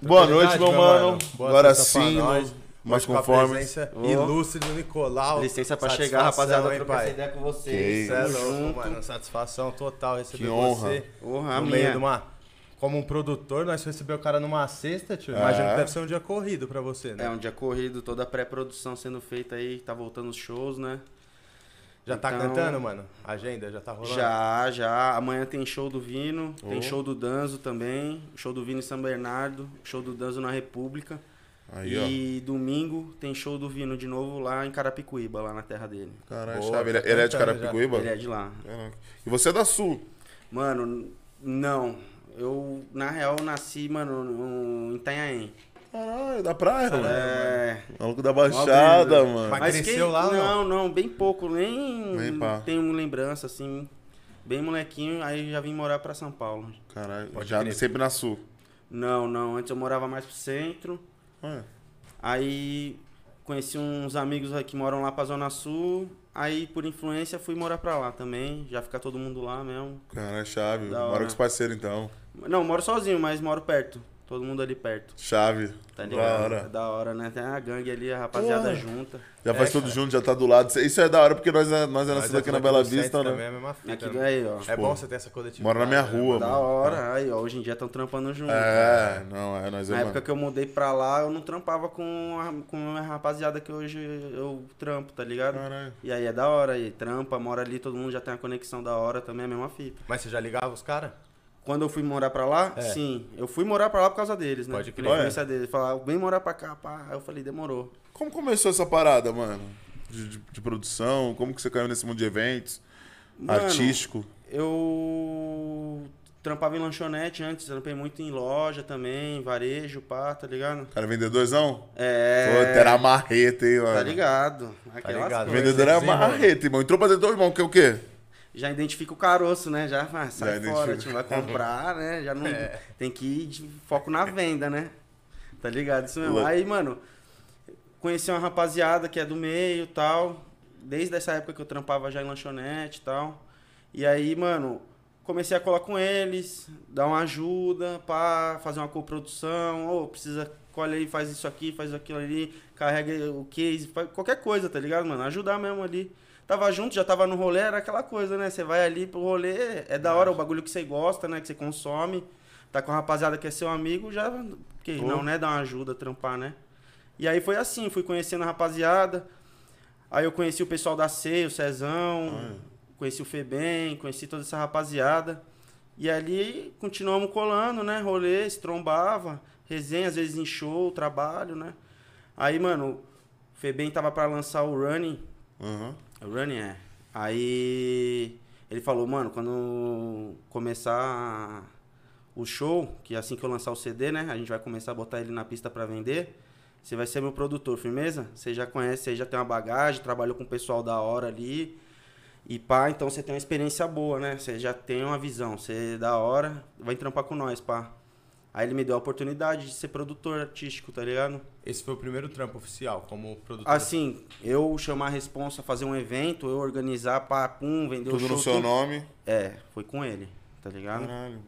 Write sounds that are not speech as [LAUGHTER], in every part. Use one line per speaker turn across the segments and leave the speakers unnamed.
Boa noite, meu mano.
Boa
Agora
sexta
sim,
pra nós.
nós- mais
Hoje com a
conforme.
presença
Ô.
ilustre do Nicolau.
Licença pra
Satisfação,
chegar, rapaziada,
hein,
trocar essa
pai?
ideia com
Que
vocês.
Cê é
Tamo
louco,
junto.
mano. Satisfação total receber
Que honra.
você.
Honra a
no
minha.
meio de uma. Como um produtor, nós recebemos o cara numa sexta, tio. Imagino
É.
que deve ser um dia corrido pra você, né?
É um dia corrido, toda a pré-produção sendo feita aí, tá voltando os shows, né?
já tá
então-
cantando, mano? Agenda, já tá rolando?
Já, já. Amanhã tem show do Vino, tem show do Danzo também, show do Vino em São Bernardo, show do Danzo na República.
Aí, ó.
e domingo tem show do Vino de novo lá em Carapicuíba, lá na terra dele.
Caralho,
Boa,
chave. Ele,
tá
ele é de
cantando já.
Carapicuíba?
Ele é de lá.
Caraca. E você é da Sul.
Mano, n- não. Eu, na real, nasci, mano, no- em Itanhaém.
Caralho, da praia, mano.
É.
Maluco da Baixada,
Maldito.
mano.
Mas- cresceu lá ou
Não,
não?
não, bem pouco. Nem,
Nem pá.
tenho lembrança, assim. Bem molequinho, aí já vim morar pra São Paulo.
Caralho, já sempre na Sul.
Não, não. Antes eu morava mais pro centro.
Olha.
Aí conheci uns amigos aí que moram lá pra Zona Sul. Aí, por influência, fui morar pra lá também. Já fica todo mundo lá mesmo.
Cara, chave.
Da
Mora
hora.
com os parceiros, então.
Não, moro sozinho, mas moro perto. Todo mundo ali perto.
Chave.
Tá ligado?
da
É
hora.
da hora, né? Tem a gangue ali, a rapaziada
Porra.
junta.
Já faz tudo junto, já tá do lado. Isso é da hora porque nós é, nós é
Mas
nascido
é
aqui na
tudo
Bela
conceito
Vista,
também, Tá, é
né?
a mesma fita,
Aqui
né?
aí, ó.
É bom você ter essa coletiva. né?
Mora na minha rua,
tá Da
mano. Tá.
hora, aí, ó. Hoje em dia estão trampando junto.
É, não, é, nós é,
Na
mano.
época que eu mudei pra lá, eu não trampava com a, com a rapaziada que hoje eu trampo, tá ligado?
Caralho.
E aí é da hora, aí trampa, mora ali, todo mundo já tem uma conexão da hora também, é a mesma fita.
Mas você já ligava os caras?
Quando eu fui morar pra lá,
É.
sim. Eu fui morar pra lá por causa deles, né?
Pode crer.
Pela influência deles. Falaram, vem morar pra cá, pá. Aí eu falei, demorou.
Como começou essa parada, mano? De, de- de produção? Como que você caiu nesse mundo de eventos?
Mano,
Artístico?
Eu trampava em lanchonete antes, trampei muito em loja também, varejo, pá, tá ligado?
Cara, vendedorzão?
É.
Pô, era marreta, hein, mano?
Tá ligado? é assim, Aquelas
Tá ligado. né?
coisas.
Vendedor era
Sim, mano.
marreta, irmão. Entrou pra dentro do irmão, que é o quê?
já identifica o caroço, né? Já ah, sai
Já
fora,
identifica.
tipo, vai comprar, né? Já não. Tem que ir de foco na venda, né? Tá ligado? Isso mesmo.
Louco.
Aí, mano, conheci uma rapaziada que é do meio e tal. Desde essa época que eu trampava já em lanchonete e tal. E aí, mano, comecei a colar com eles, dar uma ajuda pra fazer uma coprodução. Ou precisa, colhe aí, faz isso aqui, faz aquilo ali, carrega o case, faz qualquer coisa, tá ligado, mano? Ajudar mesmo ali. Tava junto, já tava no rolê, era aquela coisa, né? Você vai ali pro rolê, é da hora o bagulho que você gosta, né? Que você consome. Tá com a rapaziada que é seu amigo, já. Que não, né? Dar uma ajuda, trampar, né? E aí foi assim, fui conhecendo a rapaziada. Aí eu conheci o pessoal da C, o Cezão, conheci o Febem, conheci toda essa rapaziada. E ali continuamos colando, né? Rolê, se trombava, resenha, às vezes em show, trabalho, né? Aí, mano, o Febem tava pra lançar o Running.
Aham.
O Running é. Aí ele falou, mano, quando começar o show, que assim que eu lançar o CD, né? A gente vai começar a botar ele na pista pra vender. Você vai ser meu produtor, firmeza? Você já conhece, você já tem uma bagagem, trabalhou com o pessoal da hora ali. E pá, então você tem uma experiência boa, né? Você já tem uma visão, você é da hora, vai trampar com nós, pá. Aí ele me deu a oportunidade de ser produtor artístico, tá ligado?
Esse foi o primeiro trampo oficial como produtor.
Assim, eu chamar a responsa, fazer um evento, eu organizar, pá, pum, vender o
Tudo
show.
no seu
tudo.
nome. Uhum.
É, foi com ele, tá ligado?
Caralho.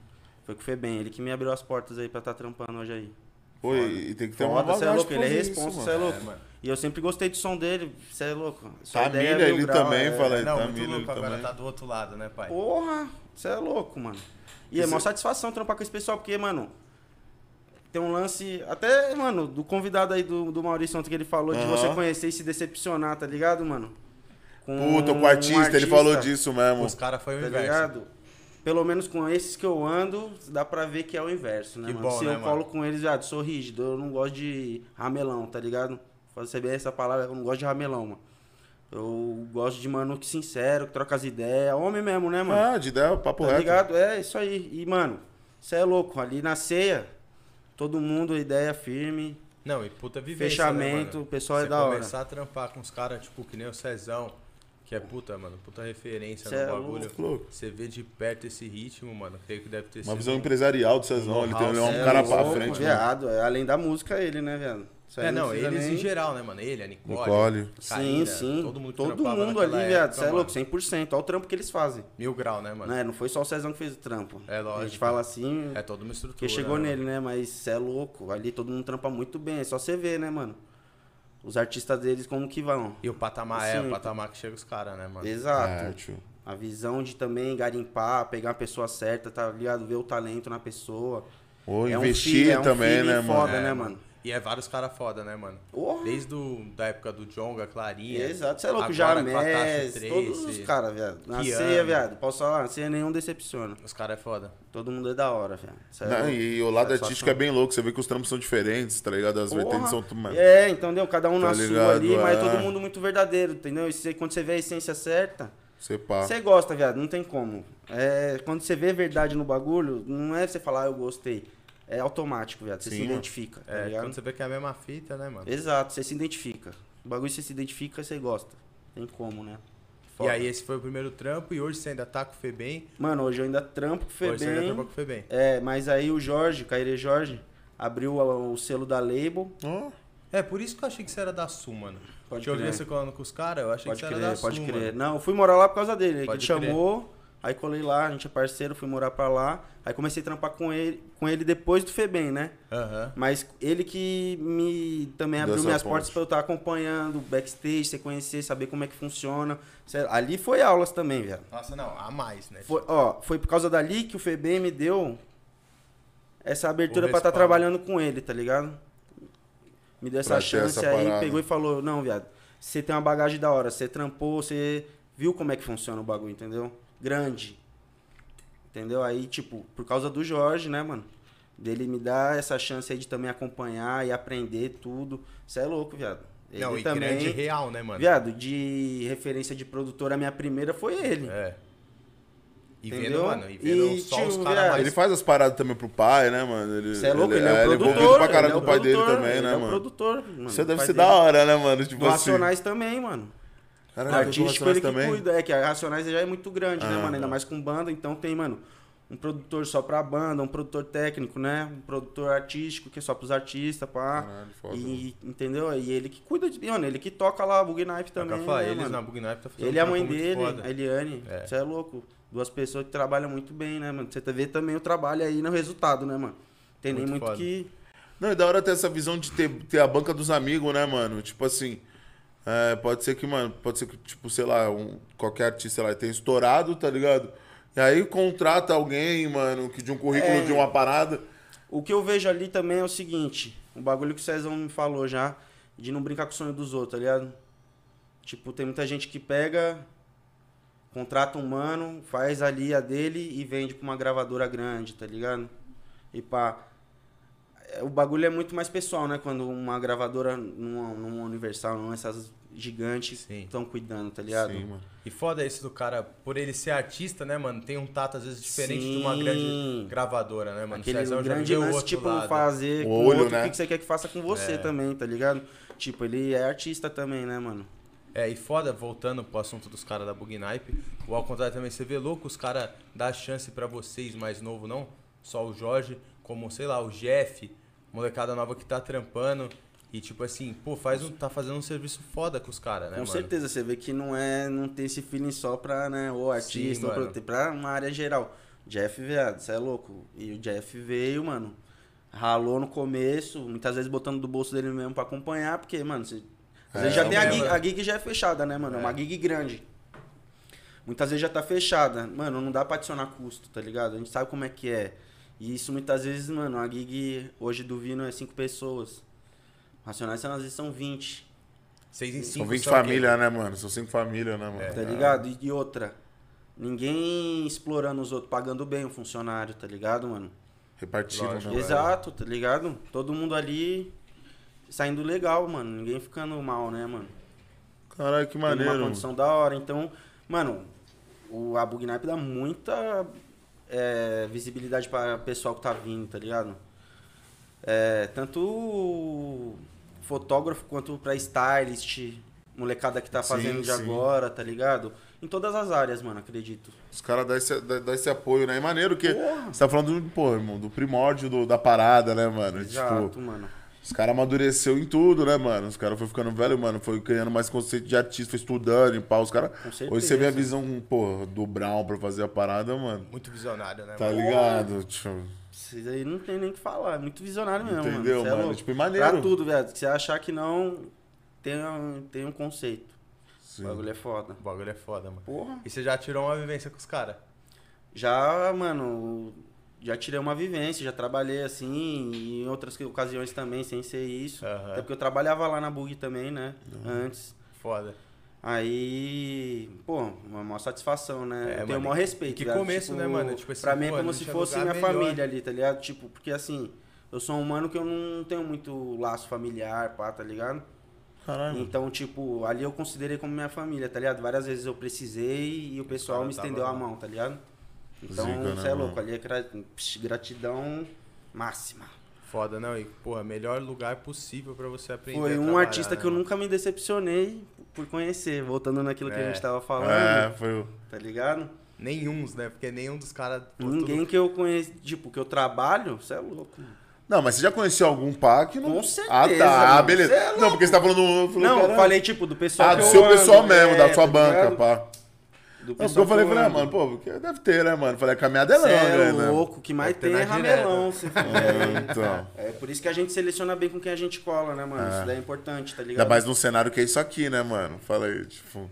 Foi com o Febem, ele que me abriu as portas aí pra tá trampando hoje aí.
Pô, e, e tem que ter uma
Foda, cê é
bagagem
louco,
pra
ele é
fazer isso,
responsa,
mano.
cê é louco.
É, mano.
e eu sempre gostei do som dele, você é louco. Sua ideia é
Família,
mil
ele
grau,
Tá também,
é-
fala aí.
Não, muito
Família, ele
louco agora,
também.
tá do outro lado, né, pai?
Porra, você é louco, mano. E é uma satisfação trampar com esse pessoal, porque, mano, tem um lance. Até, mano, do convidado aí do, do Maurício ontem que ele falou de
Aham.
você conhecer e se decepcionar, tá ligado, mano? Com
Puta, com
um
o artista, ele falou
artista,
disso mesmo.
Os caras foi o
Tá
inverso.
ligado? Pelo menos com esses que eu ando, dá pra ver que é o inverso, né,
Que
mano?
bom,
Se
né,
eu
mano?
colo com eles, ah, sou rígido, eu não gosto de ramelão, tá ligado? Fazer bem essa palavra, eu não gosto de ramelão, mano. Eu gosto de mano que sincero, que troca as ideias, homem mesmo, né, mano?
Ah, de ideia, papo
tá
reto.
ligado? É isso aí. E, mano, você é louco. Ali na ceia, todo mundo, ideia firme.
Não, e puta vivência,
Fechamento,
né, mano?
o pessoal é
Você
da hora.
começar a trampar com os caras, tipo, que nem o Cezão, Que é puta, mano. Puta referência
Cê é
no bagulho.
louco.
Louco.
Você vê de perto esse ritmo, mano. Creio que deve ter
Uma
sido. um
visão empresarial do Cezão, ele tem ele é um
Know-how,
cara
cê é
pra
louco,
frente, mano.
viado. É, Além da música, ele, né, viado? Isso aí
É, não,
precisa
eles
nem-
em geral, né, mano? Ele, a Nicole.
Nicole.
Karina,
Sim, sim.
Todo mundo, que
todo
trampava
mundo ali,
naquela
viado.
época,
Você é louco,
mano.
100%. Olha o trampo que eles fazem.
Mil grau, né, mano?
Né? Não foi só o Cezão que fez o trampo.
É lógico.
A gente fala assim,
É, toda uma estrutura.
porque chegou
né,
nele, né? Mas você é louco. Ali todo mundo trampa muito bem. É só você ver, né, mano? Os artistas deles como que vão.
E o patamar é,
Sim.
o patamar que chega os caras, né, mano?
Exato.
É, tio.
A visão de também garimpar, pegar a pessoa certa, tá ligado? Ver o talento na pessoa.
Ou
É um
investir
feeling- é um
também,
feeling
né, mano?
foda,
É,
né,
mano.
mano?
E é vários caras foda, né, mano?
Porra.
Desde o, da época do Jonga, Clarinha.
Exato, você é louco,
agora com a Tasha
Jamés,
Tracy.
todos os caras, viado. Na
Kiana.
ceia, viado, posso falar, na ceia nenhum decepciona.
Os caras é foda.
Todo mundo é da hora, viado. Cê é
Não,
louco.
e o lado
Satisfação.
artístico é bem louco, você vê que os trampos são diferentes, tá ligado? As vertentes são. tu-
Porra.
mano,
É, entendeu? Cada um
Tá
na sua
ligado?
ali, mas
É.
todo mundo muito verdadeiro, entendeu? E cê- quando você vê a essência certa,
Você pá.
você gosta, viado, não tem como. É, quando você vê verdade no bagulho, não é você falar, "Ah, eu gostei. É automático, viado. Você
Sim,
se
mano.
identifica, tá
É,
ligado?
quando você vê que é a mesma fita, né, mano?
Exato, você se identifica. O bagulho você se identifica, você gosta. Tem como, né?
E
Foda.
aí, esse foi o primeiro trampo e hoje você ainda tá com o Febem.
Mano, hoje eu ainda trampo com o
Hoje você ainda
Febem.
trampa com o Febem.
É, mas aí o Jorge, Caire Jorge, abriu a- o selo da Label.
Ó,
É, por isso que eu achei que você era da Sul, mano.
Pode
Te ouvi
crer.
você colando com os caras, eu achei
Pode
que você era
crer,
da
pode
Sul,
crer.
mano.
Não, eu fui morar lá por causa dele. Ele que
Pode crer.
chamou, aí colei lá, a gente é parceiro, fui morar pra lá. Aí comecei a trampar com ele, com ele depois do Febem, né?
Aham.
Mas ele que me também
Deu
abriu
essa
minhas
ponte.
portas pra eu estar acompanhando, backstage, você conhecer, saber como é que funciona. Sério, ali foi aulas também, velho.
Nossa, não, a mais, né?
Foi, ó, foi por causa dali que o Febem me deu essa abertura
O
pra estar
respaldo.
trabalhando com ele, tá ligado? Me deu essa
Pra ter
chance
essa
aí,
parada.
pegou e falou: Não, viado, você tem uma bagagem da hora, você trampou, você viu como é que funciona o bagulho, entendeu? Grande. Entendeu? Aí, tipo, por causa do Jorge, né, mano? Dele me dar essa chance aí de também acompanhar e aprender tudo. Você é louco, viado. Ele
Não, e
também.
grande real, né, mano?
Viado, de referência de produtor, a minha primeira foi ele.
É. E vendo,
Entendeu?
mano, e vendo
E,
só
tio,
os
viado,
caras mais.
Ele faz as paradas também pro pai, né, mano? Ele,
Você é louco, ele, é
ele
o
envolvido
produtor.
pra
ele
caralho
é o
com o pai dele
produtor,
também,
ele
né,
é o
mano?
produtor, mano.
Isso
o
deve
pai
ser
dele.
da hora, né, mano? Tipo
Do
assim. É,
Racionais também, mano.
Caralho,
O artístico
ele
ele que cuida, é que a Racionais já é muito grande, né,
Ah,
mano? Ainda
não.
mais com banda, então tem, mano, um produtor só pra banda, um produtor técnico, né? Um produtor artístico que é só pros artistas, pá.
Caralho, foda,
e, entendeu? E ele que cuida de. Mano, ele que toca lá a Bug Knife
Também,
também.
eu falei,
né,
eles
mano?
na Bugnife tá fazendo
Ele e a
um
mãe
trampo muito
dele,
foda.
a Eliane.
É.
Você é. louco. Duas pessoas que trabalham muito bem, né, mano? Você vê também o trabalho aí no resultado, né, mano? Tem nem
Muito
muito
foda.
que.
Não, e da hora ter essa visão de ter, ter a banca dos amigos, né, mano? Tipo assim. é, pode ser que, mano, pode ser que, tipo, sei lá, um, qualquer artista sei lá tenha estourado, tá ligado? E aí contrata alguém, mano, que de um currículo
É.
de uma parada.
O que eu vejo ali também é o seguinte: o bagulho que o Cezão me falou já, de não brincar com o sonho dos outros, tá ligado? Tipo, tem muita gente que pega, contrata um mano, faz ali a dele e vende pra uma gravadora grande, tá ligado? E pá. É, O bagulho é muito mais pessoal, né? Quando uma gravadora, numa, numa Universal, numa essas gigantes
Sim.
estão cuidando, tá ligado?
Sim, mano.
E foda isso do cara, por ele ser artista, né, mano? Tem um tato às vezes diferente de uma
Sim.
grande gravadora, né, mano?
Aquele
Cezão já
grande
viveu o
lance,
outro
tipo,
lado. É.
O
fazer com o
olho,
outro o
né?
que que você quer que faça com você também, tá ligado? Tipo, ele é artista também, né, mano?
É, e foda, voltando pro assunto dos caras da Bugnipe, ou ao contrário também, você vê louco os caras dar chance pra vocês, mais novo não, só o Jorge, como, sei lá, o Jeff, molecada nova que tá trampando, e tipo assim, pô, faz um, tá fazendo um serviço foda com os caras, né,
com
mano?
certeza, você vê que não é, não tem esse feeling só pra, né, o artista, ou
mano.
pra, tem pra uma área geral. Jeff, viado, você é louco. E o Jeff veio, mano, ralou no começo, muitas vezes botando do bolso dele mesmo pra acompanhar, porque, mano, você, às vezes já
eu
tem a
lembro.
gig, a gig já é fechada, né, mano? É uma gig grande. Muitas vezes já tá fechada. Mano, não dá pra adicionar custo, tá ligado? A gente sabe como é que é. E isso muitas vezes, mano, a gig hoje do Vino é cinco pessoas. Racionais às vezes são 20.
Vocês em cinco
São 20
o quê?
famílias, né, mano? São cinco famílias, né, mano?
É.
é? Tá ligado? E- E outra. Ninguém explorando os outros, pagando bem o funcionário, tá ligado, mano?
Repartiram,
Lógico.
né?
Exato, tá ligado? Todo mundo ali saindo legal, mano. Ninguém ficando mal, né, mano?
Caralho, que
Tendo
maneiro,
uma
mano.
condição da hora. Então, mano, o, a Bugnipe dá muita é, visibilidade para o pessoal que tá vindo, tá ligado? É, tanto o fotógrafo quanto pra stylist, Molecada que tá
Sim,
fazendo de
sim.
agora, tá ligado? Em todas as áreas, mano, acredito.
Os caras dão esse, dá- dá esse apoio, né? E maneiro que
Porra.
você tá falando, do- pô, irmão, do primórdio do- da parada, né, mano?
Exato,
Tipo,
mano.
os caras amadureceu em tudo, né, mano? Os caras foi ficando velho, mano. Foi criando mais conceito de artista, foi estudando e pau. Os caras.
certeza.
Hoje você vê a visão, pô, do Brown pra fazer a parada, mano.
Muito visionário, né?
Tá
mano?
ligado? Tipo,
Isso aí não tem nem o que falar. É muito visionário mesmo,
Entendeu,
mano. Cê é
mano?
louco.
Tipo, e maneiro.
Pra tudo, velho. Se você achar que não, tem um, tem um conceito.
sim.
O bagulho é foda.
O bagulho é foda, mano.
Porra.
E você já tirou uma vivência com os caras?
Já, mano, já tirei uma vivência, já trabalhei assim, e em outras que- ocasiões também, sem ser isso.
Aham.
Até porque eu trabalhava lá na Bug também, né?
Uhum.
Antes.
Foda.
Aí, pô, uma maior satisfação,
É,
né? eu tenho
mano,
o maior
e-
respeito. tá
e que
ligado?
começo, né, mano? Tipo assim,
pra mim é
pô,
como
não
se
tinha
fosse
lugar
minha
melhor.
família ali, tá ligado? Tipo, porque assim, eu sou um humano que eu não tenho muito laço familiar, pá, tá ligado?
Caralho. mano.
Então, tipo, ali eu considerei como minha família, tá ligado? Várias vezes eu precisei e o pessoal
cara
me
tava
estendeu a
lá.
mão, tá ligado? Então,
Zica, né,
você é
mano?
louco, ali é gra- psh, gratidão máxima.
Foda, não. E, porra, melhor lugar possível pra você aprender. a
Foi um
trabalhar,
artista
né,
que eu
mano?
nunca me decepcionei por conhecer, voltando naquilo que a
É.
gente tava falando,
É, foi o.
tá ligado?
Nenhums, né? Porque nenhum dos caras. pô,
Ninguém que eu conheço, tipo, que eu trabalho, você é louco. mano.
Não, mas você já conheceu algum pá que não.
Com certeza,
Ah, tá. Ah,
mano.
beleza.
Cê é
não, porque você tá falando. eu falei,
Não, eu
caralho.
falei, tipo, do pessoal
Ah,
que
do
eu
seu
ando,
pessoal mesmo,
é,
da sua
tá
banca,
ligado?
pá.
Do
Não, porque
pessoal
eu falei,
que
falei, ah,
ando.
mano, pô, porque deve ter, né, mano? Falei, a caminhada é
Cê é
longa, né?
louco, o que mais
Vai ter
tem é
na direta. [LAUGHS]
ramelão, você
É, então.
É por isso que a gente seleciona bem com quem a gente cola, né, mano? Isso daí é importante, tá ligado?
Ainda mais num cenário que é isso aqui, né, mano? Falei, tipo.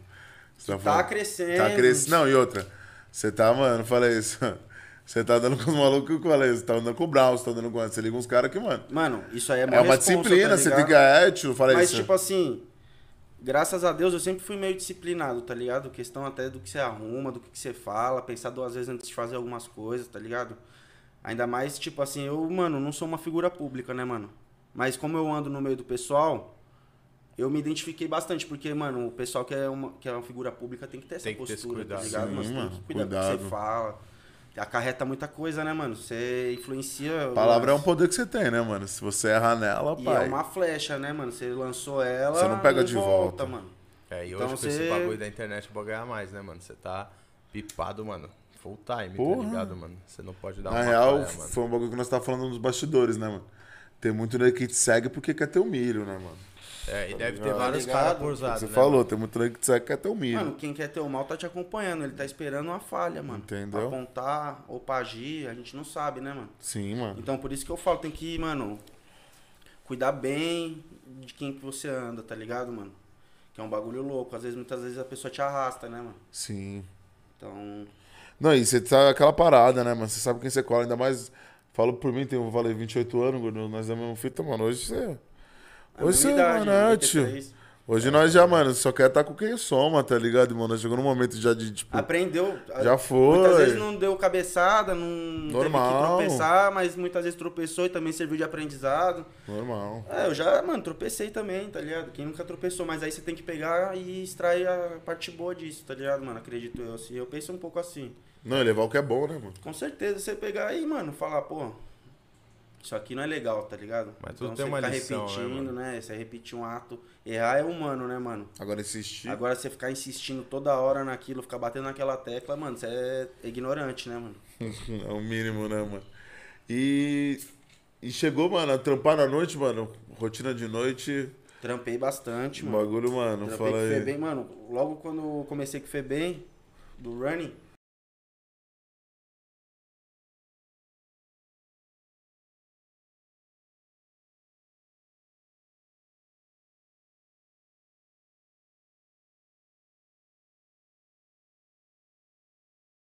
Você
Tá
falando-
crescendo.
Tá crescendo. Não, e outra. Você tá, mano, falei isso. [LAUGHS] Você tá dando com os malucos, falei, você tá andando com o Brown, você tá andando com. Você liga uns caras que, mano.
Mano, isso aí é,
É uma disciplina, você tem que. É, tio, falei
Mas,
isso.
tipo assim, graças a Deus eu sempre fui meio disciplinado, tá ligado? Questão até do que você arruma, do que você fala, pensar duas vezes antes de fazer algumas coisas, tá ligado? Ainda mais, tipo assim, eu, mano, não sou uma figura pública, né, mano? Mas como eu ando no meio do pessoal, eu me identifiquei bastante, porque, mano, o pessoal que é uma, que é uma figura pública tem que ter essa
Tem que ter esse
postura, tá
cuidado.
ligado?
Sim,
Mas tem
mano,
que cuidar do que
cuidado.
você fala. Acarreta muita coisa, né, mano? Você influencia.
Palavra é um
pouco.
poder que você tem, né, mano? Se você errar nela,
E
pai.
é uma flecha, né, mano? Você lançou ela.
Você não pega de volta.
mano.
É, e hoje
Então
com esse
você-
bagulho da internet pra ganhar mais, né, mano? Você tá pipado, mano. Full time,
Porra.
tá ligado, mano? Você não pode dar
Na
É uma
real,
falha, mano.
foi um bagulho que nós tava falando nos bastidores, né, mano? Tem muito nego que te segue porque quer teu milho, né, mano?
É, e deve ter
ligado?
vários
Tá ligado?
caras
É o
cruzados.
que você
né,
falou,
mano?
tem muito nego que te segue que quer teu milho.
Mano, quem quer ter o mal tá te acompanhando. Ele tá esperando uma falha, mano.
Entendeu?
Pra apontar ou pra agir, a gente não sabe, né, mano?
Sim, mano.
Então por isso que eu falo, tem que, mano, cuidar bem de quem que você anda, tá ligado, mano? Que é um bagulho louco. Às vezes, muitas vezes a pessoa te arrasta, né, mano?
Sim.
Então.
Não, e você sabe aquela parada, né, mano? Você sabe quem você cola, ainda mais. Falo por mim, tenho, falei 28 anos, gordo, nós da mesma fita, mano. Hoje você.
a
Hoje você,
mesma idade,
mano,
né,
é,
83.
tio. Hoje nós já, mano, só quer estar com quem soma, tá ligado, mano? Nós Chegou no momento já de, tipo.
Aprendeu.
Já foi.
Muitas vezes não deu cabeçada, não
Normal.
teve que tropeçar, mas muitas vezes tropeçou e também serviu de aprendizado.
Normal.
É, eu já, mano, tropecei também, tá ligado? Quem nunca tropeçou, mas aí você tem que pegar e extrair a parte boa disso, tá ligado, mano? Acredito eu, assim. Eu penso um pouco assim.
Não, e levar o que é bom, né, mano?
Com certeza, você pegar aí, mano, falar, pô, isso aqui não é legal, tá ligado?
Mas tudo tem
você
uma
ficar
lição, né,
repetindo,
mano?
né? Você repetir um ato. Errar é humano, né, mano?
Agora insistir.
Agora você ficar insistindo toda hora naquilo, ficar batendo naquela tecla, mano, você é ignorante, né, mano?
[LAUGHS] É o mínimo, né, mano? E, e chegou, mano, a trampar na noite, mano. Rotina de noite, um
Trampei bastante, mano.
bagulho, mano.
Trampei
fala
com o
aí.
Febem, mano. Logo quando eu comecei com o Febem, do running,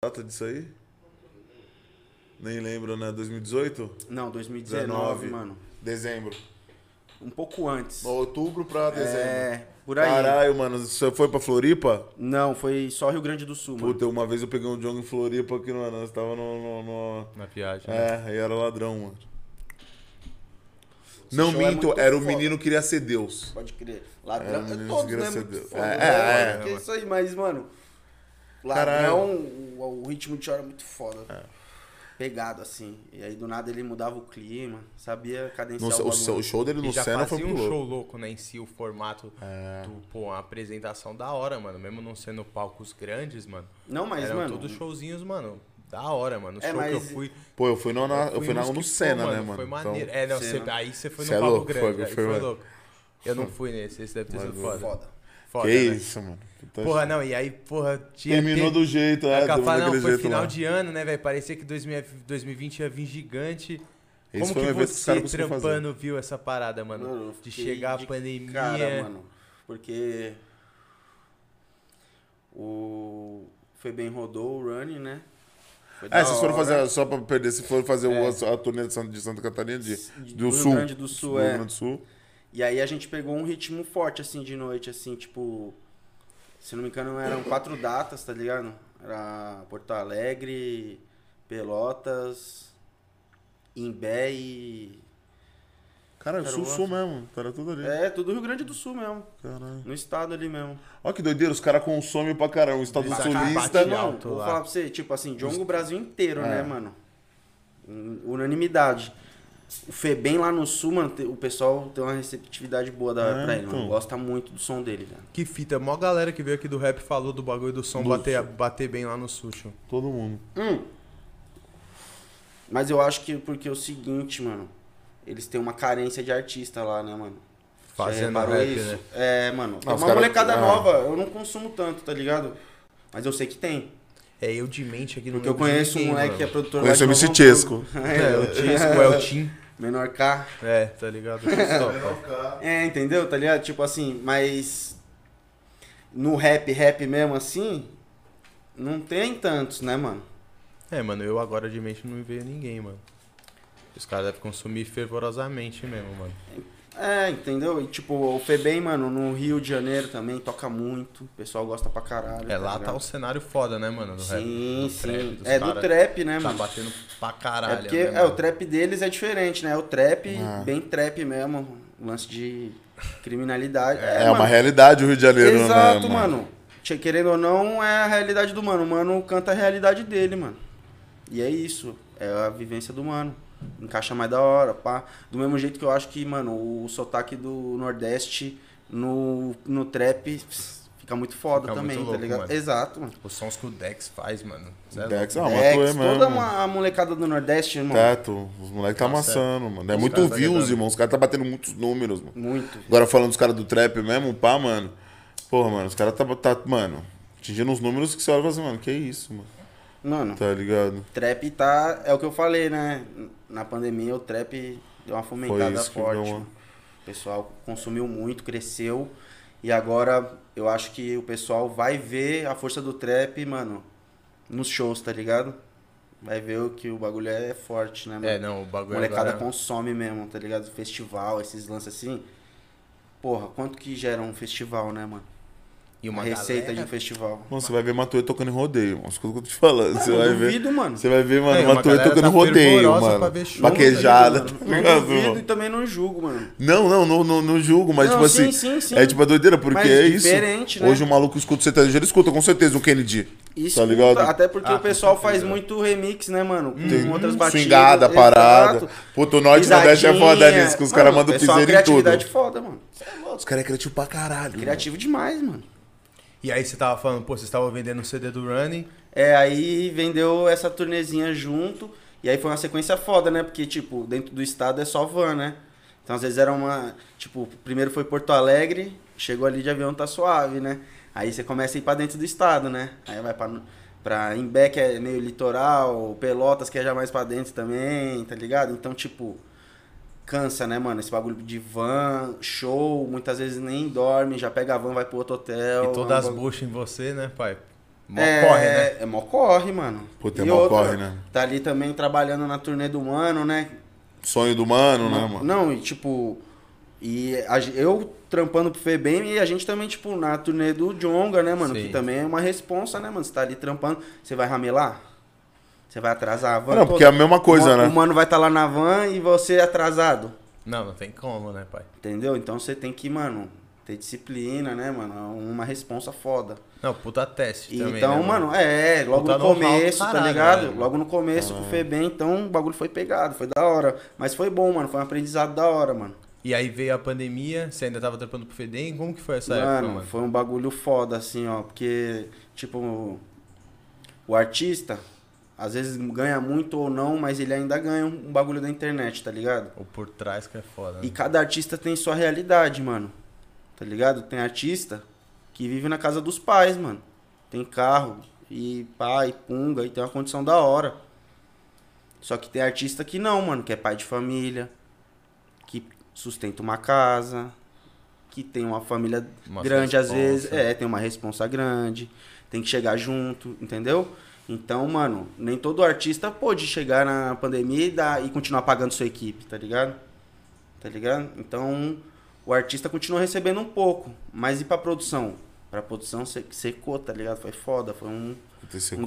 Data disso aí? Nem lembro, né? 2018?
não, 2019,
19.
mano.
Dezembro.
Um pouco antes.
Outubro pra dezembro.
É, por aí.
Caralho, mano, você foi pra Floripa?
Não, foi só Rio Grande do Sul, mano.
Puta, uma vez eu peguei um Jong em Floripa que, mano, nós tava no- no- no...
Na viagem. né?
É, e era ladrão, mano. não
show é
minto,
muito
era o
foda.
menino que queria ser Deus.
Pode crer.
É,
Ladrão, é,
menino,
todos, né?
graças a
Muito
Deus.
foda,
É,
né,
é,
mano?
é,
Porque
mano.
isso aí, mas, mano...
Caralho.
Ladrão, o, o ritmo de choro é muito foda. pegado, assim. E aí do nada ele mudava o clima, sabia cadenciar
No-
é o
o,
bagulho.
seu- o show dele
E
no
já
Senna foi
fazia um
muito louco.
show louco, né? Em si, o formato
É.
do, pô, uma apresentação da hora, mano. Mesmo não sendo palcos grandes, mano.
Não, mas,
eram
mano,
todos showzinhos, mano. Da hora, mano. O
É,
show que eu
mas-
fui.
Pô, eu fui, no, na, Ah, eu
fui
fui na,
nos que
no
foi,
Senna, né, mano?
Foi
Então,
maneiro. é, não, cê-
Senna.
aí você foi no
Cê é
palco
louco,
grande,
foi-
aí
foi,
foi,
mano.
louco. Eu não fui nesse, esse deve ter sido foda.
foda.
Foda,
que
né?
isso, mano. Puta-
Porra, não, e aí, porra, tinha.
Terminou
tem-
do jeito, é,
É,
do,
capaz, não,
daquele
foi
jeito
final
lá.
de ano, né, velho? Parecia que 2000 2020 ia vir gigante.
Esse
Como
foi um
que
evento que os
você,
caras conseguiram fazer.
trampando, viu essa parada, mano?
Mano, eu
de
fiquei
chegar
de
a pandemia.
Cara, mano, porque o foi bem rodou o running, né? Foi
É,
da
vocês foram
hora.
fazer, só pra perder, se foram fazer o- a turnê de Santa, de Santa Catarina, de,
De-
do
do
Sul.
Rio Grande do Sul, é.
Rio Grande do Sul.
E aí a gente pegou um ritmo forte assim de noite assim, tipo, se não me engano, eram quatro datas, tá ligado? Era Porto Alegre, Pelotas, Imbé e
Cara,
Cara,
Sul,
eu
Sul mesmo. Era tudo ali.
é, tudo Rio Grande do Sul mesmo,
Caralho.
no estado ali mesmo.
Olha que doideira, os caras consomem pra caramba. O Estado
Bate-
Sulista.
bate
não.
alto
Vou
lá.
falar pra você, tipo assim, Djongo o Brasil inteiro,
É.
né, mano? Un- Unanimidade. O Febem lá no sul, mano, te- o pessoal tem uma receptividade boa da
É,
pra ele, mano.
então.
Gosta muito do som dele, velho.
Que fita, mó galera que veio aqui do rap falou do bagulho do som
Do
bater, bater bem lá no sushi.
Todo mundo.
Hum. Mas eu acho que porque é o seguinte, mano. Eles têm uma carência de artista lá, né, mano? Já
Fazendo
reparou
rap, né?
É, mano. Tem
Ah, os
uma
cara-
molecada
é.
nova, eu não consumo tanto, tá ligado? Mas eu sei que tem.
É eu de mente aqui no
Porque eu conheço um moleque que é produtor lá
Conheço
de
o MC
Novo [LAUGHS]
Tesco.
Hamburgo.
É, o
[LAUGHS]
Tisco, é o Tim.
Menor K.
É, tá
[LAUGHS]
ligado? Só,
É, entendeu? Tá ligado? Tipo assim, mas no rap, rap mesmo assim, não tem tantos, né, mano?
pá. é, mano, eu agora de mente não me veio ninguém, mano. Os caras devem consumir fervorosamente mesmo, mano.
É, entendeu? E tipo, o Febem, mano, no Rio de Janeiro também toca muito, o pessoal gosta pra caralho.
É, lá tá
ligado?
o cenário foda, né, mano? Do rap.
Sim,
do
sim.
dos
é do
cara
trap, né,
Tá
mano?
batendo pra
é
caralho.
porque
né,
é,
mano?
o trap deles é diferente, né? É o trap,
Ah.
bem trap mesmo, lance de criminalidade. É,
É,
mano,
uma realidade o Rio de Janeiro,
Exato,
né,
mano. Che- Querendo ou não, é a realidade do mano. O mano canta a realidade dele, mano. E é isso. É a vivência do mano. Encaixa mais da hora, pá. Do mesmo jeito que eu acho que, mano, o sotaque do Nordeste no, no trap pss, fica muito foda
Fica
também,
muito
tá
louco,
ligado?
mano.
Exato, mano.
Os sons que o Dex faz, mano. Cê é
Dex,
louco.
ah,
Dex,
matou é
toda
mesmo.
uma- a molecada do Nordeste, mano.
Teto, os moleques tá
Tá certo.
amassando, mano. É
Os
muito
caras tá
views,
ligado.
irmão. Os caras tá batendo muitos números, mano.
Muito.
Agora falando dos caras do trap mesmo, pá, mano. Porra, mano, os caras tá, tá, mano, atingindo uns números que você olha e fala assim, mano, que isso, mano.
Mano,
Tá ligado?
trap tá. É o que eu falei, né? Na pandemia, o trap deu uma
Foi
fomentada
isso que
forte.
deu uma-
mano. O pessoal consumiu muito, cresceu. E agora eu acho que o pessoal vai ver a força do trap, mano, nos shows, tá ligado? Vai ver o que o bagulho é forte, né, mano?
É, não, o bagulho
Molecada
agora...
consome mesmo, tá ligado? Festival, esses lances assim. Porra, quanto que gera um festival, né, mano?
E uma
a receita
galera...
de um festival.
Mano, você vai ver Matuê tocando em rodeio, mano. As coisas que eu tô te falando. Você
Eu
vai ver.
duvido, mano.
Você vai ver, mano,
É, uma
Matuê
galera
tocando
tá
em rodeio,
fervorosa
mano.
pra ver show,
Vaquejada,
Não,
tá
não
ligado,
duvido
mano?
e também não julgo, mano.
Não, não, não, não, não julgo, mas
Não,
tipo
sim,
assim.
sim, sim.
É tipo a doideira, porque
Mas
é isso.
diferente, né?
Hoje o maluco escuta o sertanejo, ele escuta com certeza um Kennedy. tá ligado?
Até porque
Ah,
o pessoal
com
faz
certeza.
muito remix, né, mano? Com
Tem
outras batidas.
Hum, Swingada,
exato.
parada. Puto, o Norte e o Nordeste é foda
Risadinha.
nisso, que os
Mano,
caras mandam
pessoal,
piseiro em tudo.
criatividade foda, mano.
Os caras é criativo pra caralho.
Criativo demais, mano.
E aí você tava falando, pô, vocês estavam vendendo o CD do Running.
É, aí vendeu essa turnezinha junto. E aí foi uma sequência foda, né? Porque, tipo, dentro do estado é só van, né? Então, às vezes era uma. Tipo, primeiro foi Porto Alegre, chegou ali de avião, tá suave, né? Aí você começa a ir pra dentro do estado, né? Aí vai pra, pra Imbé, que é meio litoral, Pelotas, que é já mais pra dentro também, tá ligado? Então, tipo, cansa, né, mano? Esse bagulho de van, show, muitas vezes nem dorme, já pega a van, vai pro outro hotel.
e todas
é
as
um bagulho-
buchas em você, né, pai? Mó
é,
corre, né?
É mó corre, mano.
Puta,
E
é mó
outra,
corre, né?
Tá ali também trabalhando na turnê do Mano, né?
Sonho do mano, né, mano?
Não, e tipo... E a gen- eu trampando pro Febem e a gente também, tipo, na turnê do Jonga, né, mano?
Sim.
Que também é uma responsa, né, mano? Você tá ali trampando, você vai ramelar? Você vai atrasar a van?
Não,
toda?
porque é a mesma coisa,
o, mano-
né?
O Mano vai estar lá na van e você é atrasado,
Não, não tem como, né, pai?
entendeu? Então você tem que, mano, ter disciplina, né, mano? É uma responsa foda.
Não, puta teste também.
então,
né,
mano, é, logo
Puta
no
know-how do
começo,
caralho,
tá ligado?
né?
Logo no começo, com o Febem, então o bagulho foi pegado, foi da hora. Mas foi bom, mano, foi um aprendizado da hora, mano.
E aí veio a pandemia, você ainda tava trampando pro Fedem, como que foi essa
mano,
época, mano?
foi um bagulho foda, assim, ó. Porque, tipo, o artista, às vezes ganha muito ou não, mas ele ainda ganha um um bagulho da internet, tá ligado?
O por trás que é foda, né?
E cada artista tem sua realidade, mano. Tá ligado? Tem artista que vive na casa dos pais, mano. Tem carro e pai, punga, e tem uma condição da hora. Só que tem artista que não, mano, que é pai de família, que sustenta uma casa, que tem uma família
Uma
grande às
responsa.
vezes, é, tem uma responsa grande, tem que chegar junto, entendeu? Então, mano, nem todo artista pôde chegar na pandemia e, dar, e continuar pagando sua equipe, tá ligado? Tá ligado? Então, o artista continua recebendo um pouco, mas e pra produção? Pra produção se- secou, tá ligado? Foi foda, foi um,
Puta, esse
um
como,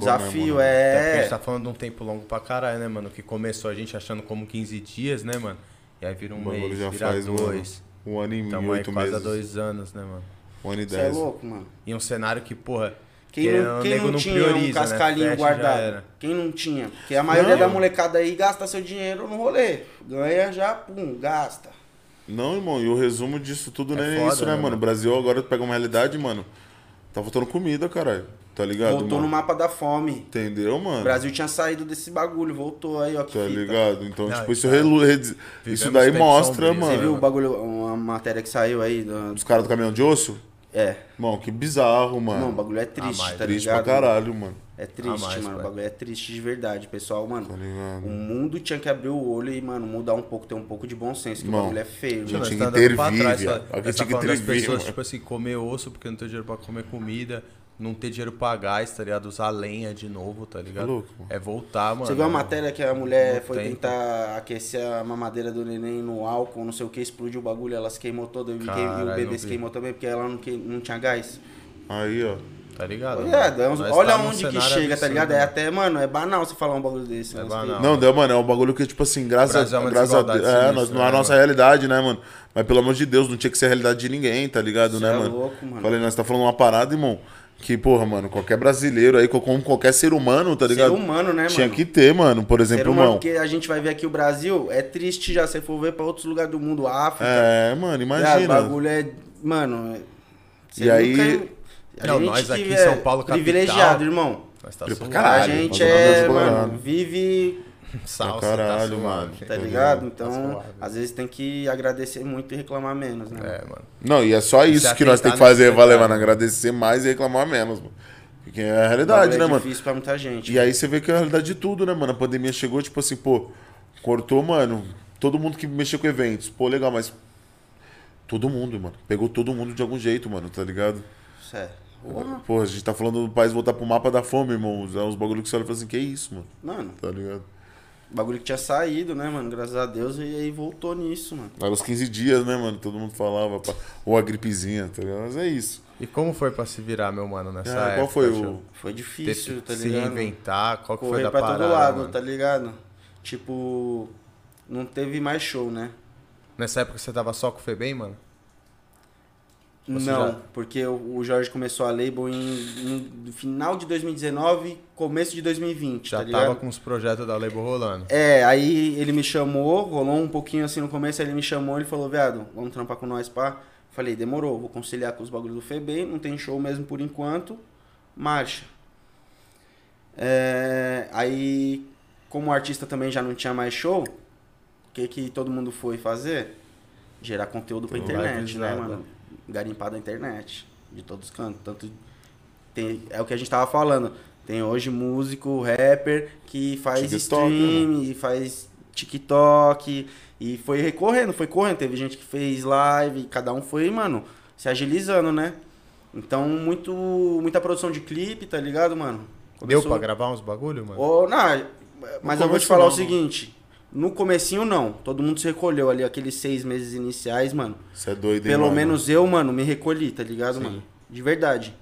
né, mano?
desafio,
Até porque a
é.
gente tá falando de um tempo longo pra caralho, né, mano? Que começou a gente achando como 15 dias, né, mano? E aí vira um
O bagulho
mês,
já
vira
faz um-
dois.
Um ano e
Tamo aí
oito
quase há
meses.
dois anos, né, mano?
Um ano e
Você é
dez.
louco, mano.
E um cenário que, porra,
Quem
que é
não,
o
quem
nego
não,
não
tinha
prioriza,
um
né?
cascalhinho
Fecha, já
guardado?
era.
Quem não tinha? Porque a maioria
Não.
da molecada aí gasta seu dinheiro no rolê. Ganha já, pum, gasta.
Não, irmão, e o resumo disso tudo
É
não é
foda,
isso, né,
né,
mano?
mano?
O Brasil agora pega uma realidade, mano. Tá faltando comida, caralho. Tá ligado?
voltou
mano?
no mapa da fome.
Entendeu, mano?
O Brasil tinha saído desse bagulho, voltou aí, ó. Que
Tá
fita.
ligado? Então,
Não,
tipo,
é.
isso,
cara,
relu- redi- isso
vivemos
daí
tempos
mostra,
sombrios,
mano.
Você viu o bagulho, uma matéria que saiu aí? do-
Os caras do caminhão de osso?
É.
Mano, que bizarro,
Não, o
mano.
bagulho
Ah,
é triste,
mais.
tá
Ah. Triste
ligado?
pra caralho, mano.
É triste,
mais,
mano. O
pai.
bagulho é triste de verdade. Pessoal, mano,
Tá ligado?
o mundo tinha que abrir o olho e, mano, mudar um pouco, ter um pouco de bom senso, que
Não.
o bagulho é feio.
Gente,
mano.
Nós
tinha que
tá dando pra
intervir,
trás,
viado.
tá?
Alguém
Nós
tinha
tá
que
falando das
intervir,
pessoas,
mano.
tipo assim, comer osso porque não tem dinheiro pra comer comida, não ter dinheiro pra gás, tá ligado? Usar lenha de novo, tá ligado?
É louco, mano.
É voltar, mano.
Você viu a matéria que a mulher
Não
foi
tem,
tentar aquecer a mamadeira do neném no álcool, não sei o que, explodiu o bagulho, ela se queimou toda e,
Caralho,
queim- e o
não
bebê se
vi.
queimou também, porque ela não, que- não tinha gás.
Aí, ó.
Tá ligado?
Viado, é uns-
Nós
olha
tá num
onde que
cenário
chega,
absurdo,
tá
né?
ligado? É
mano.
até, mano, é banal você falar um bagulho desse.
É
né?
banal.
Não, deu, mano, é um bagulho que, tipo assim, graças,
Brasil é uma
graças a
desigualdade
Deus. É,
sinistra,
nós, não
né,
é a nossa
mano?
realidade, né, mano? Mas pelo amor de Deus, não tinha que ser a realidade de ninguém, tá ligado,
Cê
né,
é
mano?
louco, mano.
Falei, nós tá falando uma parada, irmão. Que, porra, mano, qualquer brasileiro aí, como qualquer ser humano, tá
Ser
ligado?
humano, né,
Tinha
mano?
que ter, mano. Por
Ser
exemplo,
humano,
irmão.
porque a gente vai ver aqui o Brasil, é triste já, se for ver pra outros lugares do mundo, África.
É, mano,
Viado, O
imagina.
bagulho é. Mano. é- você
E aí-
nunca- a
Não,
gente
nós aqui
que
em
é
São Paulo, capital.
Privilegiado, irmão.
Nós tá
Pra
suave,
caralho,
a gente
mas
é,
nada
mano,
explorado.
vive,
salsa,
Pra caralho,
tá
mano.
suave.
tá
Entendeu?
ligado?
Tá
Então,
suave.
às vezes tem que agradecer muito e reclamar menos, né?
É, mano.
Não, e é só isso que nós
atentar
temos que
nesse
fazer,
detalhe.
valeu, mano. Agradecer mais e reclamar menos, mano. Porque é a
O bagulho
realidade, né,
é
mano?
difícil pra muita gente.
E aí você vê que é a realidade de tudo, né, mano? A pandemia chegou, tipo assim, pô, cortou, mano, todo mundo que mexeu com eventos. Pô, legal, mas. Todo mundo, mano. Pegou todo mundo de algum jeito, mano, tá ligado?
Isso é.
Pô, a gente tá falando do país voltar pro mapa da fome, irmão. É uns bagulho que você olha e fala assim, que isso, mano?
Mano,
Tá ligado?
o bagulho que tinha saído, né, mano? Graças a Deus, e aí voltou nisso, mano.
Era os 15 dias, né, mano? Todo mundo falava, pá. Ou a gripezinha, tá ligado? Mas é isso.
E como foi pra se virar, meu mano, nessa
Ah,
época?
qual foi
tio?
o.
Foi
Teve
difícil,
que
tá
se
ligado?
reinventar, qual que foi
correr
da
pra
parada,
todo lado,
mano?
tá ligado? Tipo, não teve mais show, né?
Nessa época você tava só com o Febem, mano?
Tá
Você
não,
já-
porque o o Jorge começou a label em, em- no final de 2019, começo de 2020,
Já
tá
tava
ligado?
com os projetos da Label rolando.
É, aí ele me chamou, rolou um pouquinho assim no começo, aí ele me chamou, ele falou, viado, vamos trampar com nós, pá. Falei, demorou, vou conciliar com os bagulhos do FEBEM, não tem show mesmo por enquanto, marcha. É, aí, como o artista também já não tinha mais show, o que que todo mundo foi fazer? Gerar conteúdo pra
Não
internet, né,
livezada.
mano? Garimpar da internet, de todos os cantos, tanto tem- é o que a gente tava falando. Tem hoje músico, rapper que faz
TikTok,
stream, e faz TikTok e foi recorrendo, foi correndo, teve gente que fez live, cada um foi, mano, se agilizando, né? Então, muito muita produção de clipe, tá ligado, mano?
Deu
Começou-
pra gravar uns bagulho, mano?
Ou, não, mas
No
eu vou
começo
te falar
não,
o
não.
seguinte, no comecinho não, todo mundo se recolheu ali aqueles seis meses iniciais, mano.
Você é doido, hein,
Pelo
mano?
menos eu, mano, me recolhi, tá ligado, mano? De verdade.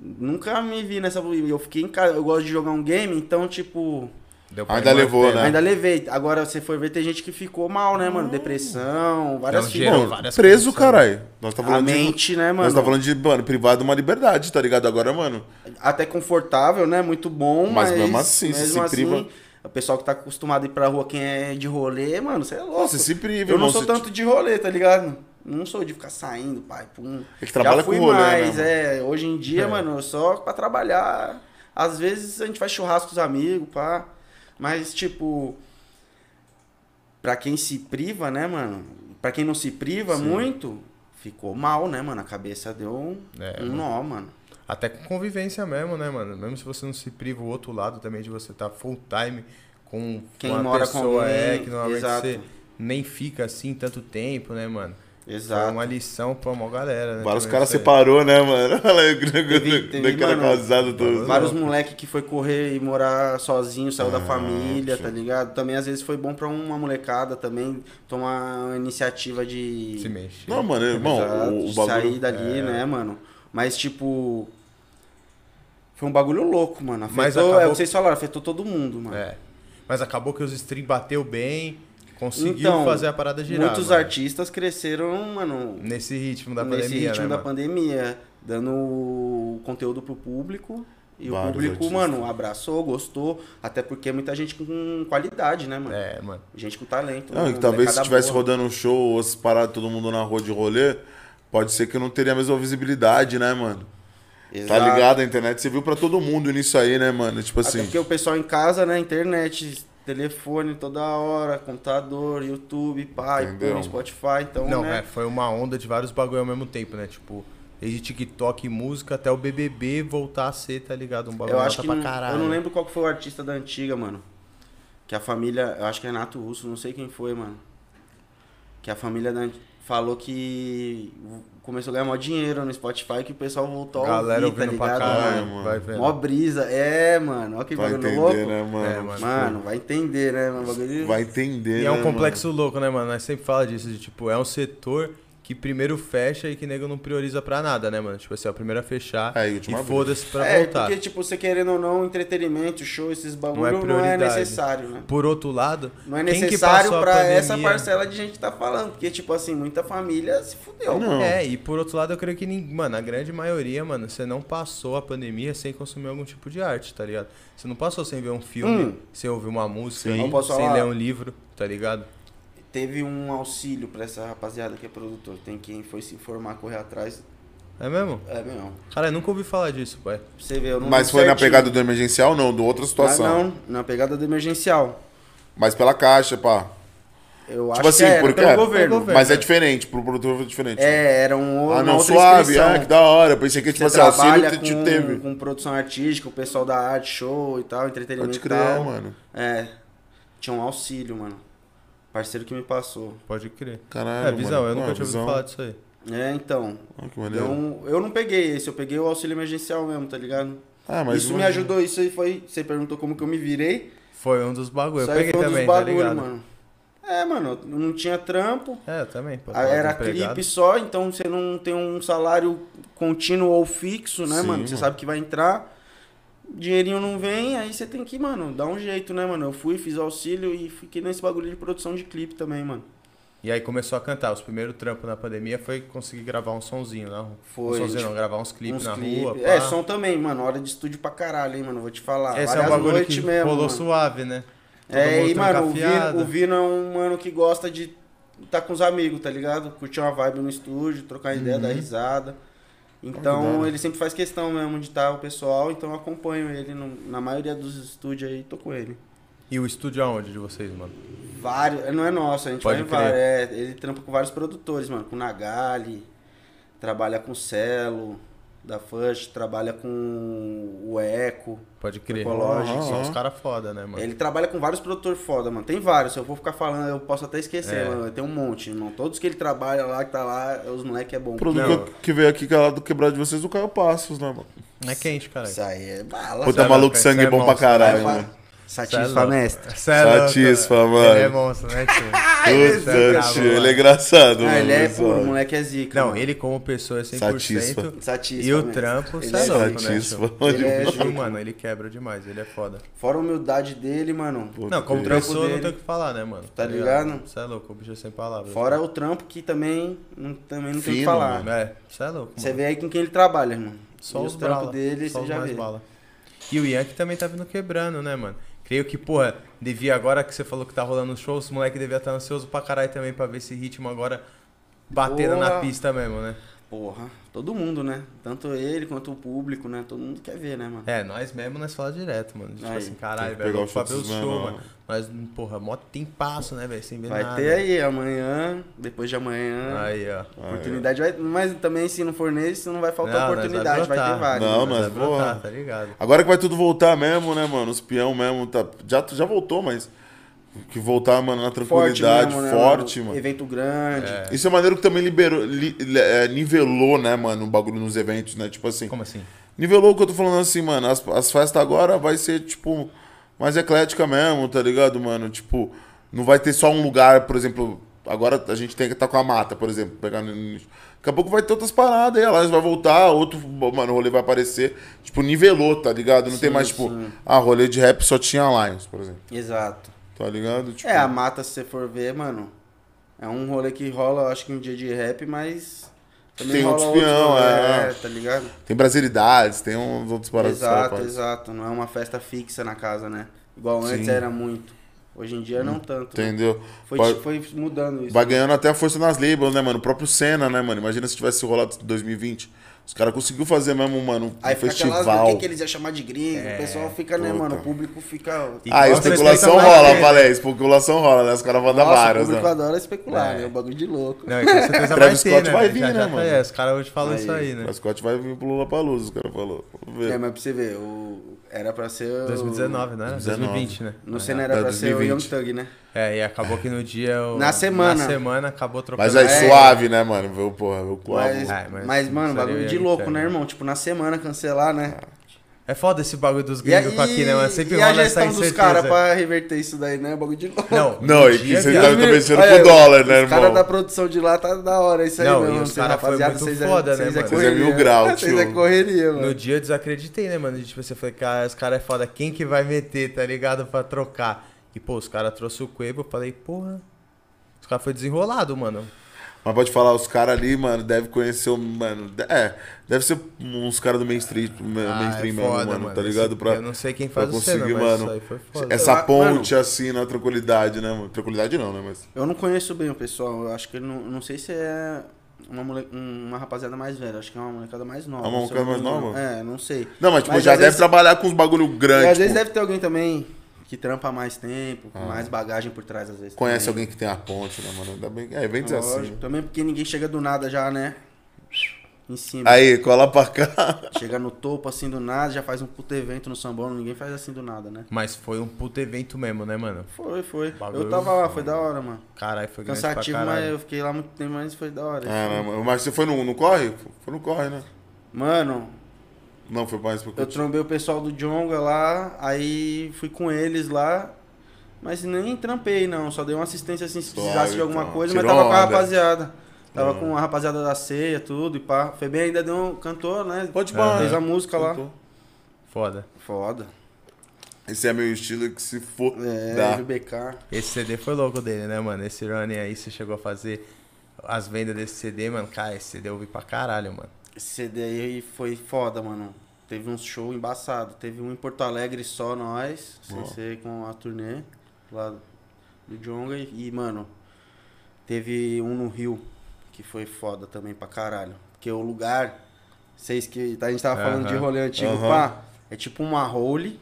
Nunca me vi nessa. Eu fiquei em casa. Eu gosto de jogar um game, então, tipo.
Deu pra
Ainda
manter,
levou, né?
Ainda levei. Agora, você for ver, tem gente que ficou mal, né, mano? Depressão, várias
Não,
fitas.
geral,
Mano,
várias
preso,
coisas,
caralho. Nós tá
A
falando de.
mente, né, mano?
Nós tá falando de, mano, privado de uma liberdade, tá ligado? Agora, mano.
Até confortável, né? Muito bom, mas...
Mas mesmo assim, você se priva.
O pessoal que tá acostumado a ir pra rua, quem é de rolê, mano, você é louco.
Você se priva,
Eu não
irmão,
sou
você-
tanto de rolê, tá ligado? Não sou de ficar saindo, pai. Pum.
É que trabalha
Já fui
com rolê, né,
mais,
mano?
é. Hoje em dia, mano, só pra trabalhar. Às vezes a gente faz churrasco com os amigos, pá. Mas, tipo. Pra quem se priva, né, mano? Pra quem não se priva muito, ficou mal, né, mano? A cabeça deu um,
É,
um nó, mano.
Até com convivência mesmo, né, mano? Mesmo se você não se priva o outro lado também de você estar full time com
Quem
uma
mora com
pessoa
alguém,
é que normalmente
exato.
você nem fica assim tanto tempo, né, mano? É
Exato.
uma lição pra uma galera, né?
Vários
também,
caras
isso aí.
separou, né, mano? [LAUGHS] Olha aí,
é. Teve-
daquela
mano,
casada toda.
Vários moleque que foi correr e morar sozinho, saiu
Ah,
da família, tá ligado? Também às vezes foi bom pra uma molecada também tomar uma iniciativa de
se mexe.
Não, mano, irmão,
Exato,
o, o
de sair
bagulho. é.
dali, né, mano? Mas tipo foi um bagulho louco, mano. Afetou,
Mas acabou-
é o que vocês falaram, afetou todo mundo, mano.
É. Mas acabou que os stream bateu bem, conseguiu
Então,
fazer a
é
parada girar.
Muitos
mano.
artistas cresceram, mano,
Nesse ritmo da
nesse
pandemia,
ritmo
né,
da
mano?
pandemia, dando conteúdo pro público. E
Vários
o público,
artistas.
mano, abraçou, gostou. Até porque é muita gente com qualidade, né, mano?
É, mano.
Gente com talento.
Não,
né,
e que talvez se
molecada
estivesse
boa.
rodando um show ou se parar todo mundo na rua de rolê, pode ser que não teria a mesma visibilidade, né, mano?
Exato.
Tá ligado? A internet serviu pra todo mundo nisso aí, né, mano? Tipo
Até
assim.
porque o pessoal em casa, né? Internet, telefone toda hora, computador, YouTube, pai,
Entendeu?
iTunes, Spotify. Então,
Não,
né?
é, foi uma onda de vários bagulho ao mesmo tempo, né? Tipo, desde TikTok e música até o BBB voltar a ser, tá ligado? Um bagulho
eu
nota
acho que.
pra
não-
caralho.
eu não lembro qual que foi o artista da antiga, mano. Que a família. Eu acho que é Renato Russo, não sei quem foi, mano. Que a família da anti- falou que começou a ganhar mó dinheiro no Spotify que o pessoal voltou a
Galera
ouvir, tá
ouvindo pra
ligado?
caralho,
mano?
mano. Vai vendo.
Mó brisa. É, mano. Olha que
Vai
bagulho
entender,
louco.
né, mano?
É, mano.
Mano, vai entender, né? mano? Bagulho-
Vai entender,
E é um
né,
complexo louco, né, mano? Nós sempre fala disso, de tipo, é um setor que primeiro fecha e que nego não prioriza pra nada, né, mano? Tipo assim, é o primeiro a fechar
É, e
e
última vez.
foda-se pra
é,
voltar.
porque, tipo, você querendo ou não, entretenimento, show, esses
Não é
bagulho não é,
prioridade.
necessário, né?
Por outro lado,
Não é
quem que
necessário
passou a
pra
pandemia-
essa parcela de gente que tá falando. Porque, tipo assim, muita família se fudeu.
Não.
É, e por outro lado, eu creio que, nin- mano, a grande maioria, mano, você não passou a pandemia sem consumir algum tipo de arte, tá ligado? Você não passou sem ver um filme, sem ouvir uma música,
Sim.
Eu Hum. posso
sem
falar?
ler um livro, tá ligado?
Teve um auxílio pra essa rapaziada que é produtor. Tem quem foi se informar, correr atrás.
É mesmo?
É mesmo.
Cara, eu nunca ouvi falar disso, pai.
Pra você ver, eu não
Mas
lembro
foi na
certinho.
pegada do emergencial, não, de outra
Mas
situação.
não, na pegada do emergencial.
Mas pela caixa, pá.
Eu
Tipo
acho
assim,
que era,
porque
pelo
é,
governo.
governo.
Mas é
né?
diferente, pro produtor foi diferente.
É, era um
Ah,
uma
não,
outra
suave,
inscrição.
ah, que da hora. Pensei que, tipo
Você
assim, auxílio
trabalha
te- te
com,
teve.
com produção artística, o pessoal da arte, show e tal, entretenimento
Pode
e
crer,
tal.
mano.
É, tinha um auxílio, mano. Parceiro que me passou.
Pode crer.
Caralho,
é, visão,
mano.
eu
Pô,
nunca tinha ouvido
visão.
falar disso aí.
É, então.
Ah, que maneiro.
Então, eu não peguei esse, eu peguei o auxílio emergencial mesmo, tá ligado?
ah, mas
isso me ajudou, isso aí foi. Você perguntou como que eu me virei.
Foi um dos bagulho.
isso
Eu
aí
peguei
foi um
também,
dos bagulho,
tá ligado?
mano. É, mano, eu não tinha trampo.
É, eu também. pô,
Ah,
tava
Era
desempregado.
clipe só, então você não tem um salário contínuo ou fixo, né,
Sim,
mano? Você
mano.
sabe que vai entrar, dinheirinho não vem, aí você tem que, mano, dar um jeito, né, mano? Eu fui, fiz auxílio e fiquei nesse bagulho de produção de clipe também, mano.
E aí começou a cantar. Os primeiros trampos na pandemia foi conseguir gravar um sonzinho na rua.
Foi,
Um sonzinho
tipo,
não, gravar uns clipes
Uns
na
clipe.
rua.
É,
pá.
som também, mano. Hora de estúdio pra caralho, hein, mano. Vou te falar.
Esse é um
Várias
bagulho
noites
que
mesmo,
rolou
mano.
suave, né? Todo
É,
mundo
e, mano, o
trancafiado.
Vino, o Vino é um mano que gosta de tá com os amigos, tá ligado? Curtir uma vibe no estúdio, trocar ideia,
Uhum.
dar risada.
Ah, que da
Então,
hora.
ele sempre faz questão mesmo de estar o pessoal, então eu acompanho ele no- na maioria dos estúdios aí, tô com ele.
E o estúdio aonde de vocês, mano?
Vários, não é nosso, a gente
Pode
vai em
crer.
vários. É, ele trampa com vários produtores, mano, com o Nagali, trabalha com o Celo, da Fush, trabalha com o Eco.
Pode crer.
Ecológico.
São os caras foda, né, mano?
Ele trabalha com vários produtores foda, mano. Tem vários, se eu for ficar falando, eu posso até esquecer,
É.
mano. Tem um monte, irmão. Todos que ele trabalha lá, que tá lá, os moleque é bom.
O produto
Não.
que- que veio aqui, que é lá do quebrado de vocês, o Caio Passos, né, mano?
É quente, cara.
Isso aí é bala.
Puta
é
maluco
louco,
sangue
isso é
bom pra
monstro.
caralho,
Vai, vai.
mano.
Satisfa, mestre.
Cê é louco,
Satisfa,
velho.
mano.
Ele é monstro, né, tio?
[LAUGHS]
Puta,
é brabo,
tio,
mano.
ele é engraçado,
Ah,
mano.
ele é
pessoal.
puro, moleque é zica.
Não,
mano.
ele como pessoa é 100%.
Satisfa.
E o
mesmo.
trampo,
Ele
cê é
zica.
louco, né,
Satisfa,
tio?
mano,
Ele é
demais.
zica, mano, ele quebra demais, ele é foda.
Fora a humildade dele, mano.
Pô,
Não, como
o
trampo
pessoa não
dele.
tem o que falar, né, mano?
Tá ligado?
Você é louco, o bicho é sem palavras.
Fora o trampo que também não, também não tem o que
Fino,
falar.
mano.
É, você é louco,
Você
mano.
vê aí com quem ele trabalha, irmão.
Só
E
os
o trampo
bala,
dele,
só
você
os
já
mais
vê.
bala. E o Yankee também tá vindo quebrando, né, mano? Creio que, porra, devia agora que você falou que tá rolando os shows, os moleque devia estar ansioso pra caralho também pra ver esse ritmo agora batendo na
Porra.
pista mesmo, né?
Porra, todo mundo, né? Tanto ele quanto o público, né? Todo mundo quer ver, né, mano?
É, nós mesmo nós falamos direto, mano. Tipo
Aí.
assim, caralho,
Tem que
velho,
pegar
vamos
o
pra ver o
show dos
show,
mano.
mano. Mas, porra, mó tem passo, né, velho? Sem ver
Vai
nada.
ter aí né? amanhã, depois de amanhã.
Aí, ó.
Oportunidade vai. Mas também, se não for nesse, não vai faltar
Não, nós
oportunidade, vai,
brotar.
ter várias.
Não,
né?
nós
vai brotar,
voa.
tá ligado?
Agora que vai tudo voltar mesmo, né, mano? Os peão mesmo, tá... já, já voltou, mas. Que voltar, mano, na tranquilidade, forte,
mesmo, né,
mano.
Evento grande.
Isso é maneiro que também liberou, li- li- é, nivelou, né, mano, o bagulho nos eventos, né? Tipo assim.
Como assim?
Nivelou o que eu tô falando assim, mano. As, as festas agora vai ser, tipo, mais eclética mesmo, tá ligado, mano? Tipo, não vai ter só um lugar, por exemplo. Agora a gente tem que estar com a mata, por exemplo. Pegar no- no- Daqui a pouco vai ter outras paradas, aí a live vai voltar, outro, mano, o rolê vai aparecer. Tipo, nivelou, tá ligado? Não tem mais, tipo,
sim.
ah, rolê de rap só tinha Lions, por exemplo.
Exato.
Tá ligado? Tipo,
É, a mata, se você for ver, mano. É um rolê que rola, eu acho que um dia de rap, mas. Também
Tem
rola
outros
outro
peão,
rolê,
é.
tá ligado?
Tem brasilidades, tem uns outros paradas. que
exato,
aparecem.
exato. Não é uma festa fixa na casa, né? Igual antes
Sim. Hum,
era muito. Hoje em dia não tanto. né?
Entendeu?
Foi,
Vai-
foi mudando isso.
Vai ganhando até força nas labels, né, mano? O próprio Senna, né, mano? Imagina se tivesse rolado em 2020. Os caras conseguiu fazer mesmo, mano, um
Aí fica aquelas do
festival. É,
que, que eles iam chamar de gringo. O pessoal fica, né,
puta.
mano? O público fica.
E-
Ah,
Igual
especulação
vocês tentam
rola,
fazer.
falei. Especulação rola, né? Os caras mandam
tá Nossa, o
vários,
público
né?
adora especular,
É.
né? É um bagulho de louco.
Não, e com certeza vai
Travis
ter,
Scott
né?
vai
velho?
vir,
já,
né,
já
mano?
É, os caras hoje falam isso aí, né?
O Scott vai vir pro Lula Palusa, o cara falou. Vamos ver.
É, mas pra você ver, o... era pra ser. o-
2019, né?
2019.
2020, né?
No
É.
Senna era
É,
pra ser o Young
2020.
Thug, né?
É, e acabou que no dia. o-
Na semana.
Na semana acabou trocando.
Mas aí,
É.
suave, né, mano? Viu, porra, viu, clavo.
Mas,
Ah, mas
mas, mano,
seria o
bagulho de
Young
louco,
Thug,
né,
né?
irmão? Tipo, na semana cancelar, né?
É foda esse bagulho dos
E, a-
gringos com aqui, né? Mas sempre
e a
rola essa
gestão dos
incerteza.
caras pra reverter isso daí, né? Bagulho de louco.
Não,
Não,
no
e que
dia,
vocês
viado.
devem estar mexendo
Olha,
com o dólar, né,
Os caras da
irmão?
produção de lá tá da hora, isso aí,
Não,
meu
e
irmão.
os
Vocês,
cara foi
rapaziada,
muito
vocês
foda, né,
é,
mano?
vocês é
Vocês é
correria.
mil grau,
[LAUGHS] Vocês é
tio.
correria, mano.
No dia eu desacreditei, né, mano? Tipo, você falei, cara, os caras é foda, quem que vai meter, tá ligado? Pra trocar. E, pô, os caras trouxeram o Cuebo, eu falei, porra. Os caras foi desenrolado, mano.
Mas pode falar, os caras ali, mano, devem conhecer o. Mano, de- é, deve ser uns caras do mainstream, do main-
Ah,
mainstream
é
mesmo,
foda,
mano, tá
Esse-
ligado? Pra,
Eu não sei quem
pra
faz o
conseguir,
cena, mas isso aí
mano.
foi foda.
Essa
Eu- mano-
ponte, assim, na tranquilidade, né, mano? Tranquilidade não, né, mas.
Eu não conheço bem o pessoal, eu acho que não, não sei se é uma, mole, um- uma rapaziada mais velha, acho que é uma molecada mais nova.
É uma
se eu
molecada
não me
mais
engano. É, não sei.
Não, mas tipo,
Mas
já
às
deve
vezes-
trabalhar com uns bagulho
E
grande.
às vezes
tipo, Ah.
deve ter alguém também que trampa mais tempo, com mais bagagem por trás, às vezes.
Conhece
também.
alguém que tem a ponte, né, mano? Ainda bem que. É, vem dizer assim.
Lógico, também porque ninguém chega do nada já, né? Em cima.
Aí, cola pra cá. [LAUGHS]
Chega no topo assim do nada, já faz um puto evento no sambão, ninguém faz assim do nada, né?
Mas foi um puto evento mesmo, né, mano?
Foi, foi.
Bagulho
eu tava lá, foi da hora, mano.
Caralho, foi grande
Cansativo,
pra
mas
caralho.
eu fiquei lá muito tempo, mas foi da hora. assim.
Ah, não, mano. mas você foi no, no corre? Foi no corre, né?
Mano,
Não, foi mais pro
Eu
curtir.
trombei o pessoal do Jonga lá, aí fui com eles lá, mas nem trampei não, só dei uma assistência assim se
Suave,
precisasse de alguma
então.
coisa,
Tirou
mas tava com a
onda. Uhum.
rapaziada. Tava com a rapaziada da ceia, tudo e pá. Foi bem, ainda deu um cantor, né?
Pode pá,
pôr. Fez
né?
a música lá.
Cantou.
Foda.
Foda.
Esse é meu estilo que se for.
É, RBK.
Esse CD foi louco dele, né, mano? Esse Running aí, você chegou a fazer as vendas desse CD, mano. Cara, esse CD eu ouvi pra caralho, mano.
Esse CD aí foi foda, mano. Teve um show embaçado. Teve um em Porto Alegre só nós, sem ser com a turnê lá do Jonga. E, mano, teve um no Rio, que foi foda também pra caralho. Porque o lugar, vocês que. A gente tava falando de
Aham.
rolê antigo,
Aham.
pá. É tipo uma Role,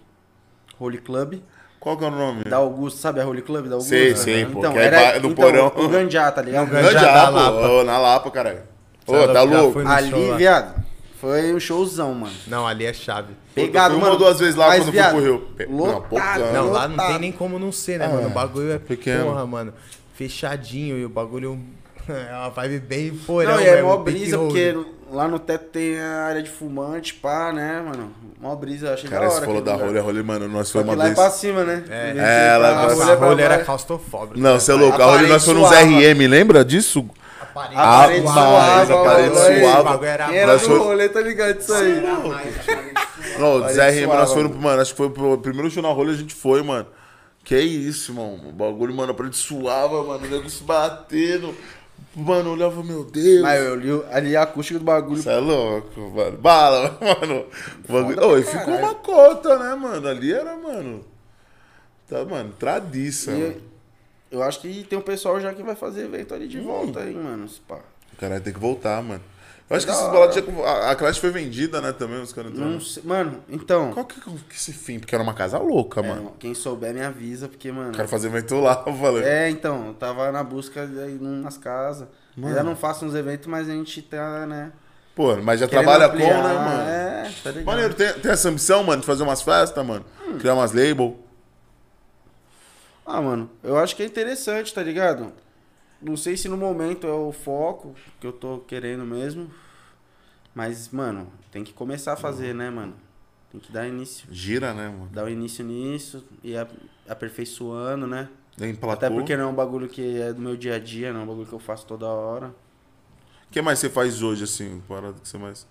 Role Club.
Qual que é o nome?
Da Augusto, sabe a Role Club da Augusto?
Sei, sei, pô,
Então,
que é
era
ba- no
então,
porão.
o Ganjá, tá ligado?
No
Grande
Ganjá da Lapa.
Ô, na Lapa, caralho. Ô,
Cê é
tá
louco, já
louco?
fui no show
Ali,
lá.
viado, foi um showzão, mano.
Não, ali é chave.
Pegado,
Eu fui uma
mano.
ou duas vezes lá
Mas,
quando fui
viado,
pro Rio. Pe- não,
lotado,
pouca-
lotado.
Não, lá não tem nem como não ser, né, mano? O bagulho é
pequeno.
porra, mano. Fechadinho e o bagulho [LAUGHS] É uma vibe bem porão,
não, e é
mesmo,
mó
pick
brisa,
and roll.
porque no- lá no teto tem a área de fumante, pá, né, mano? Mó brisa, achei
Cara,
da
você
hora.
falou da
aquele
rolha,
lugar.
a rolha, mano, nós
Só
foi
que
uma
lá é
vez.
pra cima, né?
É.
Em vez de
É, lá
ir
é
pra
pra
Nossa,
cima.
a
rolha pra
rolha era
baixo.
claustrofóbica.
Não,
né?
você é louco, a rolha nós foi nos
suava.
RM, lembra disso?
A parede
Ah, A
parede
mais,
suava,
a parede
mano.
suava.
O bagulho era
Quem era
Nós
do
foi-
rolê tá ligado isso aí.
[LAUGHS] Não,
Parece
DRM, nós
suave,
fomos, mano. acho que foi pro primeiro show na rolha a gente foi, mano. Que isso, irmão. O bagulho, mano, a parede suava, mano, o nego se batendo. Mano, eu olhava, meu Deus.
Mas eu li o- ali a acústica do bagulho.
Você é louco, mano. Bala, [LAUGHS] mano. O Bagulho... Ô, e ficou uma cota, né, mano? Ali era, mano. Tá, mano, tradiça,
E
mano.
eu- eu acho que tem um pessoal já que vai fazer evento ali de volta, hein, mano. se pá.
Caralho, tem que voltar, mano. Eu acho que
da
esses
hora.
baladas. tinha- A, a Clash foi vendida, né, também, os caras entraram.
Não sei- Mano, então.
Qual que, qual que esse fim? Porque era uma casa louca,
é,
mano.
quem souber me avisa, porque, mano.
Quero fazer evento lá, [LAUGHS] eu falei.
É, então, eu tava na busca aí num- nas casas.
Mano.
Ainda não faço uns eventos, mas a gente tá, né?
Pô, mas já
querendo
trabalha
ampliar,
com, né, mano?
É, tá ligado.
Maneiro, tem, tem essa ambição, mano, de fazer umas festas, mano?
Hum.
Criar umas label.
Ah, mano, eu acho que é interessante, tá ligado? Não sei se no momento é o foco que eu tô querendo mesmo. Mas, mano, tem que começar a fazer, né, mano? Tem que dar início.
Gira, né, mano?
Dar o início nisso e a- aperfeiçoando, né?
Em
Até
platô. O
porque não é um bagulho que é do meu dia a dia, não é um bagulho que eu faço toda hora.
que mais você faz hoje, assim? Parada que você mais.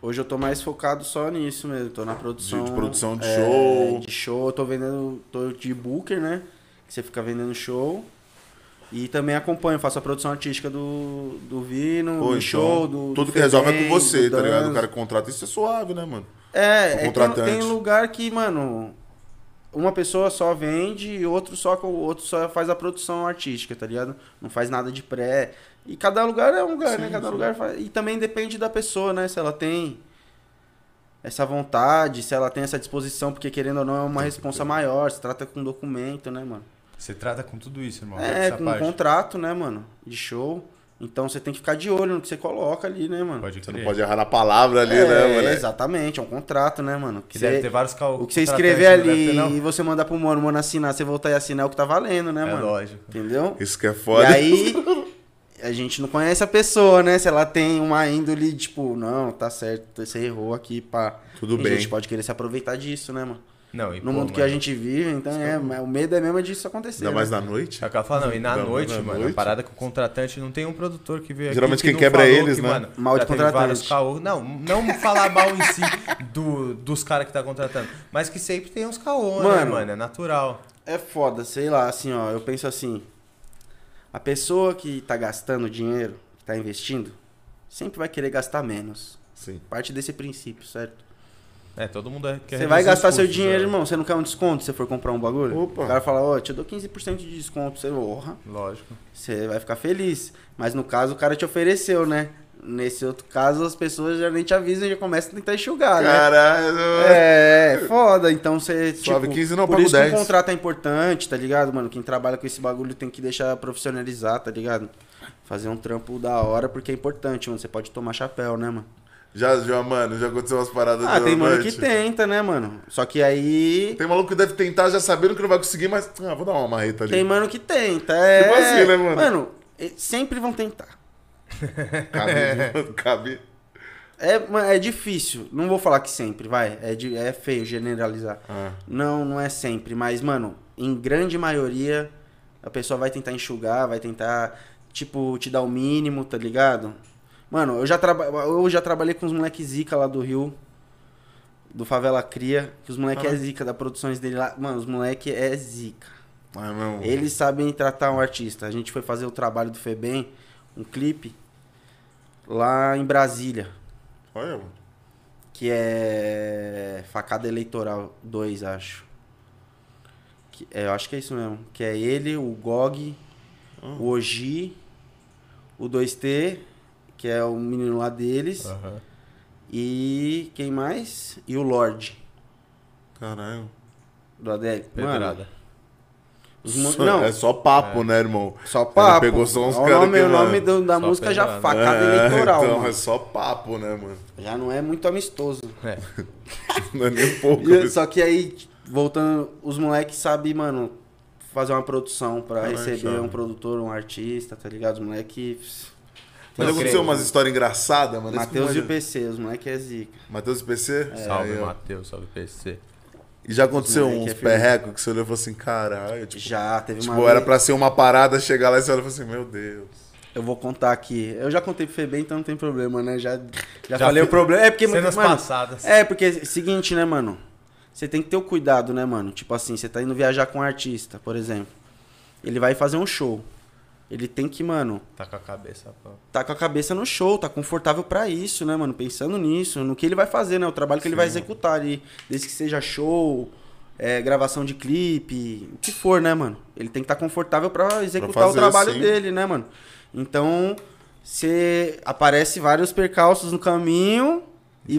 Hoje eu tô mais focado só nisso mesmo. Tô na produção.
De- de produção de
é,
show.
De show. Eu tô vendendo. Tô de booker, né? Que você fica vendendo show. E também acompanho, faço a produção artística do, do Vino,
Pô,
do
então,
show, do.
Tudo
do
que resolve é
Febem,
com você,
do
tá ligado? O
Danzo.
cara que contrata isso é suave, né, mano?
É,
o
é que
contratante.
tem lugar que, mano. Uma pessoa só vende e outro só, co- outro só faz a produção artística, tá ligado? Não faz nada de pré. E cada lugar é um lugar, né?
Sim,
Cada
sim.
lugar faz. E também depende da pessoa, né? Se ela tem essa vontade, se ela tem essa disposição, porque querendo ou não é uma responsa maior, se trata com documento, né, mano?
[LAUGHS] Você trata com tudo isso, irmão.
É,
essa
com
parte.
contrato, né, mano? De show. Então você tem que ficar de olho no que você coloca ali, né, mano?
Pode
Você não
crer.
pode errar na palavra ali, né,
é,
mano?
exatamente, é um contrato, né, mano?
Que
Você-
deve ter vários cal...
o que você
contratantes,
escrever
não deve
ali né,
ter, né? não.
e você mandar pro Mono, o Mono assinar, você voltar e assinar é o que tá valendo, né,
É
mano?
lógico.
Entendeu?
Isso que é
E
foda.
aí, a gente não conhece a pessoa, né? Se ela tem uma índole, tipo, não, tá certo, você errou aqui, pá.
Tudo
Tem
bem.
gente que pode querer se aproveitar disso, né, mano?
Não, e
No
pô,
mundo que a
mano,
gente vive, então é, mas o medo é mesmo disso acontecer.
Ainda
né?
mais na noite.
é o que eu falo, não, e na
Não,
noite,
na
mano,
noite.
a parada com o contratante não tem um produtor que veio aqui
Geralmente
que
quem
não
quebra é
falou
eles,
que,
né?
mano,
Mal de
já teve
contratante.
vários caô. Não, não falar mal em si do- dos caras que tá contratando, mas que sempre tem uns caô, né,
Mano.
mano? É natural.
É foda, sei lá, assim, ó, eu penso assim. A pessoa que tá gastando dinheiro, que tá investindo, sempre vai querer gastar menos.
Sim.
Parte desse princípio, certo?
É, todo mundo é- quer
Você vai
reduzir os
gastar seu
custos,
dinheiro,
né?
irmão. Você não quer um desconto se você for comprar um bagulho?
Opa.
O cara fala, ó, te dou 15% de desconto. Você, porra,
Lógico.
você vai ficar feliz. Mas no caso, o cara te ofereceu, né? Nesse outro caso, as pessoas já nem te avisam e já começam a tentar enxugar, né?
Caralho.
É, é foda. Então você.
Suave,
Tipo,
15 não,
por
pago
isso
10.
que o contrato é importante, tá ligado, mano? Quem trabalha com esse bagulho tem que deixar profissionalizar, tá ligado? Fazer um trampo da hora, porque é importante, mano. Você pode tomar chapéu, né, mano?
Já, já, mano, já aconteceu umas paradas
Ah,
de
tem mano que
noite.
tenta, né, mano? Só que aí.
Tem maluco que deve tentar já sabendo que não vai conseguir, mas. Ah, vou dar uma marreta ali.
Tem mano que tenta, é.
Tipo assim, né, mano?
Mano, e- sempre vão tentar. [LAUGHS]
Cabe. cabe.
É, ma- é difícil. Não vou falar que sempre, vai. É, de- é feio generalizar.
Ah.
Não, não é sempre. Mas, mano, em grande maioria, a pessoa vai tentar enxugar, vai tentar, tipo, te dar o mínimo, tá ligado? Mano, eu já, traba eu já trabalhei com os moleques zica lá do Rio. Do Favela Cria. Que os moleques é zica, da produções dele lá. Mano, os moleques é zica.
Ah, não.
Uhum. Eles sabem tratar um artista. A gente foi fazer o trabalho do Febem, um clipe, lá em Brasília,
Olha, mano.
que é Facada Eleitoral 2, acho. Que- é, eu acho que é isso mesmo. Que é ele, o Gog,
Hum.
o Oji, o 2T, que é o menino lá deles,
Ah.
Aham.
e quem mais? E o Lorde,
Caralho.
do ADL. Mano,
Pedrada.
os mo-
Só-
não,
É só papo, né, irmão?
Só papo.
pegou só uns
É o
cara
nome-
que,
O nome
mano,
do-
só
da música já
pedrada.
facada eleitoral,
então,
mano.
é só papo, né, mano? [LAUGHS]
Já não é muito amistoso.
É.
Não é nem um pouco.
[LAUGHS] E-
mas-
só que aí, voltando, os moleques sabem, mano, fa- fazer uma produção pra
Caralho,
receber
chave.
um produtor, um artista, tá ligado? Os moleque. pss,
Mas
eu
aconteceu
creio.
umas histórias engraçadas, mano.
Matheus e É.
Esse
o PC, os moleque é zica.
Matheus e PC?
Salve,
Aí, ó.
Matheus, salve PC.
E já aconteceu
Moleque
uns
é firme.
perrecos que você olhou e falou assim, caralho. Tipo,
Já teve uma.
tipo, era
vez-
pra ser uma parada, chegar lá e você olha e fala assim, meu Deus.
Eu vou contar aqui. Eu já contei pro Febem, então não tem problema, né? Já, já,
Já
falei o
fi-
problema. É porque,
Cenas
mano,
passadas.
É, porque é o seguinte, né, mano? Você tem que ter o cuidado, né, mano? Tipo assim, você tá indo viajar com um artista, por exemplo. Ele vai fazer um show. Ele tem que, mano,
Tá com a cabeça pô.
tá com a cabeça no show, tá confortável pra isso, né, mano? Pensando nisso, no que ele vai fazer, né? O trabalho que ele vai executar ali. Desde que seja show, é, gravação de clipe, o que for, né, mano? Ele tem que estar confortável pra executar o
fazer,
trabalho
sim.
dele, né, mano? Então, você aparece vários percalços no caminho e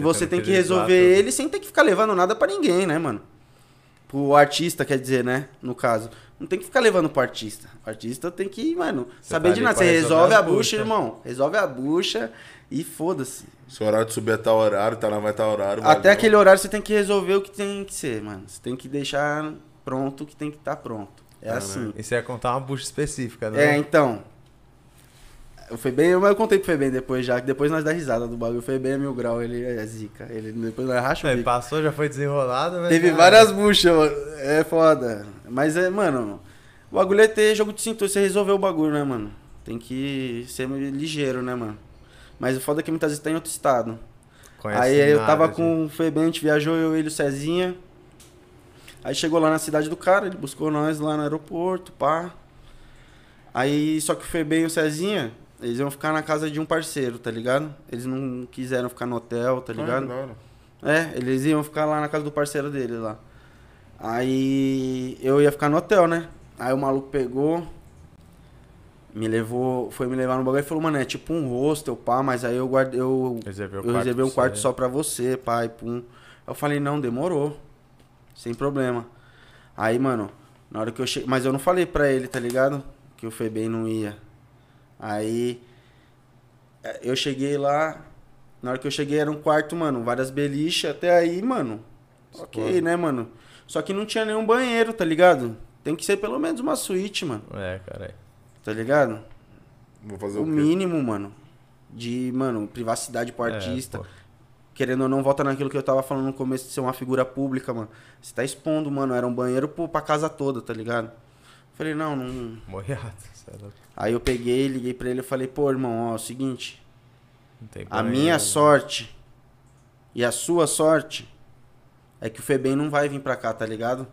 tá
Você
você
tem
tem
que
que resolver
resolver
ele sem ter que ficar levando nada pra ninguém, né, mano? Pro artista, quer dizer, né? No caso. Não tem que ficar levando pro artista. O artista tem que, mano,
Você
saber
tá
de
ali
nada.
pra
Você
resolver
resolve
as
a bucha,
buchas.
irmão. Resolve a bucha e foda-se.
Se o horário de subir é tal horário, tá não vai tal horário.
Até
valeu.
aquele horário você tem que resolver o que tem que ser, mano. Você tem que deixar pronto o que tem que estar pronto. É assim.
E você ia contar uma bucha específica,
É,
né?
então. O Febem, mas eu contei pro Febem depois já, que depois nós dá risada do bagulho. O Febem é mil grau, ele é zica. Ele depois nós racha o
É,
bico.
passou, já foi desenrolado, né?
Teve
cara?
várias buchas, mano. É foda. Mas é, mano, o bagulho é ter jogo de cintura, você resolveu o bagulho, né, mano? Tem que ser ligeiro, né, mano? Mas o foda é que muitas vezes tá em outro estado.
Conhece
aí eu
nada,
tava
gente.
com o Febem, a gente viajou, eu, ele e o Cezinha. Aí chegou lá na cidade do cara, ele buscou nós lá no aeroporto, pá. Aí, só que o Febem e o Cezinha, eles iam ficar na casa de um parceiro, tá ligado? Eles não quiseram ficar no hotel, tá
Ah,
ligado?
da hora.
É, eles iam ficar lá na casa do parceiro dele lá. Aí eu ia ficar no hotel, né? Aí o maluco pegou, me levou, foi me levar no bagulho e falou, mano, é tipo um hostel, pá, mas aí eu guardei. Eu,
assim. Reservei o
eu
quarto é.
reservei um
pra
quarto
você.
só pra você, pai, pum. Eu falei, não, demorou. Sem problema. Aí, mano, na hora que eu cheguei. Mas eu não falei pra ele, tá ligado? Que o Febem não ia. Aí. eh, Eu cheguei lá. Na hora que eu cheguei era um quarto, mano, várias beliches. Até aí, mano. Ok, né, mano? Só que não tinha nenhum banheiro, tá ligado? Tem que ser pelo menos uma suíte, mano.
É, cara.
Tá ligado?
Vou fazer o,
O
quê?
mínimo, mano. De, mano, privacidade pro
É,
artista
pô.
querendo ou não, volta naquilo que eu tava falando no começo de ser uma figura pública, mano. Você tá expondo, mano. Era um banheiro pro, pra casa toda, tá ligado? Falei, não, não.
Morreado. você é louco.
Aí eu peguei, liguei pra ele e falei, pô, irmão, ó, é o seguinte.
Não tem
A
banheiro,
minha
né?
sorte e a sua sorte é que o Febem não vai vir pra cá, tá ligado?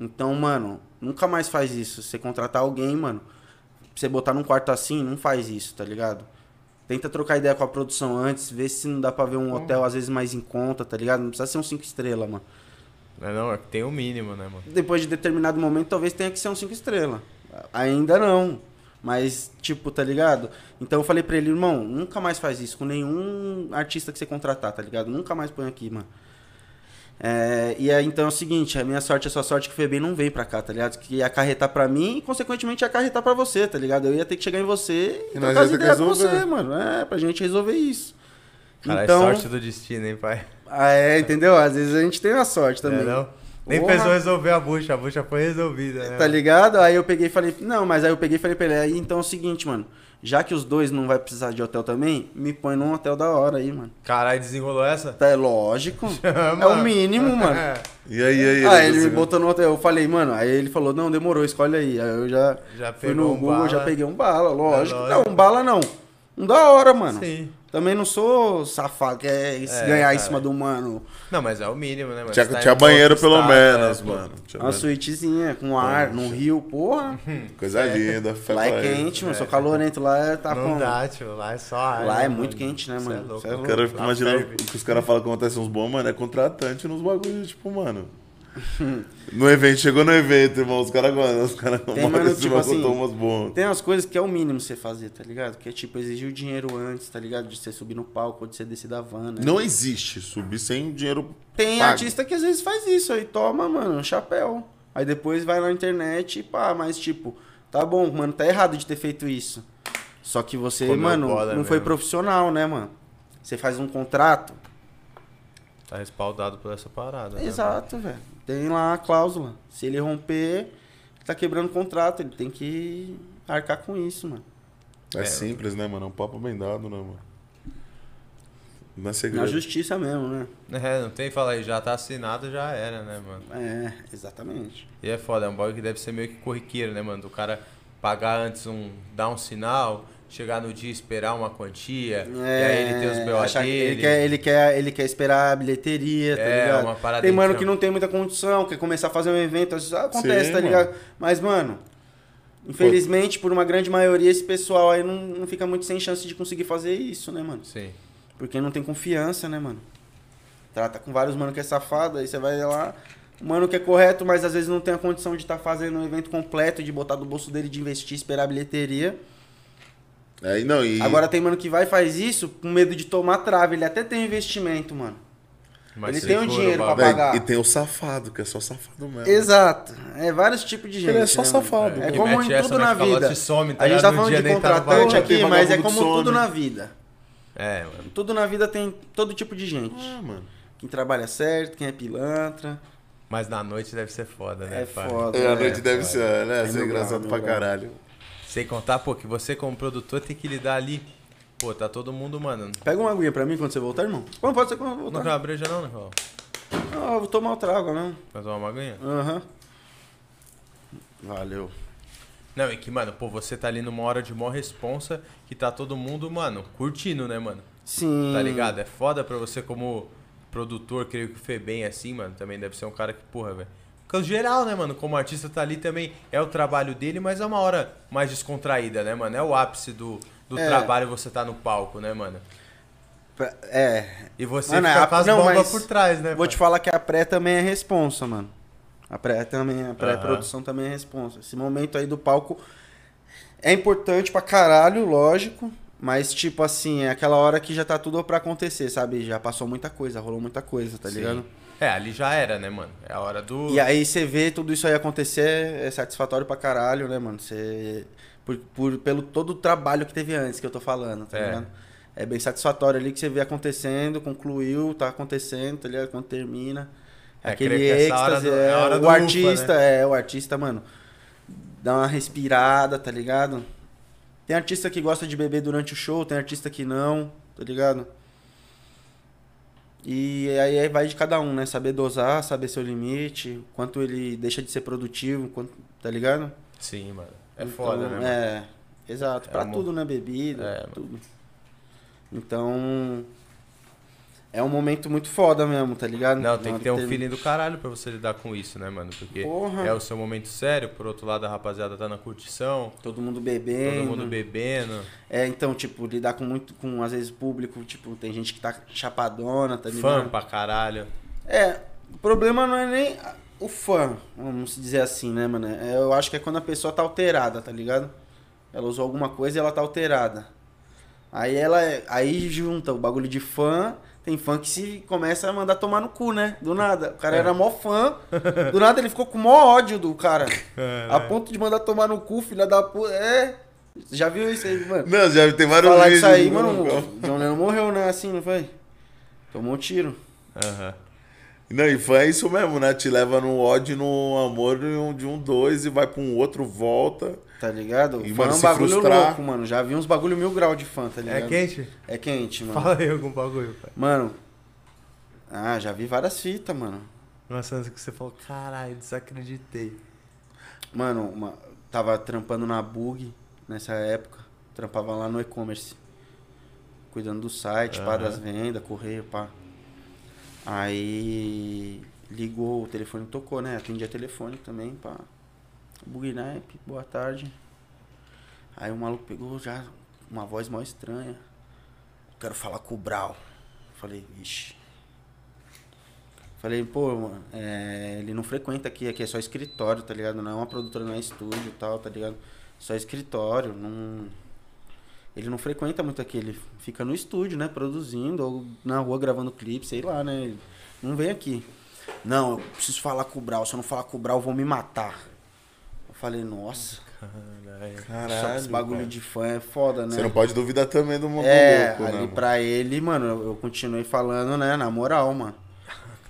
Então, mano, nunca mais faz isso. Você contratar alguém, mano, pra você botar num quarto assim, não faz isso, tá ligado? Tenta trocar ideia com a produção antes, ver se não dá pra ver um hotel às vezes mais em conta, tá ligado? Não precisa ser um 5 estrelas, mano.
Não, não, é que tem o mínimo, né, mano?
Depois de determinado momento, talvez tenha que ser um 5 estrelas. Ainda não. Mas, tipo, tá ligado? Então eu falei pra ele, irmão, nunca mais faz isso com nenhum artista que você contratar, tá ligado? Nunca mais põe aqui, mano. É, e aí, então é o seguinte, a minha sorte, a sua sorte que o Febem não veio pra cá, tá ligado? Que ia acarretar pra mim e, consequentemente, ia acarretar pra você, tá ligado? Eu ia ter que chegar em você
E
e
nós
trocar
ia ter
as
que
ideias com
resolver.
você, mano. É, pra gente resolver isso.
Cara,
então,
é sorte do destino, hein, pai?
ah, é, entendeu? Às vezes a gente tem a sorte também.
É, não? Nem
Porra.
precisou resolver a bucha, a bucha foi resolvida, né?
Tá
mano?
ligado? Aí eu peguei e falei, não, mas aí eu peguei e falei pra ele, aí então é o seguinte, mano, já que os dois não vai precisar de hotel também, me põe num hotel da hora aí, mano.
Caralho, desenrolou essa? [LAUGHS] É.
Tá, é lógico. É o mínimo, mano.
E aí, e aí?
Aí Ah, ele me
conseguiu?
botou no hotel, eu falei, mano, aí ele falou, não, demorou, escolhe aí. Aí eu já,
Já
fui
pegou
no
um
Google, já
bala. É
peguei um bala, lógico.
lógico.
Não, um bala não. Um da hora, mano.
Sim.
Também não sou safado, que é
É,
ganhar em
cara.
cima do mano.
Não, mas é o mínimo, né, mano?
Tinha,
Você tá
tinha
em outro
banheiro pelo
estado,
menos,
é, pô.
mano. Tinha
Uma suítezinha, com ar, num rio, porra.
banheiro. Coisa linda. foi
Lá
pra
é
ele.
quente, mano. Sou calorento lá, tá
Não
como?
dá, tio, lá é só ar,
Lá
né,
é muito quente, né,
Cê
mano? Cê é
É
O
louco.
cara fica
Lá
imaginando
ferve.
o que os caras falam que acontece uns bons, mano. É contratante nos bagulhos, tipo, mano. No evento, chegou no evento, irmão. Os caras gostam. Os caras
mano, tipo assim,
contou umas boas.
Tem umas coisas que é o mínimo você fazer, tá ligado? Que é tipo exigir o dinheiro antes, tá ligado? De você subir no palco ou de você descer da van, né?
Não existe subir sem dinheiro.
Tem
pago.
artista que às vezes faz isso aí, toma, mano, um chapéu. Aí depois vai na internet e pá, mas tipo, tá bom, mano, tá errado de ter feito isso. Só que você,
Comeu
mano,
bola
não
mesmo.
foi profissional, né, mano? Você faz um contrato.
Tá respaldado por essa parada. né,
Exato, velho. Tem lá a cláusula. Se ele romper, tá quebrando contrato, ele tem que arcar com isso, mano.
É, simples, né, mano? É um papo bem dado, né, mano? Não é
Na
segredo.
justiça mesmo, né?
É, não tem fala aí, já tá assinado, já era, né, mano?
É, exatamente.
E é foda, é um bagulho que deve ser meio que corriqueiro, né, mano? Do cara pagar antes um. dar um sinal, chegar no dia e esperar uma quantia, e aí ele tem os BO
É, achar que
dele.
Ele quer, ele, quer, ele quer esperar a bilheteria, tá
É,
ligado?
uma parada
tem mano
então.
que não tem muita condição, quer começar a fazer um evento, às vezes acontece,
Sim,
tá
mano.
ligado? Mas, mano, infelizmente, por uma grande maioria, esse pessoal aí não, não fica muito sem chance de conseguir fazer isso, né, mano?
Sim.
Porque não tem confiança, né, mano? Trata com vários mano que é safado, aí você vai lá. O mano que é correto, mas às vezes não tem a condição de estar fazendo um evento completo, de botar do bolso dele, de investir, esperar a bilheteria.
Aí É, não, e.
Agora tem mano que vai e faz isso com medo de tomar trave. Ele até tem um investimento, mano. Ele
se
tem o
for
dinheiro pra
bagulho-
Véi,
pagar.
E tem o safado, que é só safado mesmo.
Exato. É vários tipos de gente.
Ele é só
né,
safado,
mano? É
pô.
Que
como
mete
em
essa,
tudo
né,
na
fica lá,
vida.
te some, tá
a gente
ligado?
tá
No
falando
dia
de
nem tá no
contratante
bagulho.
aqui,
Tem
mas é
vagabundo
como
que some.
tudo na vida.
É, mano.
Tudo na vida tem todo tipo de gente.
Ah, mano.
Quem trabalha certo, quem é pilantra.
Mas na noite deve ser foda, né,
É
pai?
foda.
É, a
né?
noite deve ser, né?
É
Ser
mil
engraçado pra
grau, mil grau.
caralho.
Sem contar, pô, que você como produtor tem que lidar ali. Pô, tá todo mundo, mano.
Pega uma aguinha pra mim quando você voltar, irmão. Não, pode ser quando eu
Não
voltar.
quer uma breja não, né, Raul?
Não, eu vou tomar o trago, né?
Vai tomar uma aguinha?
Aham. Valeu.
Não, e que, mano, pô, você tá ali numa hora de maior responsa que tá todo mundo, mano, curtindo, né, mano?
Sim.
Tá ligado? É foda pra você como produtor, creio que o Febem, assim, mano, também deve ser um cara que, porra, velho. Porque geral, né, mano, como artista tá ali também, é o trabalho dele, mas é uma hora mais descontraída, né, mano? É o ápice do, do
É.
trabalho você tá no palco, né, mano?
Pra- É.
E você
Mano,
fica
a-
com as
não,
bombas
mas
por trás, né?
Vou te falar que a pré também é responsa, mano. A pré também, a pré-produção também é responsa. Esse momento aí do palco é importante pra caralho, lógico. Mas, tipo assim, é aquela hora que já tá tudo pra acontecer, sabe? Já passou muita coisa, rolou muita coisa, tá
Sim.
ligado?
É, ali já era, né, mano? É a hora do.
E aí você vê tudo isso aí acontecer, é satisfatório pra caralho, né, mano? Você. Por, por- pelo todo o trabalho que teve antes que eu tô falando, tá
É.
ligado? É bem satisfatório ali que você vê acontecendo, concluiu, tá acontecendo, tá ligado? Quando termina.
É,
aquele
creio que essa hora
êxtase,
do-
é,
é a hora do
o
ufa, né?
artista, é, o artista, mano, dá uma respirada, tá ligado? Tem artista que gosta de beber durante o show, tem artista que não, tá ligado? E aí aí vai de cada um, né? Saber dosar, saber seu limite, quanto ele deixa de ser produtivo, quanto, tá ligado?
Sim, mano. É
Então,
foda, né, mano?
É, exato.
É
pra
uma-
tudo, né? Bebida,
É, mano.
tudo. Então, é um momento muito foda mesmo, tá ligado?
Não,
Na
tem
hora
que ter um
teve-
feeling do caralho pra você lidar com isso, né, mano? Porque
Porra.
é o seu momento sério, por outro lado a rapaziada tá na curtição,
Todo mundo bebendo.
todo mundo bebendo,
É, então, tipo, lidar com muito, com às vezes público, tipo, tem gente que tá chapadona, tá ligado?
fã pra caralho.
É, o problema não é nem a- o fã, vamos dizer assim, né, mano? É, eu acho que é quando a pessoa tá alterada, tá ligado? Ela usou alguma coisa e ela tá alterada. Aí ela. é, Aí junta o bagulho de fã. Tem fã que se começa a mandar tomar no cu, né? Do nada. O cara
É.
era mó fã. Do nada ele ficou com mó ódio do cara. a ponto de mandar tomar no cu, filha da puta. É. Já viu isso aí, mano?
Não, já tem vários
Falar
vídeos.
disso aí,
no
mano.
Google.
o John Lennon morreu, né? Assim, não foi? Tomou um tiro.
Aham.
Não, e fã é isso mesmo, né? Te leva no ódio, no amor de um, de um dois e vai pra um outro, volta.
Tá ligado?
E,
fã
mano,
é um
se
bagulho
frustrar-
louco, mano. Já vi uns bagulho mil grau de fã, tá ligado?
É quente?
É quente, mano.
Fala aí algum bagulho, pai.
Mano. Ah, já vi várias fitas, mano.
Nossa, antes que você falou, caralho, desacreditei.
Mano, uma- tava trampando na Bug nessa época. Trampava lá no e-commerce. Cuidando do site, pá,
Aham.
das vendas, correio, pá. Aí ligou, o telefone tocou, né? Atendia telefone também, pá. Bug Naipe, boa tarde. Aí o maluco pegou já uma voz mó estranha. Quero falar com o Brau. Falei, vixe. Falei, pô, mano, é, ele não frequenta aqui, aqui é só escritório, tá ligado? Não é uma produtora, não é estúdio e tal, tá ligado? Só escritório, não. Ele não frequenta muito aqui, ele fica no estúdio, né? Produzindo, ou na rua gravando clipe, sei lá, né? Ele não vem aqui. Não, eu preciso falar com o Brau, se eu não falar com o Brau, eu vou me matar. Eu falei, nossa,
É,
Caralho.
só que esse bagulho de fã é foda, né?
Você não pode duvidar também do maluco,
É,
né?
ali
mano?
pra ele, mano, eu, eu continuei falando, né, na moral, mano.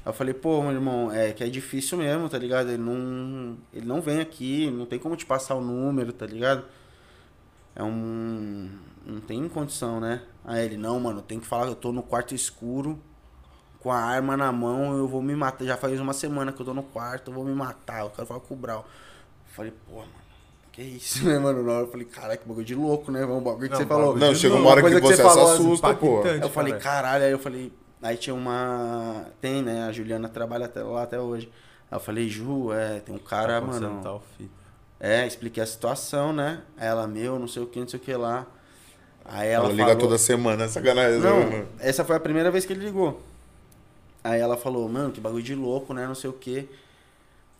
Aí eu falei, pô, meu irmão, é que é difícil mesmo, tá ligado? Ele não, ele não vem aqui, não tem como te passar o número, tá ligado? É um. Não tem condição, né? Aí ele, não, mano, tem que falar que eu tô no quarto escuro, com a arma na mão, eu vou me matar. Já faz uma semana que eu tô no quarto, eu vou me matar, eu quero falar com o Brau. Eu falei, pô, mano. Que isso, [LAUGHS] né, mano? Na hora eu falei, caraca, que bagulho de louco, né? Um bagulho que
Não,
você falou.
bagulho
Não,
de
chega uma
novo,
hora que
coisa que
você assim,
você
se
falou,
assusta, pô.
impactante.
Eu falei,
cara.
caralho, aí eu falei, aí tinha uma. Tem, né? A Juliana trabalha até lá até hoje. Aí eu falei, Ju, é, tem um cara,
Tá Acontecendo
mano.
tal fita.
É, expliquei a situação, né? Aí Ela, meu, não sei o que, não sei o que lá. Aí ela.
Ela, liga
falou-
toda semana, sacanagem. né,
Não,
mano?
essa foi a primeira vez que ele ligou. Aí ela falou, mano, que bagulho de louco, né? Não sei o que.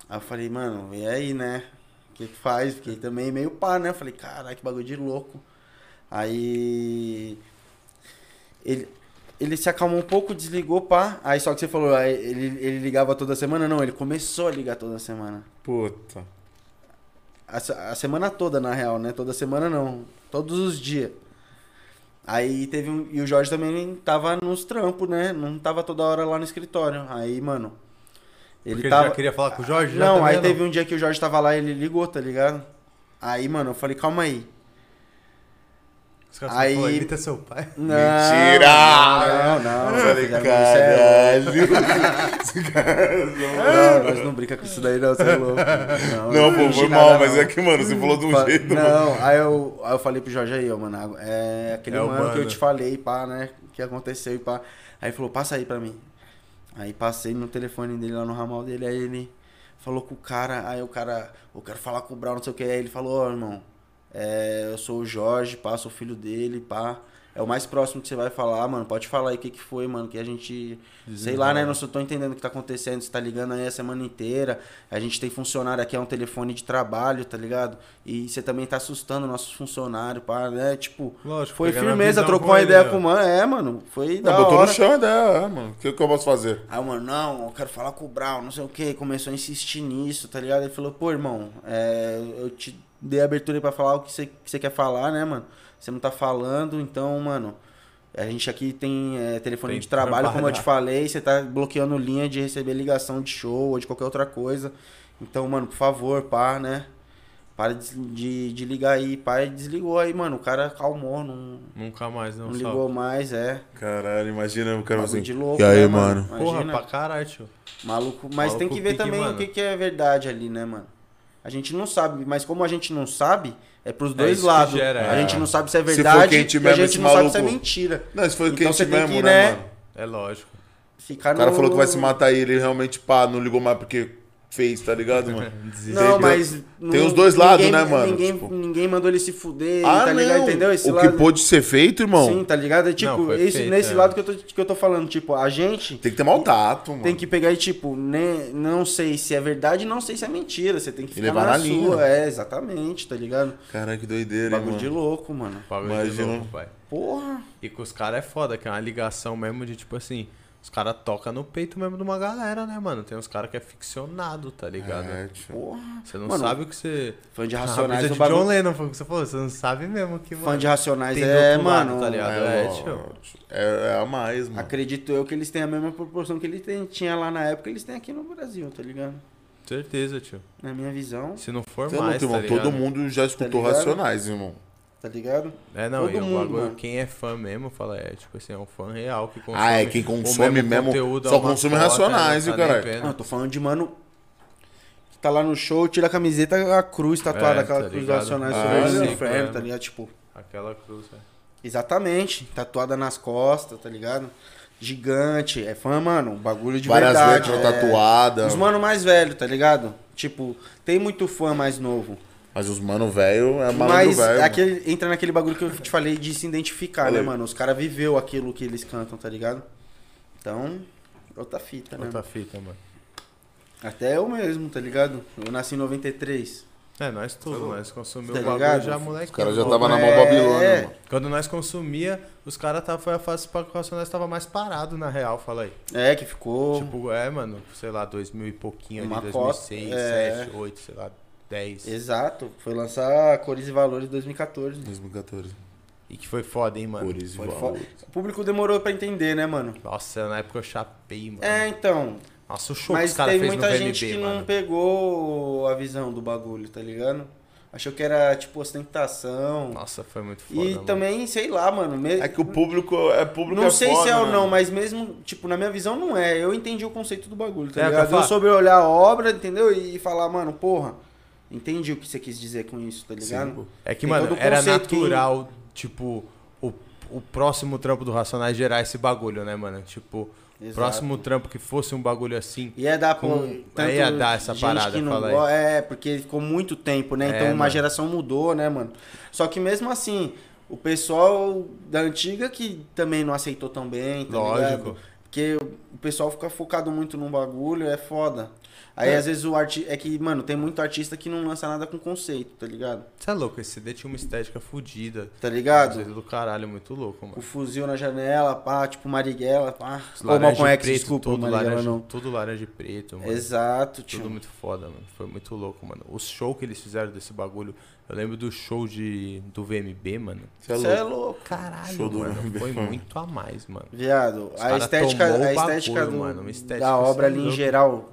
Aí eu falei, mano, e aí, né? O que, que faz? Fiquei também meio pá, né? Eu falei, caralho, que bagulho de louco. Aí. Ele, ele se acalmou um pouco, desligou, pá. Aí só que você falou, aí ele, ele ligava toda semana? Não, ele começou a ligar toda semana.
Puta.
A, se- a semana toda, na real, né? Toda semana não. Todos os dias. Aí teve um. E o Jorge também tava nos trampos, né? Não tava toda hora lá no escritório. Aí, mano. Ele
Porque
tava.
ele já queria falar com o Jorge? já
Não,
também,
aí teve um dia que o Jorge tava lá e ele ligou, tá ligado? Aí, mano, eu falei, calma aí.
Os caras aí...
aí-
imita seu pai.
Não,
Mentira!
Não, não.
Eu
não
falei,
não, isso é
caralho. [LAUGHS] Esse cara- é [LAUGHS]
louco. Não, nós não brinca com isso daí, não, você é louco. Não,
Não, pô,
finge
foi
nada,
mal, mas
não.
é que, mano, você falou de um
Fa-
jeito. mano.
Não, aí eu, aí eu falei pro Jorge aí, ó, mano, é aquele
É o
mano, que eu
mano.
te falei, pá, né? Que aconteceu e pá. Aí ele falou, passa aí pra mim. Aí passei no telefone dele lá no ramal dele, aí ele falou com o cara, aí o cara, eu quero falar com o Brown, não sei o que. Aí ele falou, ó, irmão, é, eu sou o Jorge, pá, sou filho dele, pá. É o mais próximo que você vai falar, mano. Pode falar aí o que, que foi, mano. Que a gente. Sei lá, né? Não só tô entendendo o que tá acontecendo. Você tá ligando aí a semana inteira. A gente tem funcionário aqui, é um telefone de trabalho, tá ligado? E você também tá assustando nossos funcionários, pá, né? Tipo.
Lógico,
Foi
pegando a
firmeza,
visão
trocou
com
uma
ele,
ideia
né?
com o mano. É, mano. Foi.
Não,
da
Tá, botou
hora.
no chão, né? É, mano. O que, que eu posso fazer?
Aí o mano, não, eu quero falar com o Brown, não sei o que. Começou a insistir nisso, tá ligado? Ele falou, pô, irmão, é, eu te dei a abertura aí pra falar o que você que você quer falar, né, mano? Você não tá falando, então, mano, a gente aqui tem é, telefone
Tem
de
que
trabalho, como eu
trabalhar.
te falei, você tá bloqueando linha de receber ligação de show ou de qualquer outra coisa. Então, mano, por favor, pá, né? Para de, de, de ligar aí, pá, e desligou aí, mano. O cara calmou, não,
Nunca mais, não,
não
só.
ligou mais, é.
Caralho, imagina o cara
Bagulho
assim.
de louco,
e aí,
né,
mano?
Porra,
Imagina.
pra caralho, tio.
Maluco, mas
Maluco
tem que ver
pique,
também
mano.
o que, que é verdade ali, né, mano? A gente não sabe, mas como a gente não sabe, é pros dois
isso que
lados.
gera,
a
é.
gente não sabe se é
for
verdade
quente
e a
mesmo,
gente
esse
não sabe se é
maluco-
mentira.
Não, isso foi o
Então
quente
você tem
mesmo,
que,
né,
né?
mano?
É lógico.
Ficar
O cara
no-
falou que vai se matar e ele realmente, pá, não ligou mais porque fez, tá ligado, [LAUGHS] mano?
Desiste.
Entendeu?
Não, mas. não-
os dois lados,
ninguém-
né, mano?
Ninguém,
Tipo-
ninguém mandou ele se fuder, tá ligado? Entendeu? Esse
Ah, o
lado.
que pôde ser feito, irmão,
Sim, tá ligado? É tipo,
Não, foi
esse-
feito,
nesse
é.
lado que eu, tô, que eu tô falando, tipo, a gente.
tem que ter mau tato, mano.
Tem que pegar e, tipo, né, não sei se é verdade, não sei se é mentira. Você tem que
E
ficar
levar
na,
na
sua.
linha.
É, exatamente, tá ligado?
Caralho, que doideira, hein,
Bagulho de
mano.
louco, mano.
Bagulho de
Imagina.
louco, pai.
Porra.
E com os caras é foda, que é uma ligação mesmo de tipo assim. Os caras tocam no peito mesmo de uma galera, né, mano? Tem uns caras que é ficcionado, tá ligado?
É, tio.
Porra.
Você não
Mano,
sabe o que você.
Fã de
Ah,
Racionais
brisa
é
de
um
John
bagulho.
Lennon, foi o que você falou. Você não sabe mesmo que.
Fã
mano,
de Racionais
tem do
é,
outro lado,
mano.
tá ligado?
É,
É, tio.
ó, é, é a mais, mano.
Acredito eu que eles têm a mesma proporção que eles têm- tinha lá na época, eles têm aqui no Brasil, tá ligado?
Certeza, tio.
Na minha visão,
Se não for
Você é louco,
mais, tá
irmão.
ligado?
Todo mundo já escutou
ligado?
Racionais, irmão.
tá ligado?
É, não,
Todo
e
mundo,
o bagulho,
mano.
quem é fã mesmo, fala, é tipo assim, é um fã real que consome.
Ah, é, quem
o
consome mesmo
conteúdo, é
só
uma
consome
cota,
Racionais,
não
viu,
nem
caralho?
vendo.
[LAUGHS]
Não, eu tô falando de mano que tá lá no show, tira a camiseta, a cruz tatuada,
É,
aquela
tá
cruz do
ligado?
Racionais
Ah,
sobre o
sim,
inferno,
claro.
tá ligado? Tipo,
Aquela cruz, é velho.
É
exatamente, tatuada nas costas, tá ligado? Gigante, é fã, mano, bagulho de
Várias
verdade.
letras
é.
tatuadas.
Os mano mais velho, tá ligado? Tipo, tem muito fã mais novo.
Mas os mano velho é malandro
Mas
velho. mano.
aquele, entra naquele bagulho que eu te falei de se identificar,
Falei.
né, mano? Os caras viveu aquilo que eles cantam, tá ligado? Então, outra fita, né?
Outra fita, mano.
mano? Até eu mesmo, tá ligado? Eu nasci em 93.
É, nós tudo, nós consumimos
Tá
o bagulho
ligado?
já, moleque.
Os caras já
pô.
tava na mão
É.
Babilônia, mano.
Quando nós consumia, os caras tava, foi a fase pra que o Racionais tava mais parado, na real, fala aí.
É, que ficou.
Tipo, é, mano, sei lá, 2000 e pouquinho
Uma
ali,
cota,
2006,
é.
7, 8, sei lá, 10.
Exato. Foi lançar Cores e Valores em 2014.
2014.
E que foi foda, hein, mano?
Orizival.
Foi foda. O público demorou pra entender, né, mano?
Nossa, na época eu chapei, mano.
É, então.
Nossa, o show que
Mas
os caras
tem
fez no
muita gente
VMB,
que não
mano.
pegou a visão do bagulho, tá ligado? Achou que era, tipo, ostentação.
Nossa, foi muito foda.
e
mano.
também, sei lá, mano. me-
É que o público é público
Não
é
sei
foda,
se é ou
né?
não, mas mesmo, tipo, na minha visão não é. Eu entendi o conceito do bagulho, tá
É, pra
ligado? Eu
falar-
soube olhar a obra, entendeu? E falar, mano, porra, entendi o que você quis dizer com isso, tá
Sim,
ligado?
pô.
É que,
Tem
mano,
todo o
era
conceito que-
natural, tipo, o, o próximo trampo do Racionais gerar esse bagulho, né, mano? Tipo, o
Exato.
próximo trampo que fosse um bagulho assim.
Ia dar, pô,
Com-
tanto
aí ia dar essa
gente
parada,
que não
fala aí.
go- É, porque ficou muito tempo, né?
É,
Então uma
mano.
geração mudou, né, mano? Só que mesmo assim, o pessoal da antiga que também não aceitou tão bem, tá
Lógico.
ligado? Porque o pessoal fica focado muito num bagulho, é foda. Aí às vezes o artista... É que, mano, tem muito artista que não lança nada com conceito, tá ligado?
Você é louco, esse CD tinha uma estética fodida.
Tá
Coisa
ligado?
Do caralho, muito louco, mano.
O fuzil na janela, pá, tipo Marighella, pá.
Os
Ou
laranja e
Malcolm X,
preto,
desculpa,
todo
Marighella
laranja,
não. um.
Todo laranja e preto, mano.
Exato, tio.
Tudo muito foda, mano. Foi muito louco, mano. O show que eles fizeram desse bagulho. Eu lembro do show de, do VMB, mano.
Você é
Cê
louco.
louco.
Caralho,
Show do
mano.
VMB,
Foi
mano.
muito a mais, mano.
Viado,
Os
a
cara
estética,
tomou o
a estética,
bagulho,
do-
mano, uma estética
da obra
assim,
ali em
louca.
geral,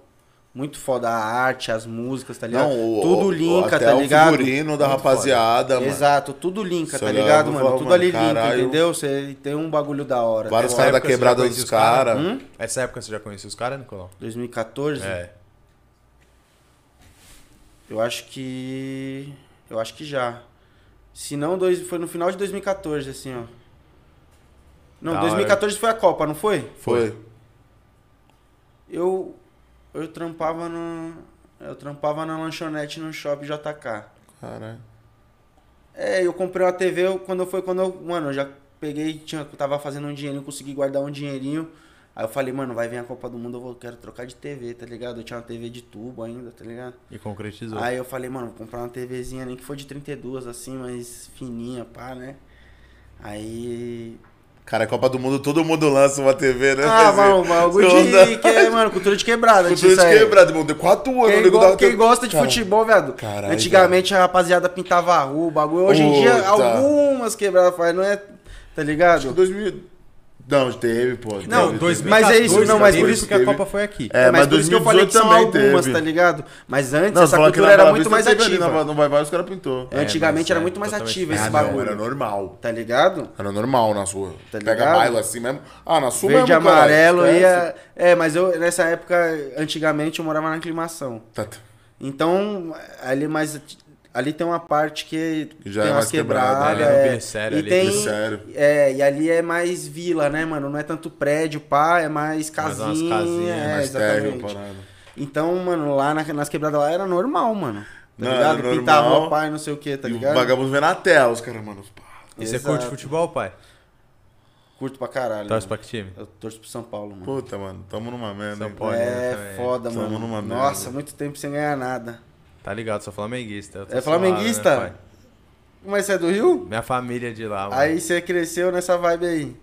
muito foda. A arte, as músicas, tá ligado?
o- o-
tudo linka,
até
tá
o
ligado?
figurino da rapaziada, mano.
Exato, tudo linka,
Você
é
tá
olhava
ligado,
e
mano?
falava,
Tudo
mano,
ali linka,
caralho.
entendeu? Você tem um bagulho da hora.
Vários
tá
caras
ligado?
da
época você
quebrada
já
dos
conhecia os caras?
caras.
Hum?
Essa época você já conhecia os caras, Nicolau?
2014,
É.
eu acho que. Eu acho que já. Se não, dois, foi no final de 2014, assim, ó. Não,
Da
2014 foi a Copa, não foi?
Foi.
Eu. Eu trampava no. Eu trampava na lanchonete no shopping JK.
Caralho.
É, eu comprei uma TV eu- quando eu- foi quando eu, mano, eu já peguei, tinha, eu tava fazendo um dinheirinho, consegui guardar um dinheirinho. Aí eu falei, mano, vai vir a Copa do Mundo, eu vou, quero trocar de TV, tá ligado? Eu tinha uma TV de tubo ainda, tá ligado?
E concretizou.
Aí eu falei, mano, vou comprar uma TVzinha, nem que for de 32, assim, mas fininha, pá, né? Aí.
Cara, é Copa do Mundo, todo mundo lança uma TV, né?
Ah,
Mas,
mano, bagulho
Não dá.
de. [LAUGHS] Que, é, mano, cultura de quebrada,
Cultura
disso
de
aí.
quebrado, mano. Deu quatro anos.
Quem,
o nego
go-
dava-
quem gosta de
Cara,
futebol, viado.
Caralho,
Antigamente a rapaziada pintava a rua, o bagulho. Hoje em dia,
Puta.
algumas quebradas faz, não é? Tá ligado?
2000... Não, teve, pô.
Não,
teve,
dois-
teve.
mas é isso, não, mas
teve,
por isso
porque a
teve.
Copa foi aqui.
É, mas
por isso que eu falei
2018
que são
também
algumas,
teve.
tá ligado? Mas antes
Não, você
essa
fala que
cultura
na
era
Bela
muito
Vista
mais
teve ali,
ativa.
na- Não vai vai, os caras pintou.
É, mas
Antigamente era
é
muito mais
totalmente
ativo
Ah,
esse
não, era
bagulho,
normal.
tá ligado?
Era normal na sua.
Tá
Pega
ligado?
bailo assim mesmo. Ah, na sua
Verde e
mesmo, caralho.
amarelo
Esquece.
ia... É, mas eu, nessa época, antigamente, eu morava na aclimação.
Tá, tá.
Então, ali mais. Ali tem uma parte que
Já
tem
é
umas
mais quebrada,
quebradas,
né?
Ali
é.
é um glicério,
e
ali é
tem,
glicério.
é, e ali é mais vila, né, mano? Não é tanto prédio, pá, é
Mais
mais casinha.
umas casinhas,
é,
mais
Térreo, né?
exatamente.
parada.
Então, mano, lá na- nas quebradas lá era normal, mano. Tá
Não,
ligado?
era
Pintar
normal.
roupa e não sei o que, tá
e o
ligado?
vagabundo vê na tela, os caras, mano. pá.
E você curte Tá
Exato.
futebol, pai?
Curto pra caralho.
Torce
mano.
pra que time?
Eu torço pro São Paulo, mano.
Puta, mano, tamo numa merda.
São
hein?
Paulo.
é
também.
foda,
Tamo
mano.
numa merda.
Nossa, muito tempo sem ganhar nada.
Tá ligado, sou flamenguista. eu tô
É
suave,
flamenguista?
né, pai?
Mas você é do Rio?
Minha família é de lá, mano.
Aí você cresceu nessa vibe aí.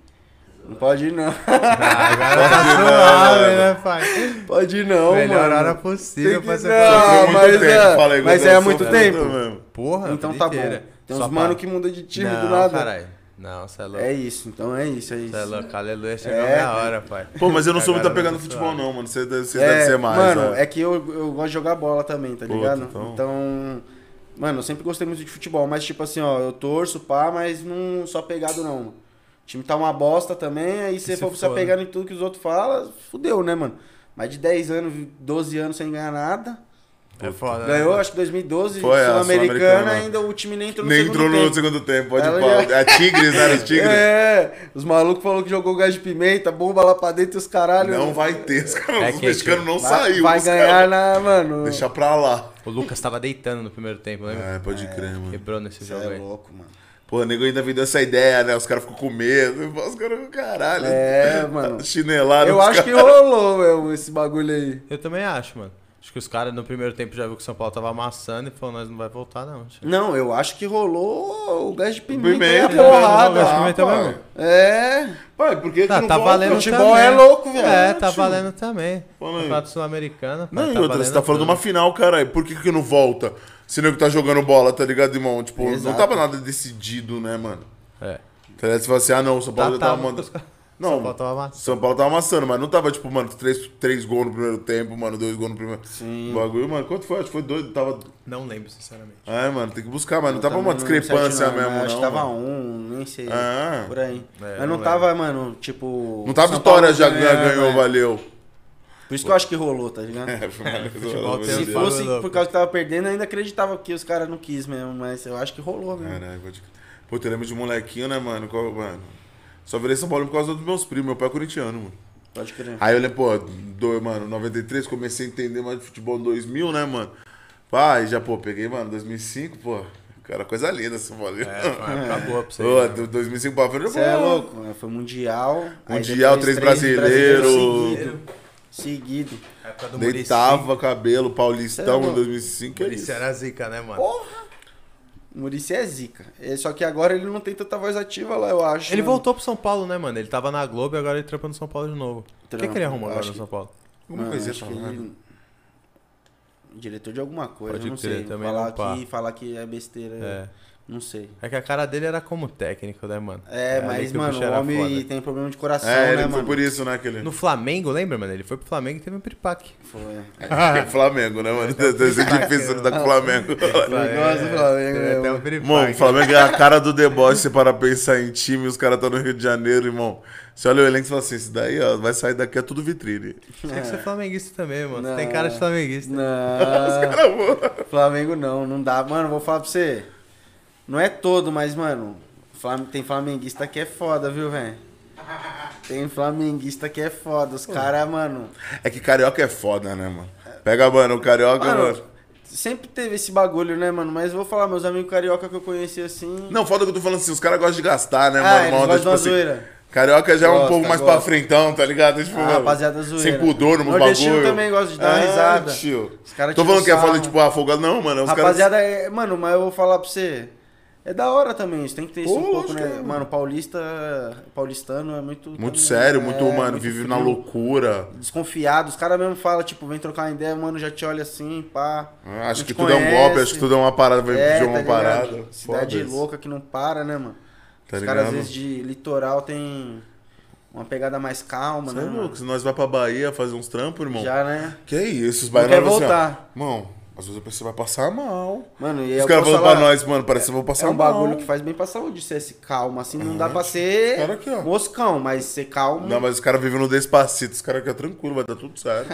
Não pode ir não. [LAUGHS]
Ah, agora tá suave, né, pai?
Pode ir não,
Melhor
mano.
hora
Tem
possível
que-
pra ser
não.
Sofri
Ah,
muito
mas
tempo,
é-
falei,
mas
Godão,
é muito
sofri
tempo.
mesmo.
Porra, a
então
vida
tá
inteira.
bom. Tem
Só
uns mano
pra-
que muda de time
não,
do nada.
Caralho. Não, você é louco.
É isso, então é isso, é isso.
Você é louco. Aleluia, chegou
É.
na hora, pai.
Pô, mas eu não sou muito
Agora
apegado no
eu tô
futebol,
suave.
não, mano. Você deve, você
É,
deve ser mais.
mano,
né?
é que eu, eu gosto de jogar bola também, tá
Puta,
ligado?
então.
Então... mano, eu sempre gostei muito de futebol, mas tipo assim, ó, eu torço, pá, mas não sou apegado não. mano. O time tá uma bosta também, aí
é
você
se
for se
for,
apegando em tudo que os outros falam, fudeu, né, mano? Mais de 10 anos, 12 anos sem ganhar nada.
É foda. né,
Ganhou,
pai?
acho que 2012,
Foi, a
Sul-Americana,
Sul-Americana.
ainda o time nem entrou no
Nem
segundo
entrou
tempo.
no segundo tempo, pode
Ela
falar.
já-
É Tigres,
[LAUGHS]
né? Era Tigres.
É, os malucos falaram que jogou gás de pimenta, bomba lá pra dentro e os caralho.
Não vai ter, os caras.
É
os
que-
mexicanos não
vai,
saiu.
Vai
os caras-
ganhar na, mano.
Deixa pra lá.
O Lucas tava deitando no primeiro tempo, lembra?
É, pode crer, mano.
Quebrou nesse
Você
jogo
é
aí.
louco, mano.
Pô, o nego ainda me deu essa ideia, né? Os caras ficam com medo. Os caras ficam, caralho. [LAUGHS] tá
É, mano.
Chinelado.
Eu
os
acho que
caras.
rolou, meu, esse bagulho aí.
Eu também acho, mano. Acho que os caras no primeiro tempo já viu que o São Paulo tava amassando e falou, nós não vai voltar não, tio.
Não, eu acho que rolou o gás de pimenta, e a
Pimenta,
porrada. Ah,
né?
Pimenta
pai.
mesmo?
É,
Pai, por que que
Tá,
não
tá
volta?
valendo
futebol
também.
é louco, velho.
É, tá
Tio.
valendo também.
Fala aí.
Campeonato Sul-Americano. pai,
Não, e outra,
valendo
você tá falando de uma
tudo.
final, caralho. Por que que não volta? Se o nego tá jogando bola, tá ligado, irmão? Tipo,
Exato.
não tava nada decidido, né, mano?
É.
Tá ligado? Você fala assim, ah não, o São Paulo já tava
Tava
mandando.
os caras-
Não,
São Paulo tava amassando.
São Paulo tava amassando, mas não tava, tipo, mano, três, três gols no primeiro tempo, mano, dois gols no primeiro. Sim. bagulho, mano, quanto foi? Acho que foi dois, tava.
Não lembro, sinceramente.
É, mano, tem que buscar, mas não tava
Também
uma
não
discrepância
sei não,
mesmo, não.
né? Acho que tava
mano.
um, nem sei.
Ah.
Por aí.
É,
Mas
não
não,
lembro.
tava, mano, tipo.
Não tava
São
vitória,
Paulo
já
ganhando,
ganhou,
é.
valeu.
[LAUGHS] Por isso que eu acho que rolou, tá ligado?
É, foi mais-
Futebol tem
Meu
Se
Deus.
Deus.
fosse
Foi louco.
por causa que tava perdendo, eu ainda acreditava que os caras não quis mesmo, mas eu acho que rolou mesmo.
Caralho, pode crer. Pô, eu lembro de molequinho, né, mano? Qual- mano? Só virei São Paulo por causa dos meus primos. Meu pai é corintiano, mano.
Pode crer.
Aí eu lembro, pô, do, mano, 93, comecei a entender mais de futebol em 2000, né, mano? Pai, já, pô, peguei, mano, 2005, pô. Cara, coisa linda São Paulo.
É,
[LAUGHS]
foi uma época boa pra você.
Pô,
né?
do 2005 pra frente,
Você
pô,
é louco, né? foi mundial. aí
Mundial,
depois
três brasileiros.
seguido, seguido.
Época do Muricy.
Deitava cabelo
Cê é
paulistão
louco.
em 2005, é
Muricy
isso.
era zica, né, mano?
Murici é zica. É, Só que agora ele não tem tanta voz ativa lá, eu acho.
Ele
né?
voltou pro São Paulo, né, mano? Ele tava na Globo e agora ele trampa no São Paulo de novo. O que,
Trampa,
que ele arruma agora
acho
no
que-
São Paulo?
Alguma
Mano,
coisa
acho que
falar, né?
ele- Diretor de alguma coisa,
Pode
eu não
crer,
sei.
também
falar,
não pá.
que, falar que é besteira,
É.
não sei.
É que a cara dele era como técnico, né, mano?
É,
ali
mas,
que
mano,
bicho
o
era
homem
foda.
tem problema de coração,
É, ele
né,
foi
mano?
por isso, né, aquele... [LAUGHS]
No Flamengo, lembra, mano? Ele foi pro Flamengo e teve um piripaque. [LAUGHS]
Foi.
É Flamengo, né,
[LAUGHS]
mano? Esse aqui pensando da Flamengo.
é.
negócio do
Teve
Flamengo, né,
até
mano?
um piripaque.
Irmão, o Flamengo é a cara do deboche, você para pensar em time, os caras estão no Rio de Janeiro, irmão. Você olha o elenco e fala assim, isso daí, ó, vai sair daqui é tudo vitrine. [LAUGHS]
Tinha que ser flamenguista também, mano. Você
É. Não.
tem cara de flamenguista.
Não, Flamengo não, não dá. Mano, vou falar pra você. Não é todo, mas, mano, Flam- tem flamenguista que é foda, viu, velho? Tem flamenguista que é foda. Os caras, mano.
É que carioca é foda, né, mano? Pega, mano, o carioca,
Mano,
mano.
sempre teve esse bagulho, né, mano? Mas eu vou falar, meus amigos carioca que eu conheci assim.
Não, foda que eu tô falando assim, os caras gostam de gastar, né,
Ah,
mano?
eles
Uma onda,
gostam da
assim,
zoeira.
Carioca já é um
Gosta,
pouco mais pra
gosta.
frentão, tá ligado? Tipo,
Ah,
mano,
rapaziada zoeira.
Sem pudor nos
Nordestino
bagulho. Ah,
também gosta de dar uma risada.
Tio.
Os caras
Tô
tiram
falando que é foda,
sarro.
tipo, afogado. Não, mano, os caras...
Rapaziada, é- mano, mas eu vou falar pra você. É da hora também, isso tem que ter isso
Pô,
um pouco,
lógico,
né?
é, mano.
Mano, paulista, paulistano é muito.
Muito
também,
sério,
é,
muito, mano, vive na
frio,
loucura.
Desconfiado, os caras mesmo falam, tipo, vem trocar uma ideia, mano, já te olha assim, pá.
Ah, Acho
não
que
te
tudo é um golpe,
conhece.
acho que tudo é uma parada, vai
É,
pedir
tá
uma
ligado?
parada.
Cidade
Foda-se.
louca que não para, né, mano?
Tá
os caras,
ligado?
às vezes, de litoral tem uma pegada mais calma,
Você é
né? mano?
louco, se nós vai pra Bahia fazer uns trampos, irmão.
Já, né?
Que é isso, os
Não
baianos.
quer
falam assim, ó,
voltar.
Irmão, às vezes você vai passar mal.
Mano, e
os
eu
caras
posso
falam
falar,
pra nós, mano, parece que eu vou passar
É um
mal.
bagulho que faz bem pra saúde ser esse calmo, assim, não dá pra ser
Cara É. aqui, ó.
moscão, mas ser calmo.
Não, mas os caras vivem no despacito, os caras aqui é tranquilo, vai dar tudo certo.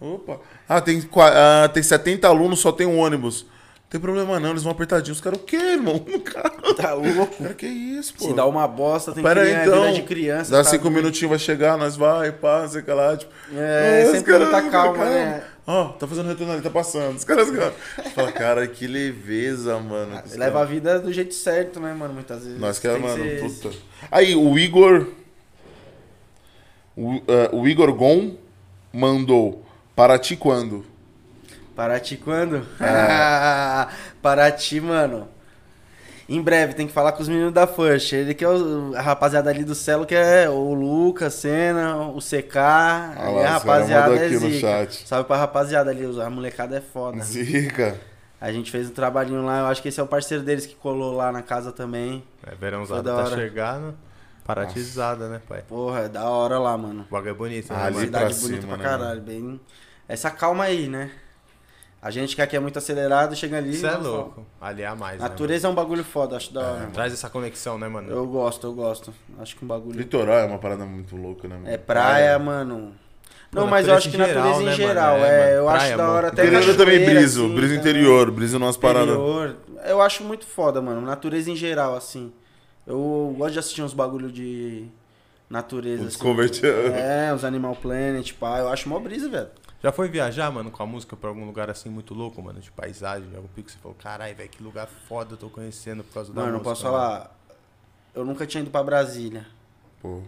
Opa. Ah tem, qua- ah, tem 70 alunos, só tem um ônibus. Não tem problema não, eles vão apertadinhos. Os caras, o quê, irmão? [LAUGHS] Cara,
[LAUGHS] Tá louco.
cara, que isso, pô.
Se dá uma bosta, tem
Pera aí,
criança,
então.
vida de criança.
Dá
tá?
cinco minutinhos, vai chegar, nós vai, pá, sei que lá. Tipo,
É,
"Ah, os
sempre muita calma, né?
Ó, tá fazendo retorno ali, tá passando. Os caras cara. Fala, cara, que leveza, mano. Os
Leva a
caras-
vida do jeito certo, né, mano? Muitas vezes.
Nós que é,
Tem
mano,
ser esse.
puta. Aí, o Igor. O, ah, o Igor Gon mandou. Para ti quando?
Paraty quando?
É.
[LAUGHS] Paraty, mano. Em breve, tem que falar com os meninos da First. Ele que é o, a rapaziada ali do Celo, que é o Lucas, Senna, o CK. ali
lá,
a
os cara
rapaziada
mandou
é
aqui no
zica.
chat.
Salve pra rapaziada ali, os- a molecada é foda.
Zica.
A gente fez um trabalhinho lá, eu acho que esse é o parceiro deles que colou lá na casa também.
É, verãozada
Foi da
tá
hora.
chegando. Paratizada, né, pai?
Porra, é da hora lá, mano.
O bagulho é bonito, né,
Ah, ali-
mano?
pra
Cidade bonita
cima,
pra
né,
caralho, bem. Essa calma aí, né? A gente que aqui é muito acelerado, chega ali.
Isso é
não fala.
louco. Ali é a mais, né,
Natureza é um bagulho foda, acho da hora.
mano? Traz essa conexão, né, mano?
Eu gosto, eu gosto. Acho que um bagulho.
Litoral é uma parada muito louca, né, mano?
É praia, mano.
Pô,
Não, mas eu
natureza
acho
em
que
geral,
natureza em
né,
geral.
mano? É,
É,
mano,
eu acho
praia é
da
bom.
hora até
Interior eu também
cachoeira,
briso,
assim,
briso
também.
interior, briso é nas paradas.
Interior. Eu acho muito foda, mano. Natureza em geral, assim. Eu gosto de assistir uns bagulho de natureza.
Os
Assim.
convertidos.
É, os Animal Planet, pá. Eu acho mó brisa, velho.
Já foi viajar, mano, com a música pra algum lugar assim muito louco, mano? De paisagem, algum pico que você falou, caralho, velho, que lugar foda eu tô conhecendo por causa da
Mano, eu
música.
posso falar. Eu nunca tinha ido pra Brasília.
Pô.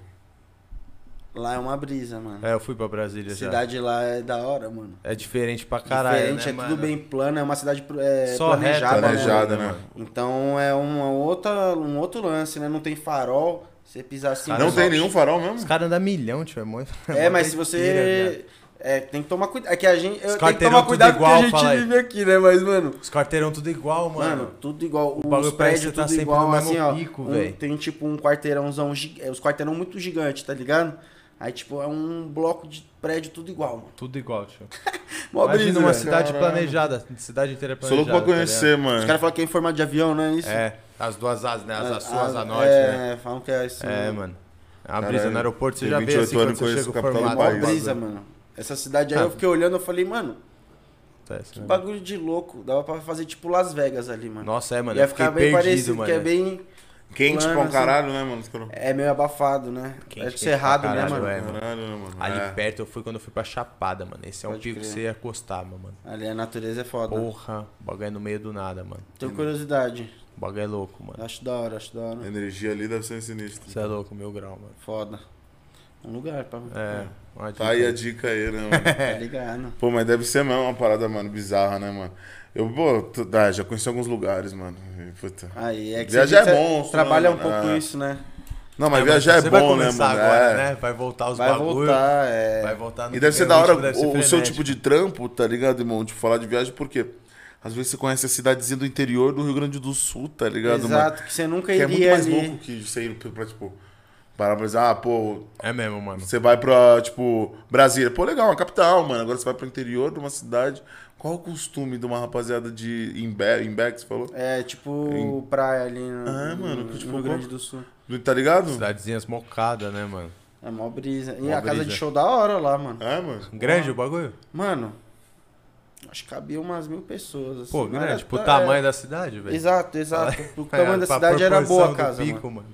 Lá é uma brisa, mano.
É, eu fui pra Brasília
A
já.
cidade lá é da hora, mano.
É diferente pra caralho,
Diferente,
né,
é
mano?
tudo bem plano, é uma cidade pro- é,
Só
planejada,
reta,
né,
Planejada,
mano?
né?
Então é uma outra, um outro lance, né? Não tem farol, você pisar assim.
Cara,
Não
mas-
tem nenhum farol mesmo?
Os caras andam milhão, tio, é mó... [LAUGHS]
É, mas se
doideira,
você É, tem que tomar cuidado. É que a gente. Eu tenho que
carteirão
tomar
tudo
cuidado
igual,
porque a
fala
gente
aí.
vive aqui, né? Mas, mano.
Os quarteirão tudo igual, mano.
Mano, tudo igual. Os
bagulho parece que
prédios
tá
tudo
sempre
igual,
no mesmo
assim, ó.
pico,
um-
véi.
tem tipo um quarteirãozão. gi- é, Os quarteirão muito gigante, tá ligado? Aí, tipo, é um bloco de prédio tudo igual, mano.
Tudo igual, tio.
Mó brisa,
Imagina uma
velho.
cidade
Caralho.
planejada. Cidade inteira
Sou louco
planejada.
pra
tá
conhecer,
Os
mano.
caras falam que é em formato de avião, não é isso?
ligado? É, as duas asas, né? As
A-
açuas, a,
a-
norte,
é,
né?
Falam que é assim.
É,
mano.
mano. A
Caralho.
brisa no aeroporto, você
Tem
já vê
28
assim quando
anos,
você
conheço
chega
o
o
capital do
formato.
Mó
país, né?
brisa, mano. Essa cidade
Ah.
aí eu fiquei olhando, eu falei, mano,
Acontece, né?
bagulho de louco. Dava pra fazer tipo Las Vegas ali, mano.
Nossa, é, mano.
Ia
eu fiquei
ficar bem
perdido,
parecido,
mano.
que é bem.
Quente
Plano,
pra um
assim.
caralho, né, mano? Os caras-
É meio abafado, né?
Quente,
é
quente
cerrado,
pra
né,
caralho,
mano?
é.
Caralho, né, mano?
Ali
É.
perto eu fui quando eu fui pra Chapada, mano. Esse é um
Pode
pico que
crer.
você ia acostar, meu mano.
Ali a natureza é foda.
Porra, o bagulho é no meio do nada, mano.
Tenho curiosidade.
O bagulho é louco, mano.
Acho da hora, acho da
A
hora.
energia ali deve ser sinistra.
Você é louco, meu grau, mano.
Foda. Um lugar pra
É, uma
Tá aí a
dica.
dica aí, né,
[LAUGHS]
mano?
tá ligado. né?
Pô, mas deve ser mesmo uma parada, mano, bizarra, né, mano? Eu, pô, tu- ah, já conheci alguns lugares, mano. E, puta.
Ah,
Aí é que
Viajar
você
é monstro,
trabalha
né,
um pouco
mano?
isso, né?
Não, mas
É,
viajar
você
é
vai
bom, né,
começar
mano?
Agora,
é.
né? Vai voltar os
Vai
bagulho.
voltar, é.
Vai voltar no
E deve ser
primeiro
da hora
ritmo, deve ser
o, o seu
frenético.
tipo de trampo, tá ligado, irmão? De falar de viagem, porque às vezes você conhece a cidadezinha do interior do Rio Grande do Sul, tá ligado, mano?
Exato, que você nunca
Que
iria
é muito mais
ali.
louco que você ir pra, pra, tipo, parar pra pensar, ah, pô,
É mesmo, mano.
você vai pra, tipo, Brasília. Pô, legal, uma capital, mano. Agora você vai pro interior de uma cidade. Qual o costume de uma rapaziada de Imbe- Imbex, você falou?
É, tipo praia ali no,
Ah, mano, que
no,
tipo,
Rio Grande
qual-
do Sul.
Tá ligado?
Cidadezinhas mocadas, né, mano?
É mó brisa. E
Mó
a casa de
brisa.
show da hora lá, mano.
É, mano.
Ah.
Grande o bagulho?
Mano, acho que cabia umas mil pessoas. Assim,
Pô,
Não era
grande.
tipo,
Pro
tão-
tá,
tamanho da cidade,
é,
velho. [LAUGHS]
Exato, exato. O
Cara,
tamanho da
pra
cidade era
proporção
boa a
do
casa,
pico, mano.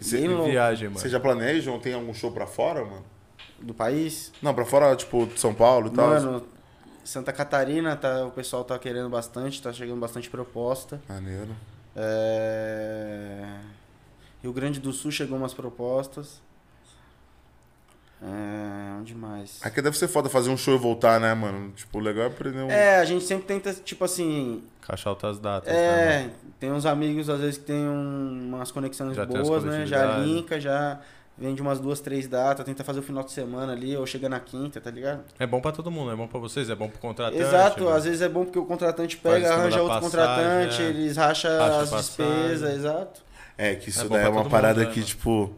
Cê-
Bem
Que
louco.
viagem, mano.
Vocês já planejam? Tem algum show pra fora, mano?
mano, do país.
Não, pra fora, tipo, de São Paulo e tal.
Mano, Santa Catarina, tá, o pessoal tá querendo bastante, tá chegando bastante proposta.
Maneiro.
É, Rio Grande do Sul chegou umas propostas. É... Onde mais?
Aqui deve ser foda fazer um show e voltar, né, mano? Tipo, o legal é aprender um.
É, a gente sempre tenta, tipo assim,
Caixa altas datas, né, mano?
É, tem uns amigos, às vezes, que tem um- umas conexões
Já tem as
boas, né? Já
conectividades.
linka, já vende umas duas, três datas, tenta fazer o final de semana ali, ou chega na quinta, tá ligado?
É bom pra todo mundo, é bom pra vocês, é bom pro contratante.
Exato,
mano.
às vezes é bom porque o contratante
Faz
pega,
esquema
arranja
da
outro
passagem,
contratante,
é.
eles racham
Racha
as
passagem.
despesas, exato.
É, que isso
É bom
daí é
pra
uma
todo
parada
mundo, né,
que,
mano?
tipo,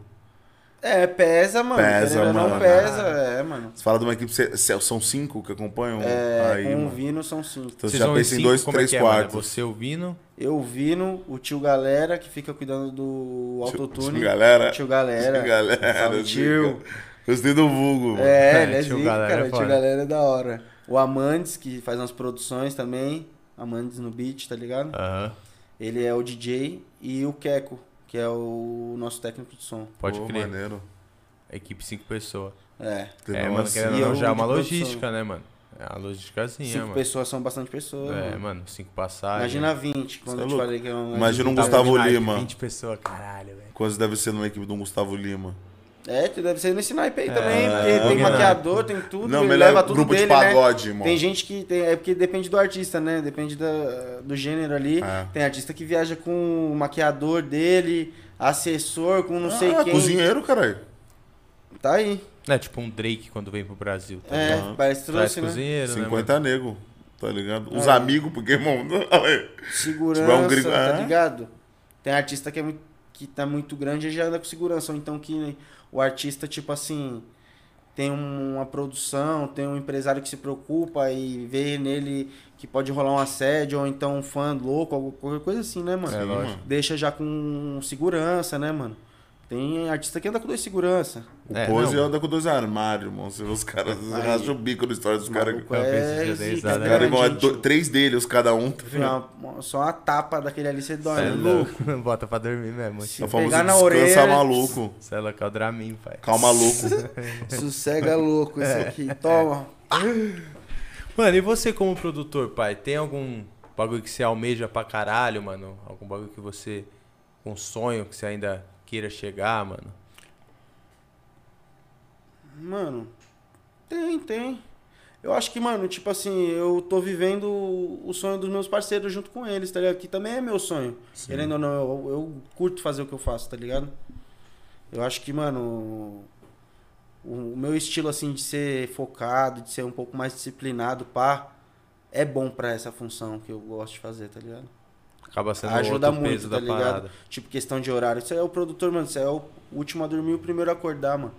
É, pesa, mano.
Pesa,
querendo ou Não
mano.
pesa, é, mano.
você fala de uma equipe, cê- cê- são cinco que acompanham?
É,
aí,
com o
mano.
Vino são cinco.
Então você
Vocês
já
vão
pensa em
cinco,
dois,
como é
três,
que é, mano? É
quartos.
Você ouvindo,
Eu, o Vino, o tio Galera, que fica cuidando do
Tio-
autotune.
tio Tipo, Galera.
Tio Galera.
Sim, galera.
Salve,
sim,
tio.
cara. Gostei do vulgo, mano.
É,
É,
ele
[LAUGHS]
é
tio
zica,
Galera é
cara. O tio
foda.
Galera é da hora. O Amandes, que faz umas produções também. Amandes no beat, tá ligado?
aham,
Ele é o DJ. E o Keco, que é o nosso técnico de som.
pode
Pô,
crer.
maneiro.
Equipe cinco pessoas.
É.
Tem assim,
é,
uma
mano, querendo ou
E
não,
eu
já é uma
de produção.
logística, né, mano? É uma logísticazinha,
Cinco
mano.
pessoas são bastante pessoas.
É,
mano.
mano, cinco passagens.
Imagina 20, quando
Cê é
eu te
louco.
falei que é um.
Imagina um
Tá,
Gustavo
imagina,
Lima.
20 pessoas, caralho, velho.
Quase deve ser numa equipe do Gustavo Lima.
É, tu deve ser nesse naipe aí também, porque
é,
tem
né?
maquiador, tem tudo,
Não,
ele
melhor
leva tudo
grupo de
dele,
pagode,
né?
irmão.
Tem gente que tem, é porque depende do artista, né? Depende da- do gênero ali.
É.
Tem artista que viaja com o maquiador dele, assessor, com não sei
ah,
quem.
cozinheiro, caralho.
Tá aí.
Não é tipo um Drake quando vem pro Brasil, tá
É,
ligado?
parece
Traz
trouxe, né?
cozinheiro, né, mano?
50 nego, tá ligado? Os amigos, porque, irmão. [LAUGHS]
Segurança,
Tipo, é um gringo-
tá
é.
ligado? Tem artista que, é muito, que tá muito grande e já anda com segurança. Ou então que o artista, tipo assim, tem um- uma produção, tem um empresário que se preocupa e vê nele que pode rolar um assédio, ou então um fã louco, alguma- qualquer coisa assim, né, mano?
É, lógico.
mano.
Deixa já com segurança, né, mano? Tem artista que anda com dois segurança.
O
É,
Pose
não.
anda com dois armários, irmão. Você vê os caras racham o bico na história dos caras.
Maluco
eu penso esse
é
dia daí,
zica,
exato.
né,
Cara, irmão, é
gente?
do- três deles cada um. tá ligado?
Uma- uma- Só uma tapa daquele ali você
Cê
dói.
é
né?
louco. [LAUGHS] Bota pra dormir mesmo.
Se
É o famoso
pegar na
descansa
orelha-
maluco.
Você é louco, é o Dramin, pai.
Calma, louco. [LAUGHS]
Sossega louco
É.
isso aqui. Toma.
Mano, e você como produtor, pai, tem algum bagulho que você almeja pra caralho, mano? Algum bagulho que você. Um sonho que você ainda queira chegar, mano?
Mano, tem, tem. Eu acho que, mano, tipo assim, eu tô vivendo o sonho dos meus parceiros junto com eles, tá ligado? Que também é meu sonho. Querendo ou não, eu, eu curto fazer o que eu faço, tá ligado? Eu acho que, mano, O, o meu estilo, assim, de ser focado, de ser um pouco mais disciplinado, pá, é bom pra essa função que eu gosto de fazer, tá ligado?
Acaba sendo
Ajuda
outro
muito,
peso
tá
da
ligado?
parada.
Tipo, questão de horário. Isso aí é o produtor, mano. Isso aí é o último a dormir e o primeiro a acordar, mano.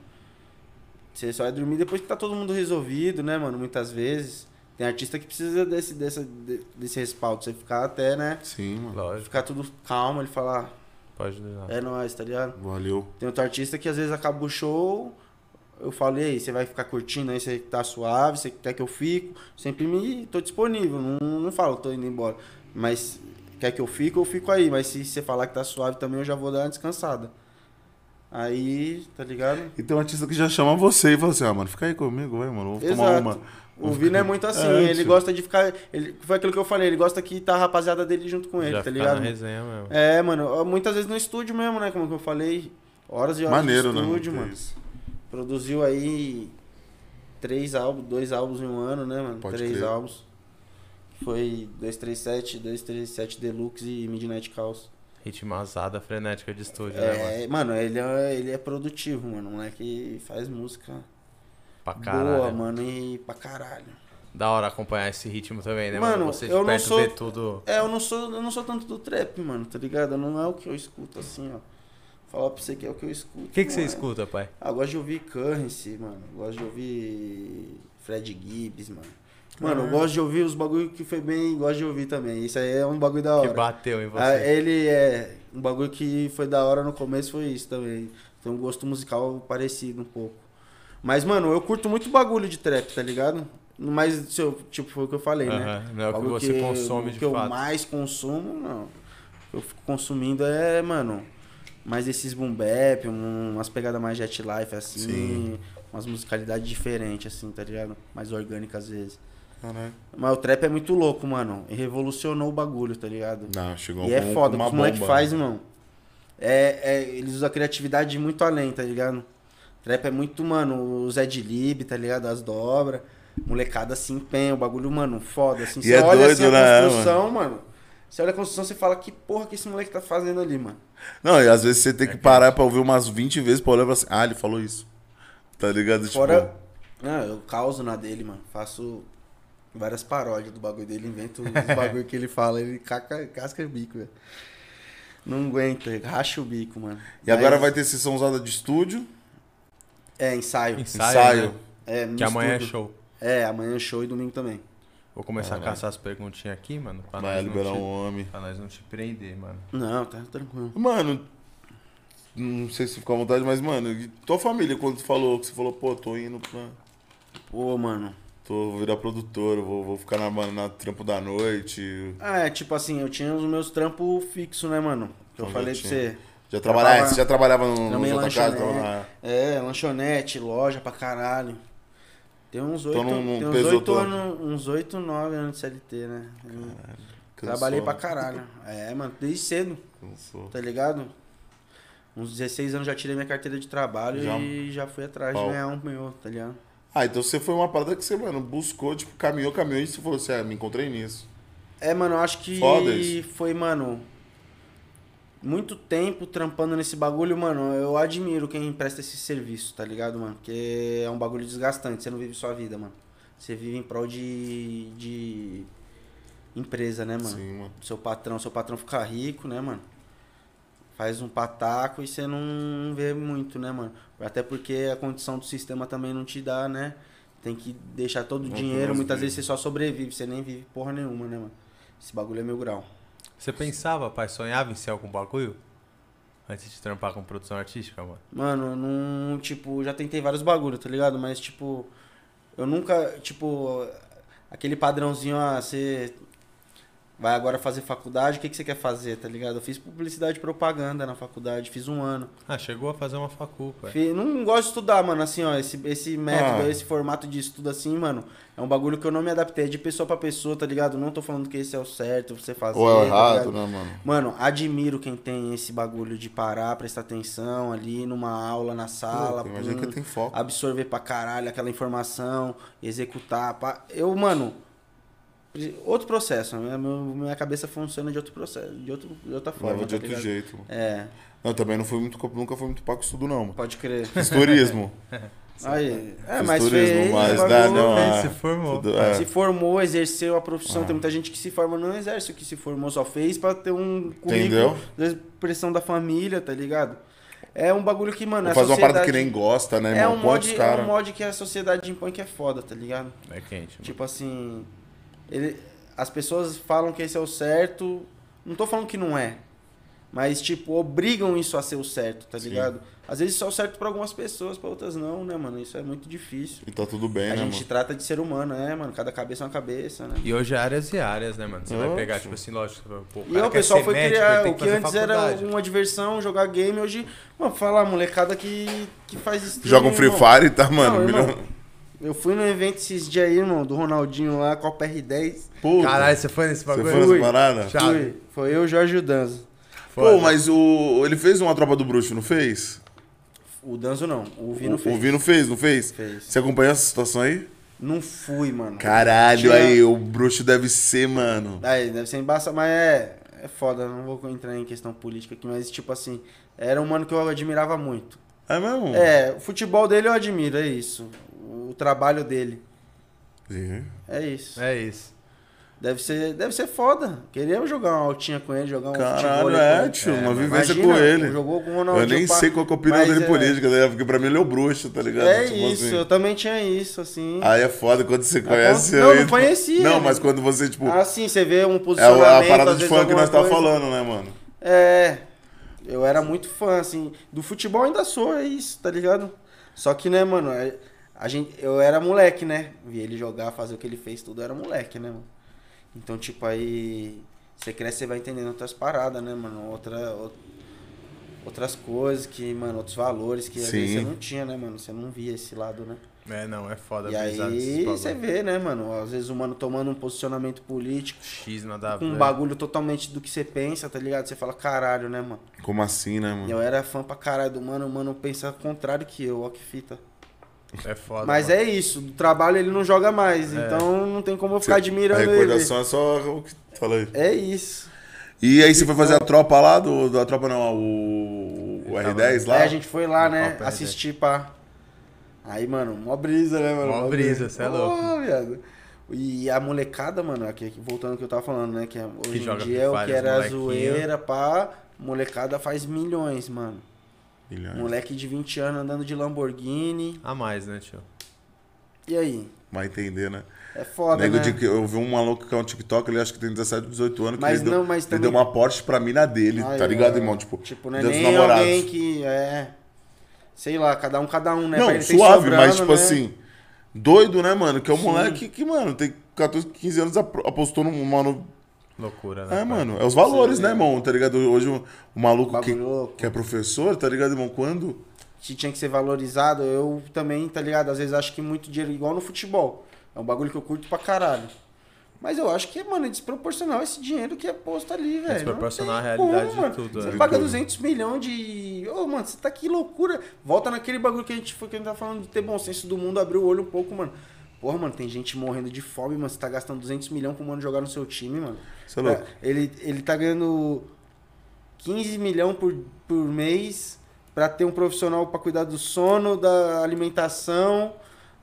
Você só vai dormir depois que tá todo mundo resolvido, né, mano? Muitas vezes. Tem artista que precisa desse, dessa, de- desse respaldo. Você ficar até, né?
Sim, mano.
Lógico,
Ficar tudo calmo, ele falar,
pode ajudar.
é nóis, tá ligado?
Valeu.
Tem outro artista que às vezes acaba o show, eu falo, e aí, você vai ficar curtindo aí, você tá suave, você quer que eu fico? Sempre me. tô disponível, não, não falo, tô indo embora. Mas quer que eu fique, eu fico aí. Mas se você falar que tá suave também, eu já vou dar uma descansada. Aí, tá ligado?
E tem um artista que já chama você e fala assim, ah, mano, fica aí comigo, vai, mano. Vamos tomar
Exato.
uma.
O
Vamos
Vino é
ficar-
muito assim,
É,
ele
tio.
gosta de ficar. Ele, foi aquilo que eu falei, ele gosta que tá a rapaziada dele junto com ele,
Já
tá
ficar
ligado?
na resenha mesmo.
É, mano, ó, muitas vezes no estúdio mesmo, né? Como que eu falei, horas e horas
Maneiro,
no
né?
estúdio,
mano?
mano.
É isso.
Produziu aí três álbuns, dois álbuns em um ano, né, mano?
Pode
três
crer.
álbuns. Foi 237, 237 Deluxe e Midnight Chaos.
Ritmo azada, frenética de estúdio, né, mano?
É, mano, ele é, ele é produtivo, mano. O moleque faz música
Pra caralho.
boa, mano, e pra caralho.
Da hora acompanhar esse ritmo também, né, mano?
Mano,
Você de
eu não
perto
sou-
vê tudo.
É, eu não sou, eu não sou tanto do trap, mano, tá ligado? Não é o que eu escuto assim, ó. Falar pra você que é o que eu escuto.
O que, que
não
você
é.
escuta, pai?
Ah, eu gosto de ouvir Currency, mano. Eu Gosto de ouvir Fred Gibbs, mano. Mano, eu gosto de ouvir os bagulho que foi bem, gosto de ouvir também. Isso aí é um bagulho da
Que
hora.
bateu em você.
Ah, ele é um bagulho que foi da hora no começo foi isso também. Tem um gosto musical parecido um pouco. Mas mano, eu curto muito bagulho de trap, tá ligado? Mas se eu- tipo foi o que eu falei, né?
Aham, Não é o que
Algo
você consome
o
de
que eu
fato.
mais consumo, não. O que eu fico consumindo é, mano, mais esses boom bap, um- umas pegadas mais jet life, assim.
Sim.
Umas musicalidades diferentes, assim, tá ligado? Mais orgânicas às vezes.
Caralho.
Mas o trap é muito louco, mano. E revolucionou o bagulho, tá ligado?
Não, chegou
e é
com- um
foda,
com
o
uma
que o moleque
bomba,
faz,
né?
irmão. É, é, eles usam a criatividade muito além, tá ligado? Trap é muito, mano, o Zé de Lib, tá ligado? As dobras. Molecada se empenha, o bagulho, mano, foda. Assim,
E é
assim
doido, né,
a construção, mano. Você olha a construção, você fala, que porra que esse moleque tá fazendo ali, mano.
Não, e às vezes você tem
É
que parar pra ouvir umas 20 vezes pra olhar e falar assim, ah, ele falou isso. Tá ligado?
Fora. Não, eu causo na dele, mano. Faço várias paródias do bagulho dele, invento os [LAUGHS] bagulho que ele fala. Ele caca, casca o bico, velho. Não aguenta, racha o bico, mano.
E agora
Mas-
vai ter sessão usada de estúdio,
É, ensaio.
Ensaio.
ensaio.
né?
É, no
Que amanhã é
estúdio.
show.
É, amanhã é show e domingo também.
Vou começar a
Caralho.
caçar as perguntinhas aqui, mano. Pra
Vai
nós não
liberar
te-
um homem.
Pra nós não te prender, mano.
Não, tá tranquilo.
Mano, não sei se ficou à vontade, mas, mano, e tua família, quando tu falou, que você falou, pô, tô indo pra.
Pô, mano.
Tô vou virar produtor, vou, vou ficar na, mano, na trampo da noite.
Ah, é, tipo assim, eu tinha os meus trampos fixos, né, mano? Que eu
Então,
falei
já
pra
tinha.
você.
Já trabalhava,
Trabalhava-
você já trabalhava no,
Também
na tua casa, Ah, trabalhava
lanchonete. É, lanchonete, loja pra caralho. Tem uns
Então
oito,
não- não
tem uns
pesou
oito
tanto.
anos, uns oito, nove anos de CLT, né? Eu
Cansou,
Trabalhei pra
né?
caralho. É, mano, desde cedo,
Cansou.
tá ligado? Uns 16 anos já tirei minha carteira de trabalho
Já-
e já fui atrás
Pau.
de ganhar um meu, tá ligado?
Ah, então você foi uma parada que você, mano, buscou, tipo, caminhou, caminhou e você falou assim, ah, me encontrei nisso.
É, mano, eu acho que
Foda isso.
foi, mano, muito tempo trampando nesse bagulho, mano. Eu admiro quem presta esse serviço, tá ligado, mano? Porque é um bagulho desgastante, você não vive sua vida, mano. Você vive em prol de, de empresa, né, mano?
Sim, mano.
Seu patrão, seu patrão fica rico, né, mano? Faz um pataco e você não vê muito, né, mano? Até porque a condição do sistema também não te dá, né? Tem que deixar todo o
Não,
dinheiro.
mas
Muitas
vive.
vezes você só sobrevive, você nem vive porra nenhuma, né, mano? Esse bagulho é meu grau.
Você pensava, pai, sonhava em ser algum bagulho? Antes de trampar com produção artística, mano?
Mano, eu não. Tipo, já tentei vários bagulhos, tá ligado? Mas, tipo, eu nunca. Tipo, aquele padrãozinho, ah, você vai agora fazer faculdade, o que, que você quer fazer, tá ligado? Eu fiz publicidade e propaganda na faculdade, fiz um ano.
Ah, chegou a fazer uma facu, pai.
Fi- Não gosto de estudar, mano, assim, ó, esse, esse método,
Ah.
esse formato de estudo assim, mano, é um bagulho que eu não me adaptei, é de pessoa pra pessoa, tá ligado? Não tô falando que esse é o certo, você fazer,
Ou é o
tá
errado,
ligado?
né, mano?
Mano, admiro quem tem esse bagulho de parar, prestar atenção ali numa aula, na sala,
Pô, imagina
pum,
que tem foco.
absorver pra caralho aquela informação, executar, pá. Eu, mano, pre- outro processo, né? Meu- minha cabeça funciona de outro processo, de, outro, de outra forma,
Leva de
tá
outro
ligado?
jeito, mano.
É,
Não, também não fui muito, nunca fui muito pago estudo,
[LAUGHS]
não. mano. [LAUGHS]
Pode crer.
Fiz turismo.
Aí, é,
Fiz
mas
turismo,
fez,
mas
o
dá,
bagulho- É.
não.
fez,
ah,
se formou.
tudo- é. Ah.
Se formou, exerceu a profissão. Tem muita gente que se forma no exército, que se formou só fez pra ter um currículo
Entendeu?
da pressão da família, tá ligado? É um bagulho que, mano,
Vou
a
fazer uma parada que
sociedade-
nem gosta, né,
é
irmão?
um,
Quantos
mod, é um
caras.
mod que a sociedade impõe que é foda, tá ligado?
É quente. mano.
Tipo assim, ele- as pessoas falam que esse é o certo. Não tô falando que não é. Mas, tipo, obrigam isso a ser o certo, tá ligado? Às vezes isso é o certo pra algumas pessoas, pra outras não, né, mano? Isso é muito difícil.
E tá tudo bem,
a
né,
gente
mano?
trata de ser humano, né, mano? Cada cabeça é uma cabeça, né?
E hoje é áreas e áreas, né, mano? Você vai
Ótimo.
pegar, tipo assim, lógico. Pô, o
E
cara
ó, o
quer
pessoal
ser
foi
médico, ele
criar.
tem
O que
fazer
antes era
faculdade.
uma diversão, jogar game, hoje. Mano, falar, molecada que, que faz isso.
Joga um Free Fire, tá, mano?
Não, irmão.
Milhão-
Eu fui no evento esses dias aí, irmão, do Ronaldinho lá, Copa R10.
Puta,
Caralho, você foi nesse
você
bagulho?
foi nessa parada?
Já.
Fui. Foi eu, Jorge e o Danzo.
Pô, mas o. Ele fez uma tropa do bruxo, não fez?
O Danzo não, o
O-
Vino fez.
O Vino fez, não fez?
Fez.
Você acompanhou essa situação aí?
Não fui, mano.
Caralho,
Tinha-
aí, o bruxo deve ser, mano.
Aí, deve ser embaçado, mas é, é foda, não vou entrar em questão política aqui, mas tipo assim, era um mano que eu admirava muito.
É mesmo?
É, o futebol dele eu admiro, é isso. O trabalho dele,
Ih,
é isso.
É isso.
Deve, ser, deve ser foda. Queríamos jogar uma altinha com ele, jogar um futebol
Caralho,
ali com
é,
ele.
tio,
É,
uma
mano,
vivência
Imagina,
com ele.
Jogou com o
Eu
Ronaldinho.
nem
pá,
sei qual que é a opinião
um mas
dele
é-
política, né? Porque pra mim ele é o bruxo, tá ligado?
É
Tipo
isso,
assim.
eu também tinha isso, assim.
Aí é foda quando você conhece.
não,
aí-
não conhecia,
Não,
mano.
mas quando você, tipo.
Ah, sim, você vê um
é a-
posicionamento.
a parada
às
de
vezes,
fã que
alguma
nós tá
coisa.
falando, né, mano?
É. Eu era muito fã, assim. Do futebol ainda sou, é isso, tá ligado? Só que, né, mano, é- a gente, eu era moleque, né? Vi ele jogar, fazer o que ele fez, tudo, eu era moleque, né, mano? Então, tipo, aí. Você cresce, você vai entendendo outras paradas, né, mano? Outra, ou- outras coisas que, mano, outros valores que às vezes
Sim.
você não tinha, né, mano? Você não via esse lado, né?
É, não, é foda.
E
brisar nesses
aí
bagulho.
você vê, né, mano? Às vezes o mano tomando um posicionamento político,
X nada a
com um
ver.
bagulho totalmente do que você pensa, tá ligado? Você fala, caralho, né, mano?
Como assim, né,
E
mano?
Eu era fã pra caralho do mano, o mano pensa contrário que eu, ó que fita.
É foda.
Mas
mano. É.
é isso, do trabalho ele não joga mais, então não tem como eu ficar
A
admirando ele.
recordação é só o que fala aí.
É isso.
E aí você foi
Então-
fazer a tropa lá do. Da tropa não, o. o R10 lá?
Aí a gente foi lá, né,
Papo é
assistir pra... Aí, mano, mó brisa, né, mano?
Mó brisa, cê é louco.
Ó, viado. E a molecada, mano, aqui, voltando ao que eu tava falando, né, que é- hoje em
joga
dia
Free
o que
Fire, os
era
molequinho.
zoeira, pá, molecada faz milhões, mano.
Milhões.
Moleque de 20 anos andando de Lamborghini,
A mais, né, tio?
e aí?
Vai entender, né?
É foda,
Nego
né?
de que- eu vi um maluco que é um TikTok, ele acho que tem 17, 18 anos, que
Mas
ele,
não,
deu,
mas
ele deu
também-
uma Porsche pra mina dele,
Aí,
tá ligado,
é.
irmão? Tipo,
Tipo, não é
Dia dos
nem
Namorados.
alguém que é. Sei lá, cada um, cada um, né? Pra
Não,
ele ter
suave, mas
sobrando,
tipo
né?
assim, doido, né, mano? Que é um moleque que, mano, tem 14, 15 anos, apro- apostou num, mano...
Loucura, né?
É,
pai?
mano, é os valores, né, irmão? Tá ligado? Hoje o, o maluco que,
Bagulho louco.
que é professor, tá ligado, irmão? Quando...
Que tinha que ser valorizado. Eu também, tá ligado? Às vezes acho que muito dinheiro, igual no futebol. É um bagulho que eu curto pra caralho. Mas eu acho que, mano, é desproporcional esse dinheiro que é posto ali, velho. Não
desproporcional
tem
à realidade
como,
de
mano.
tudo,
Você
né?
paga
Tudo.
200 milhões de... Ô, mano, você tá que loucura. Volta naquele bagulho que a gente foi, que a gente tá falando de ter bom senso do mundo, abrir o olho um pouco, mano. Porra, mano, tem gente morrendo de fome, mano. Você tá gastando 200 milhões pro mano jogar no seu time, mano.
Você é louco.
É, Ele, ele tá ganhando 15 milhões por, por mês pra ter um profissional pra cuidar do sono, da alimentação,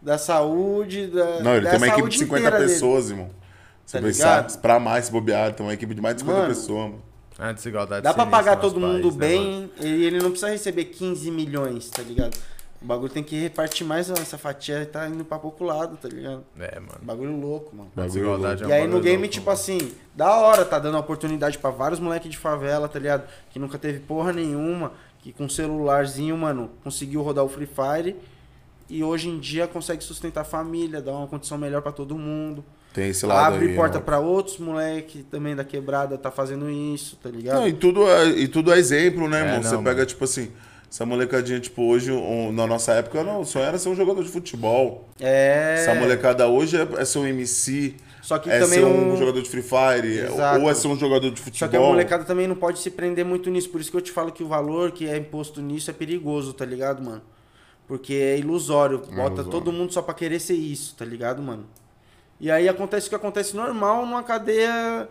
da saúde, da
Não, ele
da
tem uma equipe
É, saúde
de 50
inteira dele.
pessoas, irmão. Se
Tá
pensar,
ligado?
pra mais, se bobear, tem uma equipe de mais de 50
Mano,
pessoas, mano.
A desigualdade
Dá pra
assim,
sinistra
pagar
no
todo
nosso
mundo
país, né, mano?
bem e ele não precisa receber 15 milhões, tá ligado? O bagulho tem que repartir mais, ó, essa fatia tá indo pra pouco lado, tá ligado?
É, mano.
Bagulho louco, mano.
A
Bagulho
desigualdade é
E
um
aí no
bagulho
game,
louco,
tipo
mano.
assim, da hora, tá dando oportunidade pra vários moleques de favela, tá ligado? Que nunca teve porra nenhuma, que com celularzinho, mano, conseguiu rodar o Free Fire e hoje em dia consegue sustentar a família, dar uma condição melhor pra todo mundo.
Tem esse lado
Abre
aí, né?
porta
irmão.
pra outros moleque também da quebrada, tá fazendo isso, tá ligado?
Não, e tudo é, e tudo é exemplo, né,
É,
irmão?
não,
você
mano.
pega, tipo assim, essa molecadinha, tipo, hoje, um- na nossa época, não, só era ser um jogador de futebol.
é.
Essa molecada hoje é, é ser um MC,
Só que
é
também
ser um,
um-
jogador de Free Fire,
Exato.
ou é ser um jogador de futebol.
Só que a molecada também não pode se prender muito nisso. Por isso que eu te falo que o valor que é imposto nisso é perigoso, tá ligado, mano? Porque é ilusório. Bota
ilusório.
todo mundo só pra querer ser isso, tá ligado, mano? E aí acontece o que acontece normal numa cadeia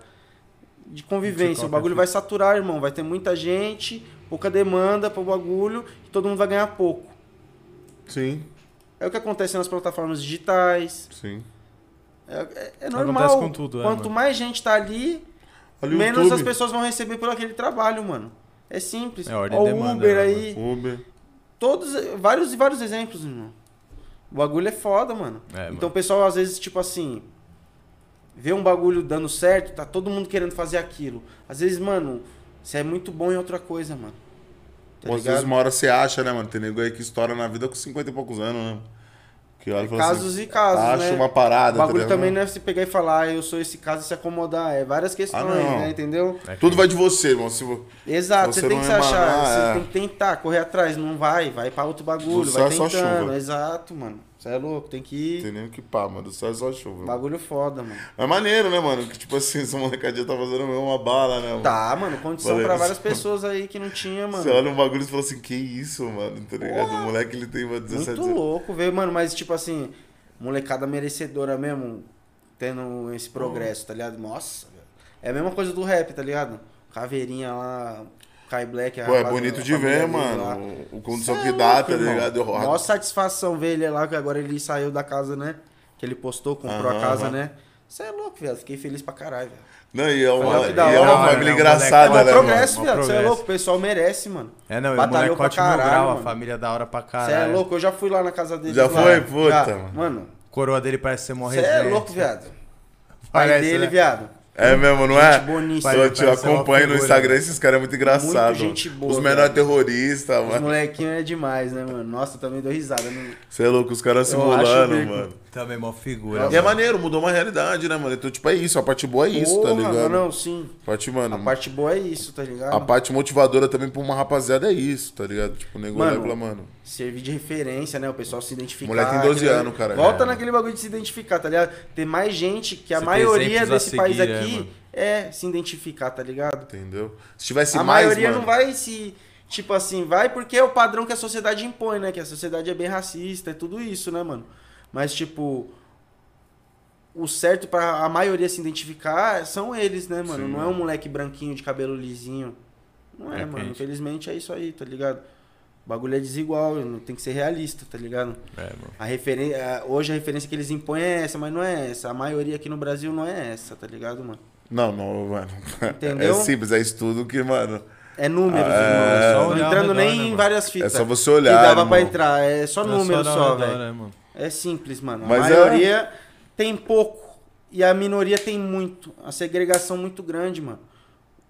de convivência. O bagulho vai saturar, irmão. Vai ter muita gente, pouca demanda pro bagulho e todo mundo vai ganhar pouco.
Sim,
É o que acontece nas plataformas digitais.
sim.
É, é- é normal.
com tudo, é,
Quanto
mano.
mais gente tá ali,
Olha o
menos
YouTube,
as pessoas vão receber por aquele trabalho, mano. É simples.
É ordem
Ó,
e demanda,
Uber
né,
aí.
Uber.
Todos, vários e vários exemplos, irmão. O bagulho é foda, mano.
É,
então o pessoal às vezes, tipo assim, vê um bagulho dando certo, tá todo mundo querendo fazer aquilo. Às vezes, mano, você é muito bom em outra coisa, mano. Tá
Ou às vezes
ligado?
uma hora você acha, né, mano? Tem nego aí que estoura na vida com 50 e poucos anos, né? Que olha e fala
É Casos
assim,
e casos,
acha
né?
uma parada,
o
tá
bagulho
ligado?
também não é se pegar e falar, "Ah, eu sou esse caso e se acomodar. É várias questões,
não. É,
né? Entendeu?
Tudo vai de você, irmão. Se vo-
Exato,
Você
você tem
não
que se
é
achar,
maná,
você
é.
tem que tentar, correr atrás, não vai, vai pra outro bagulho,
Do
vai
céu é só
tentando.
chuva.
Exato, mano. Você é louco, tem que
Não
ir.
tem nem o que pá, mano. Só é só chuva.
Bagulho foda, mano.
É maneiro, né, mano? Que tipo assim, essa molecadinha tá fazendo mesmo uma bala, né? Mano?
Tá, mano, condição
Valeu.
pra várias pessoas aí que não tinha, mano.
Você olha um bagulho e fala assim, que isso, mano, tá ligado? O moleque ele tem mano, 17
Muito
anos.
louco ver, mano, mas tipo assim, molecada merecedora mesmo, tendo esse progresso, tá ligado? Nossa, velho. É a mesma coisa do rap, tá ligado? Caveirinha lá, Kai Black. a
Pô, é
rapaz-
bonito
a
de
família
ver,
dele lá.
mano. O, o condição
Cê
que
é
dá,
louco,
tá
irmão.
ligado? Eu-
Maior satisfação ver ele lá, que agora ele saiu da casa, né? Que ele postou, comprou
Aham,
a casa,
aham.
né? Você é louco, viado. Fiquei feliz pra caralho, velho.
Não, e é
Olha
uma,
que
e
da
é
hora,
uma
né,
família
moleque?
É
engraçada,
um
né, mano?
progresso,
mano?
viado. Você é
Progresso.
louco, o pessoal merece, mano.
É, não, e o
Batalhou
molecote
pra
mil
caralho,
grau, a
mano.
família da hora pra
Você
caralho.
é louco, eu já fui lá na casa dele.
Já
lá.
foi? Puta,
Já.
mano.
Mano,
Coroa dele parece ser mó
você é
resenha.
louco, viado. Pai
Parece,
dele,
né?
viado.
É mesmo, não é?
Gente boníssima.
Eu te
Parece ser uma
acompanho no
figura,
Instagram,
né?
esses caras é muito engraçado.
Muito gente
mano.
boa,
Os menores
velho.
terroristas,
Os
mano.
molequinhos é demais, né, mano? Nossa, eu também dou risada. né?
Você é louco, os caras
Eu acho
simulando,
o bico.
mano.
Também mó figura.
E é
mano.
maneiro, mudou uma realidade, né, mano? Então, tipo, é isso. A parte boa é isso,
Porra,
tá ligado?
Não, não, sim.
Parte, mano,
A parte boa é isso, tá ligado?
a parte motivadora também pra uma rapaziada é isso, tá ligado? Tipo, o nego
Mano,
olha e fala, mano.
Servir de referência, né? O pessoal se identificar.
Moleque tem 12
aquele-
anos, cara.
Volta
É.
naquele bagulho de se identificar, tá ligado? Tem mais gente que a
Você tem
maioria
exemplos a
desse
seguir,
país
é,
aqui
mano.
é, se identificar, tá ligado?
Entendeu? Se tivesse
a
mais,
maioria
mano,
não vai se. Tipo assim, vai porque é o padrão que a sociedade impõe, né? Que a sociedade é bem racista, é tudo isso, né, mano? Mas, tipo. O certo pra a maioria se identificar são eles, né, mano?
Sim.
Não é um moleque branquinho de cabelo lisinho. Não é,
É,
mano.
quente.
Infelizmente é isso aí, tá ligado? O bagulho é desigual, não tem que ser realista, tá ligado?
É, mano.
A referen... a- Hoje a referência que eles impõem é essa, mas não é essa. A maioria aqui no Brasil não é essa, tá ligado, mano?
Não, não, mano. [LAUGHS]
Entendeu?
É simples, é estudo que, mano.
É números,
é só
irmão. Não
olhar ao
entrando
redor,
nem
né,
em
mano?
várias fitas.
Ah, É só você
que
olhar.
dava pra
irmão.
entrar. É só número só, velho.
né, mano.
É simples, mano. A
Mas é-
maioria tem pouco e a minoria tem muito. A segregação muito grande, mano.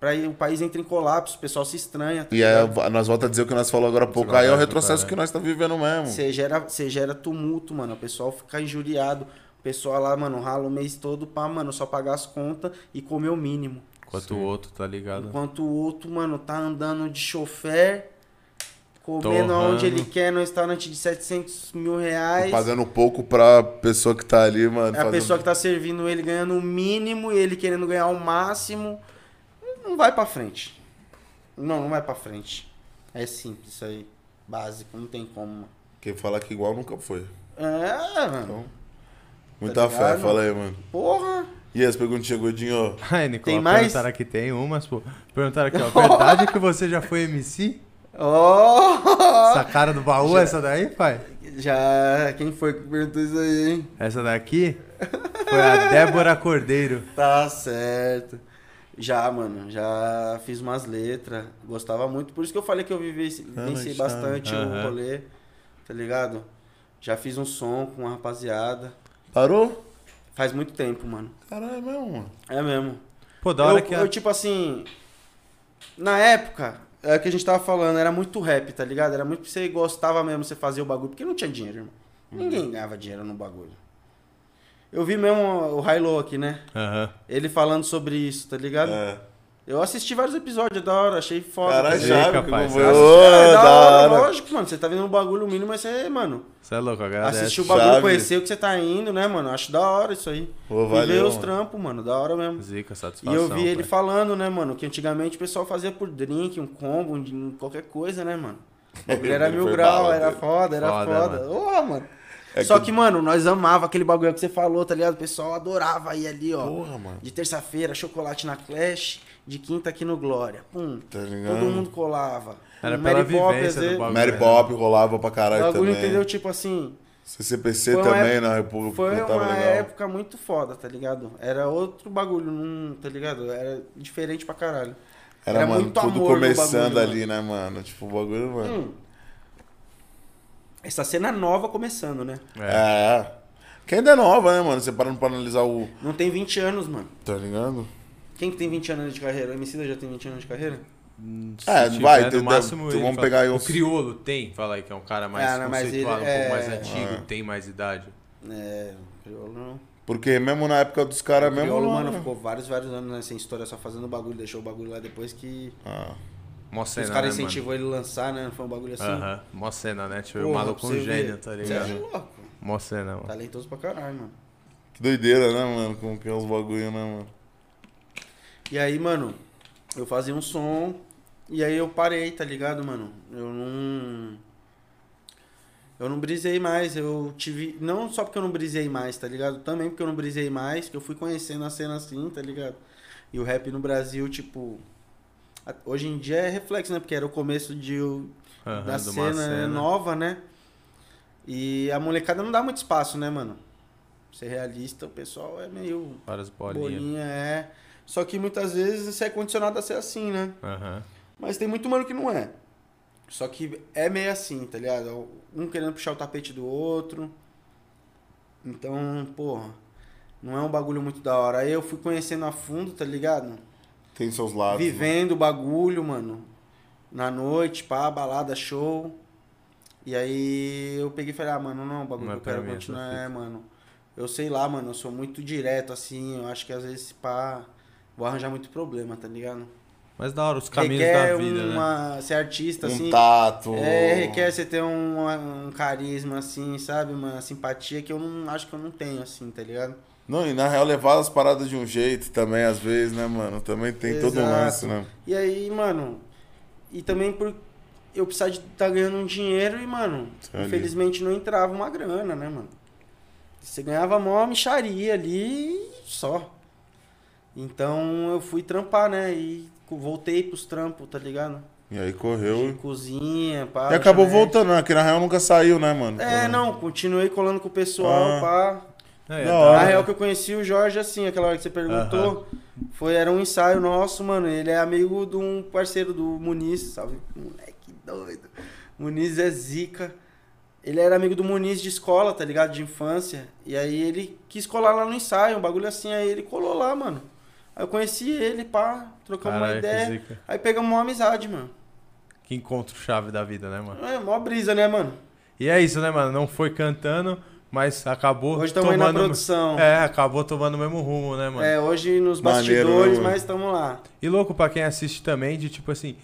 Pra ir, o país entra em colapso, o pessoal se estranha. tá
E é aí,
ligado?
nós volta a dizer o que nós falamos agora há pouco.
vai
Aí é o
dar,
retrocesso
vai
que nós estamos vivendo mesmo.
Você gera, você gera tumulto, mano. O pessoal fica injuriado. O pessoal lá, mano, rala o mês todo pra, mano, só pagar as contas e comer o mínimo.
Enquanto o outro, tá
Né.
ligado?
Enquanto o outro, mano, tá andando de chofer, comendo
Torrando.
aonde ele quer, no restaurante de 700 mil reais.
Pagando pouco pra pessoa que tá ali, mano.
É a
fazendo-
pessoa que tá servindo ele ganhando o mínimo e ele querendo ganhar o máximo. Não vai pra frente. Não, não vai pra frente. É simples isso aí. Básico, não tem como. mano.
Quem fala que igual nunca foi.
É, mano.
Muita fé,
Tá ligado?
fala aí, mano.
Porra.
E as perguntinhas, Godinho?
[LAUGHS] Ai, Nicolau,
Tem mais?
perguntaram aqui, tem umas, pô. Perguntaram
[LAUGHS]
aqui, ó. Verdade é que você já foi MC?
Oh!
Essa cara do baú, essa daí, pai?
[LAUGHS] Já, quem foi que perguntou isso aí, hein?
Essa daqui foi a Débora Cordeiro.
Tá certo. Já, mano, já fiz umas letras, gostava muito. Por isso que eu falei que eu vivenciei vivenciei
sabe.
bastante o
Ah, tá. Aham.
rolê, tá ligado? Já fiz um som com uma rapaziada.
Parou?
Faz muito tempo, mano.
Caralho, é mesmo, mano.
É mesmo.
Pô, da hora
eu,
que
eu,
a...
tipo assim, na época, é o que a gente tava falando, era muito rap, tá ligado? Era muito que você gostava mesmo, você fazia o bagulho, porque não tinha dinheiro, irmão.
Uhum.
Ninguém ganhava dinheiro no bagulho. Eu vi mesmo o Hilo aqui, né?
Aham.
Ele falando sobre isso, tá ligado?
É.
Eu assisti vários episódios, é da hora, achei foda.
Caralho,
Sim,
tá ligado?
chave, que
capaz.
como eu-
Nossa,
É,
Ô,
da, hora,
hora.
lógico, mano. Você tá vendo um bagulho mínimo, mas você, mano,
Você é louco, agradece.
assistir o bagulho,
Chave.
conhecer o que você tá indo, né, mano? Acho da hora isso aí.
Pô,
E
valeu,
ver os
mano.
trampos, mano, da hora mesmo.
Zica,
E
satisfação.
eu vi ele
pai.
falando, né, mano, que antigamente o pessoal fazia por drink, um combo,
[LAUGHS]
um- qualquer coisa, né, mano? O bagulho era
Ele
mil
foi
grau,
bala
era
dele.
foda, era
Foda,
foda. Ô, mano.
É
Só
que-
que, mano, nós amava aquele bagulho que você falou, tá ligado? O pessoal adorava ir ali, ó.
Porra, mano.
De terça-feira, chocolate na Clash, de quinta aqui no Glória. Pum.
Tá ligado?
Todo mundo colava.
Era
Um
pela
Pop,
vivência do bagulho.
Mary Pop rolava pra
O
caralho
bagulho,
também.
entendeu? Tipo assim,
CCPC
Foi uma
também né?
época-
na República
foi
tava
uma
legal.
época muito foda, tá ligado? Era outro bagulho, não, tá ligado? Era diferente pra caralho.
Era,
era
mano,
muito
tudo
amor no
começando
bagulho,
ali, né, mano? Tipo, o bagulho, mano.
Hum. Essa cena nova começando, né?
Hum.
É. Que ainda é nova, né, mano? Você parando pra analisar o.
Não tem 20 anos, mano.
Tá ligado?
Quem que tem 20 anos de carreira? O MC da já tem 20 anos de carreira?
Se
É,
tiver,
vai,
no
tem-
máximo
tem-
ele
vamos
fala-
pegar aí
O
uns-
Criolo tem, fala aí, que é um cara mais
Ah, não, mas
conceituado,
ele-
um pouco mais
é.
antigo,
Ah.
tem mais idade.
É, crioulo não.
Porque mesmo na época dos caras mesmo.
Crioulo, mano,
né?
ficou vários, vários anos né, sem história, só fazendo bagulho. Deixou o bagulho lá depois que
Ah.
Mó cena,
os caras
né,
incentivou ele a lançar, né? Foi um bagulho assim.
mano? Aham, mó cena, né? Tipo, o
Porra,
maluco
pra
é
você
um gênio,
ver.
tá
Você é
ligado?
louco.
Mó cena, mano.
Talentoso pra caralho, mano.
Que doideira, né, mano? Como que é os bagulho, né, mano?
E aí, mano, eu fazia um som e aí eu parei, tá ligado, mano? Eu não. Eu não brisei mais, eu tive. Não só porque eu não brisei mais, tá ligado? Também porque eu não brisei mais, que eu fui conhecendo a cena assim, tá ligado? E o rap no Brasil, tipo. a- Hoje em dia é reflexo, né? Porque era o começo de, o-
Aham,
da
de uma
cena,
cena.
nova, né? E a molecada não dá muito espaço, né, mano? Ser realista, o pessoal é meio.
Várias bolinhas.
Bolinha, é. Só que muitas vezes isso é condicionado a ser assim, né?
Aham.
Mas tem muito mano que não é. Só que é meio assim, tá ligado? Um querendo puxar o tapete do outro. Então, porra, não é um bagulho muito da hora. Aí eu fui conhecendo a fundo, tá ligado?
Tem seus lados. né?
Vivendo o bagulho, mano. Na noite, pá, balada, show. E aí eu peguei e falei, ah, mano, não, o bagulho
Não é
que eu quero
pra mim
continuar
essa
é, mano. Eu sei lá, mano, eu sou muito direto, assim, eu acho que às vezes, pá, vou arranjar muito problema, tá ligado?
Mas da hora, os caminhos
requer
da vida, né?
é uma, ser artista,
Um
assim.
tato.
É, requer você ter um, um carisma, assim, sabe? Uma simpatia que eu não acho que eu não tenho, assim, tá ligado?
Não, e na real levar as paradas de um jeito também, às vezes, né, mano? Também tem todo um
Exato.
lance, né?
E aí, mano, e também por eu precisar de estar ganhando um dinheiro e, mano,
Tá ali.
infelizmente não entrava uma grana, né, mano? Você ganhava mó micharia ali e só. Então eu fui trampar, né? E co- voltei pros trampos, tá ligado?
E aí
De
correu.
cozinha, pá.
E acabou
lanchonete.
voltando, né? Que na real nunca saiu, né, mano?
É, não, continuei colando com o pessoal,
Ah.
pá.
É,
Da
tá-
hora.
Na real que eu conheci o Jorge assim, aquela hora que você perguntou, foi era um ensaio nosso, mano. Ele é amigo de um parceiro do Muniz, salve, moleque doido. Muniz é zica. Ele era amigo do Muniz de escola, tá ligado? De infância. E aí ele quis colar lá no ensaio, um bagulho assim, aí ele colou lá, mano. Aí eu conheci ele, pá, trocamos
Caralho,
uma
que
ideia.
zica.
Aí pegamos uma amizade, mano.
Que encontro chave da vida, né, mano?
É, mó brisa, né, mano?
E é isso, né, mano? Não foi cantando, mas acabou
Hoje estamos aí
tomando...
na produção. É,
É, acabou tomando o mesmo rumo, né, mano?
hoje nos
Maneiro, né,
bastidores,
mano?
mas estamos lá.
E louco pra quem assiste também, de tipo assim,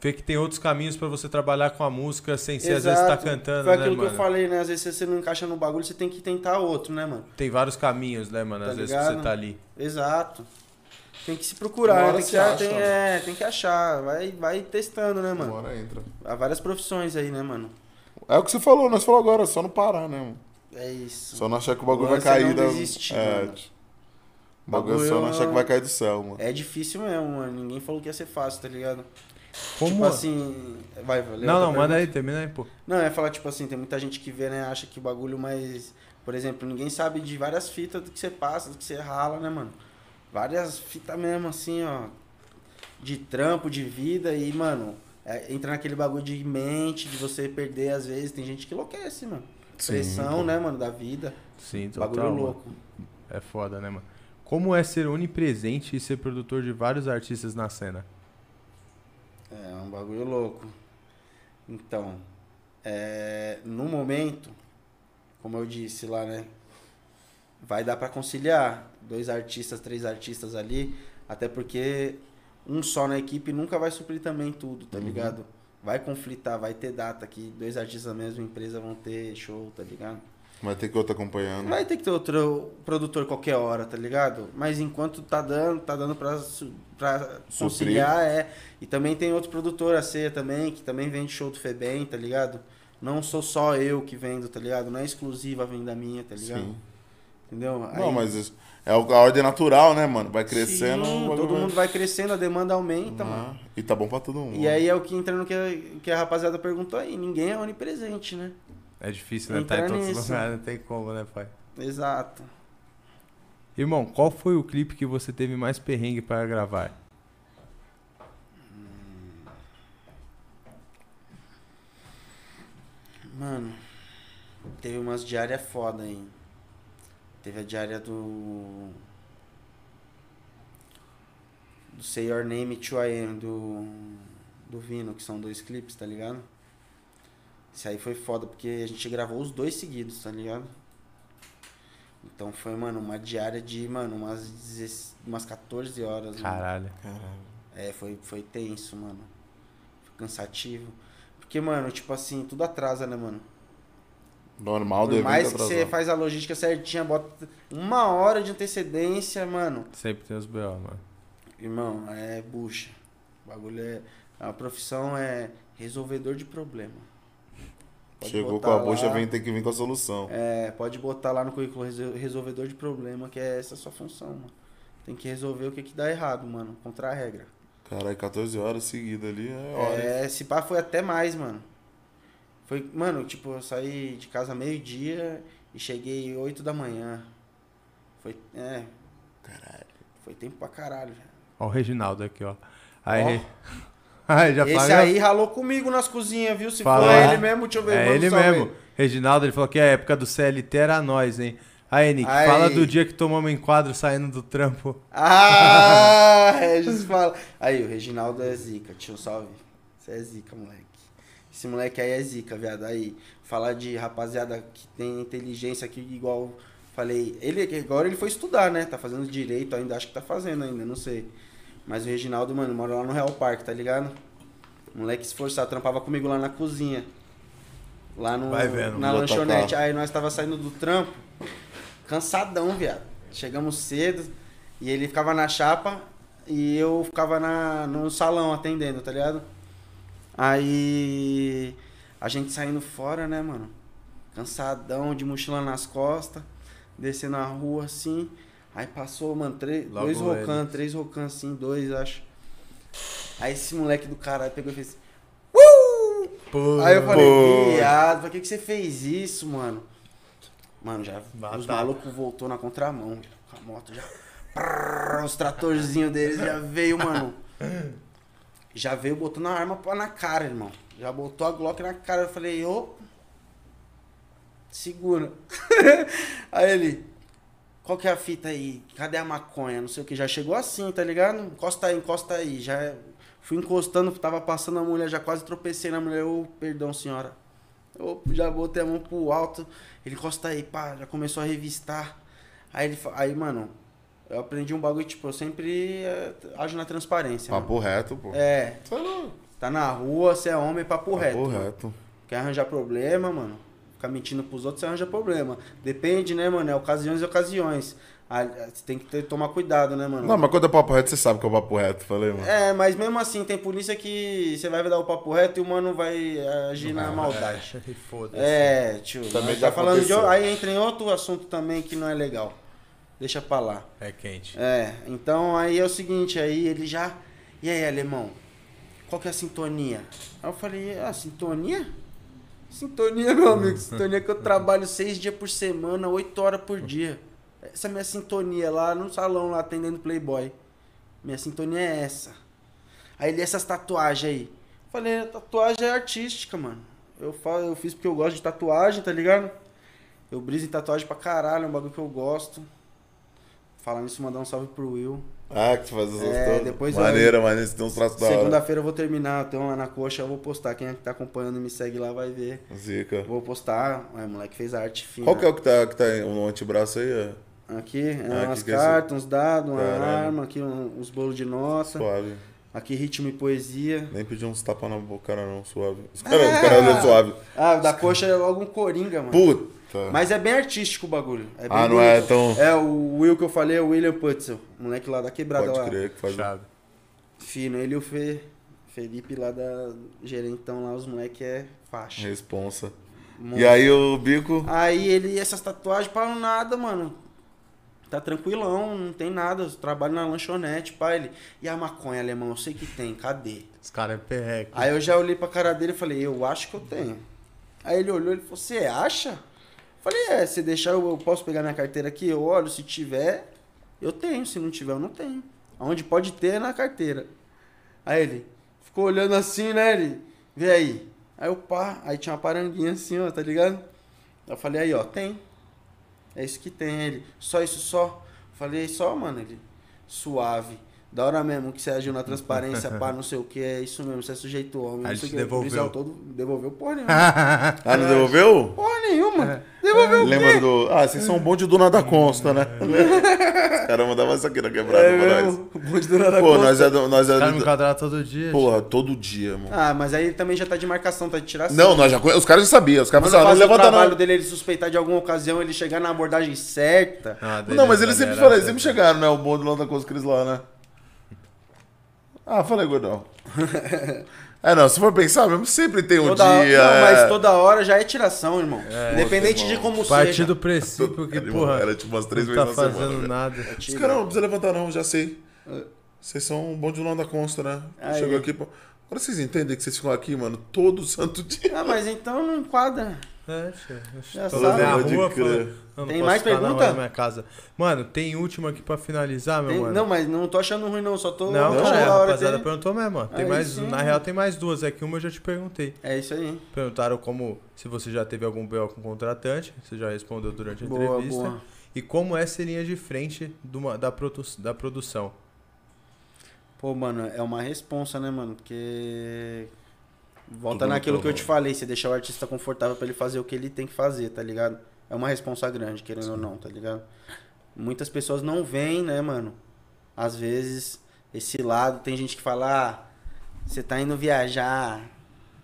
ver que tem outros caminhos pra você trabalhar com a música sem ser às vezes tá
Exato.
cantando,
Foi
né,
aquilo
mano?
que eu falei, né? Às vezes se você não encaixa no bagulho, você tem que tentar outro, né, mano?
Tem vários caminhos, né, mano?
Tá
às vezes que
ligado?
você tá ali.
Exato. Tem que se
Uma
procurar, né?
hora
tem, que,
você acha,
tem,
mano.
é, tem que achar. Vai, vai testando, né, mano?
então. Bora, entra.
Há várias profissões aí, né, mano?
É o que você falou, nós falou agora, só não parar, né, mano?
É isso.
Só não achar que o bagulho vai
Agora você
cair
não
da.
desistir,
é,
mano.
o bagulho é só não achar que vai cair do céu, mano.
É difícil mesmo, mano. Ninguém falou que ia ser fácil, tá ligado?
Como
Tipo assim. Vai, valeu.
Não, não, manda aí, termina aí, pô.
Não, é falar, tipo assim, tem muita gente que vê, né? Acha que o bagulho mais. Por exemplo, ninguém sabe de várias fitas do que você passa, do que você rala, né, mano? Várias fitas mesmo, assim, ó. De trampo, de vida e, mano. é, entra naquele bagulho de mente, de você perder às vezes. Tem gente que enlouquece, mano.
Sim,
Pressão, né, mano, da vida.
Sim, total.
Bagulho
mano.
louco.
É foda, né, mano? Como é ser onipresente e ser produtor de vários artistas na cena?
É um bagulho louco. Então, é, no momento, como eu disse lá, né? Vai dar pra conciliar dois artistas, três artistas ali, até porque um só na equipe nunca vai suprir também tudo, tá ligado? Vai conflitar, vai ter data que dois artistas da mesma empresa vão ter show, tá ligado?
Vai ter que outro acompanhando.
Vai ter que ter outro produtor qualquer hora, tá ligado? Mas enquanto tá dando, tá dando pra, su- pra conciliar, é. E também tem outro produtor, a Ceia também, que também vende show do Febem, tá ligado? não sou só eu que vendo, tá ligado? Não é exclusiva a venda minha, tá ligado?
Sim.
Entendeu?
Não, mas isso- é o- a ordem natural, né, mano? Vai crescendo. o
Sim,
bagulho
todo
vai-
mundo vai crescendo, a demanda aumenta, mano.
Ah, E tá bom pra todo mundo.
E aí é o que entra no que, a- que a rapaziada perguntou aí. Ninguém é onipresente, né?
É difícil, né? Tá
Entrar
em todos os
nisso.
lugares, não tem como, né, pai?
Exato.
Irmão, qual foi o clipe que você teve mais perrengue para gravar?
Mano, teve umas diárias foda aí. Teve a diária do. Do Say Your Name e 2AM do. Do Vino, que são dois clipes, tá ligado? Isso aí foi foda, porque a gente gravou os dois seguidos, tá ligado? Então foi, mano, uma diária de, mano, umas, 16 umas 14 horas. mano.
Caralho.
É, foi, foi tenso, mano. Foi cansativo. Porque, mano, tipo assim, tudo atrasa, né, mano?
Normal do
Por
evento
mais que você
atrasado.
faz a logística certinha, bota uma hora de antecedência, mano.
Sempre tem os B.O., mano.
Irmão, é bucha. O bagulho é. A profissão é resolvedor de problema. Pode
Chegou
botar
com a bucha,
lá-
vem tem que vir com a solução.
É, pode botar lá no currículo resol- resolvedor de problema, que é essa a sua função, mano. Tem que resolver o que, que dá errado, mano. Contra a regra.
Caralho, 14 horas seguidas ali é hora. hein?
É, se pá foi até mais, mano. Foi, mano, tipo, eu saí de casa meio-dia e cheguei 8 da manhã. Foi, é,
Caralho.
foi tempo pra caralho, velho.
Ó o Reginaldo aqui, ó. Aí. [LAUGHS] Aí, já
Esse
falei. né?
aí ralou comigo nas cozinhas, viu? Se
Fala.
for ele mesmo, deixa eu ver.
É
manda um
ele
salve
mesmo.
aí.
Reginaldo, ele falou que a época do CLT era nós, hein? Aí, Nick,
Aí.
fala do dia que tomamos enquadro saindo do trampo.
Ah,
[LAUGHS]
Regis fala. Aí, o Reginaldo é zica, tio, salve. Você é zica, moleque. Esse moleque aí é zica, viado. Aí, falar de rapaziada que tem inteligência aqui, igual falei. Ele, agora ele foi estudar, né? Tá fazendo direito ainda, acho que tá fazendo ainda, não sei. Mas o Reginaldo, mano, mora lá no Real Parque, tá ligado? O moleque se esforçado, trampava comigo lá na cozinha. Lá no,
Vai vendo,
na
vou
lanchonete.
tocar.
Aí nós tava saindo do trampo, cansadão, viado. Chegamos cedo e ele ficava na chapa e eu ficava na, no salão atendendo, tá ligado? Aí a gente saindo fora, né, mano? Cansadão, de mochila nas costas, descendo a rua assim. Aí passou, mano, três,
Logo
dois
ele.
Rocan, três Rocan assim, dois, acho. Aí esse moleque do caralho pegou e fez. Uh!
Pô,
Aí eu
Pô.
falei, viado, pra que, que você fez isso, mano? Mano, já os
Batata.
malucos voltou na contramão, já, com a moto já. Prrr, os tratorzinhos deles já veio, mano. Já veio botando a arma pra- na cara, irmão. Já botou a Glock na cara. Eu falei, ô. Segura. [LAUGHS] aí ele. Qual que é a fita aí? Cadê a maconha? Não sei o que. Já chegou assim, tá ligado? Encosta aí, encosta aí. Já fui encostando, tava passando a mulher, já quase tropecei na mulher. Ô, perdão, senhora. Eu já botei a mão pro alto. Ele encosta aí, pá, já começou a revistar. Aí ele fa- Aí, mano, eu aprendi um bagulho, tipo, eu sempre eh, ajo na transparência. mano.
Papo reto, pô.
É,
Tá louco.
tá na rua, você é homem, papo reto.
Papo
mano.
reto.
Quer arranjar problema, mano? Ficar mentindo pros outros, você arranja problema. Depende, né, mano? É ocasiões e ocasiões. Ah, Você tem que ter- tomar cuidado, né, mano?
Não, mas quando é papo reto, você sabe que é o papo reto, falei, mano.
É, mas mesmo assim, tem polícia que você vai dar o papo reto e o mano vai eh, agir na é maldade. [LAUGHS]
E foda-se.
É, tio.
Também
nós
já
tá falando de,
aconteceu.
aí entra em outro assunto também que não é legal. Deixa pra lá.
É quente.
É, então aí é o seguinte, aí ele já. E aí, alemão? Qual que é a sintonia? Aí eu falei, ah, sintonia? Sintonia, meu amigo, sintonia que eu trabalho seis dias por semana, oito horas por dia. Essa é a minha sintonia lá no salão, lá atendendo Playboy. Minha sintonia é essa. Aí ele, essas tatuagens aí. Eu Falei, a tatuagem é artística, mano. Eu, falo, eu fiz porque eu gosto de tatuagem, tá ligado? Eu briso em tatuagem pra caralho, é um bagulho que eu gosto. Falando isso, mandar um salve pro Will.
Ah, que tu faz essas
É,
coisas.
depois eu-
Maneira, maneira, você tem uns traços da hora.
Segunda-feira eu vou terminar, eu tenho uma na coxa, eu vou postar. Quem é que tá acompanhando e me segue lá vai ver.
Zica.
Vou postar. Ué, moleque fez arte fina.
Qual que é o que tá, que tá aí no antebraço aí? ó?
Aqui, é
Ah,
umas
que que é isso?
cartas, uns dados, uma
Caralho.
arma, aqui um- uns bolos de nota.
Suave.
Aqui ritmo e poesia.
Nem pedi uns tapas na boca, cara, não, suave. Os caras os caras olham suave.
Ah, o da coxa é logo um coringa, mano.
Puta.
Mas é bem artístico o bagulho. É bem
Ah, não é
bonito.
tão-
É, o Will que eu falei é o William Putzel. Moleque lá da quebrada
Pode
lá.
crer que faz.
Chave.
Fino, ele e o Fê. Felipe lá da gerentão lá, os moleque é faixa.
Responsa.
Monstro.
E aí o bico.
Aí ele, essas tatuagens, para nada, mano. Tá tranquilão, não tem nada. Eu trabalho na lanchonete, pá. Ele, e a maconha, alemão? Eu sei que tem, cadê?
Os caras é perreco.
Aí eu já olhei pra cara dele e falei, eu acho que eu tenho. Aí ele olhou e falou, você acha? Eu Falei, é, se deixar eu, eu posso pegar minha carteira aqui, eu olho, se tiver, eu tenho, se não tiver, eu não tenho. Onde pode ter é na carteira. Aí ele ficou olhando assim, né? Ele, vê aí. Aí eu pá, aí tinha uma paranguinha assim, ó, tá ligado? Eu falei, aí, ó, tem. É isso que tem. Ele, só isso só. Eu Falei, só, mano. Ele, suave. Da hora mesmo que você agiu na transparência, pá, não sei o que, é isso mesmo, você é sujeito homem.
Aí
não
ele
sei o
te
que,
devolveu.
policial todo devolveu porra
[LAUGHS]
nenhuma.
Ah, não devolveu?
porra nenhuma.
É.
Devolveu o
Lembra
quê?
do. Ah, vocês são um bonde do nada consta,
[LAUGHS]
né? Os caras mandavam essa aqui na quebrada
É
pra
mesmo,
nós.
o bonde do nada
Pô,
conta.
nós é. do- Nós é
Os caras me
do-
enquadraram todo dia.
Porra, todo dia, mano.
Ah, mas aí ele também já tá de marcação, tá de tiração.
Não, nós já conhe- os caras já sabiam. Os caras
Quando eu
falavam, não
faço o
levanta
trabalho
não.
dele, ele suspeitar de alguma ocasião, ele chegar na abordagem certa.
Não, mas eles sempre falaram, eles sempre chegaram, né? O bonde lá da Coisa Cris lá, né? Ah, falei,
[LAUGHS]
gordão. é, não, se for pensar mesmo, sempre tem um
toda hora,
dia.
não,
é.
mas toda hora já é tiração, irmão. Independente
Puta,
de como
Partir
seja.
do princípio
[LAUGHS]
que,
Era,
porra,
era tipo umas três
não
vezes
tá
na
fazendo
semana. velho.
nada.
Os caras não precisa levantar, não, já sei. Vocês são um bom de lona da consta, né?
É. Aí.
Chegou aqui. pô. Agora vocês entendem que vocês ficam aqui, mano, todo santo dia.
Ah, mas então não enquadra.
É, tio.
Já
Tô
sabe.
na
Pode
rua,
crer.
falando, "Não, não
Tem
posso
mais
ficar na
pergunta?
rua da minha casa. Mano, tem última aqui pra finalizar, meu
Tem-
mano.
não, mas não tô achando ruim, não. Só tô.
Então Não,
tô
cara,
achando
a
da hora
rapaziada
dele.
perguntou mesmo, mano. Tem
Aí
mais,
sim.
na real tem mais duas, é que uma eu já te perguntei.
É isso aí.
Perguntaram como, se você já teve algum BO com contratante, você já respondeu durante a
Boa,
entrevista.
boa.
E como é ser linha de frente de uma- da, produ- da produção.
Pô, mano, é uma responsa, né, mano? Porque. Volta
Tudo
naquilo
muito
que eu
bom.
te falei, você deixar o artista confortável pra ele fazer o que ele tem que fazer, tá ligado? É uma responsa grande, querendo ou não, tá ligado? Muitas pessoas não veem, né, mano? Às vezes, esse lado, tem gente que fala, ah, você tá indo viajar,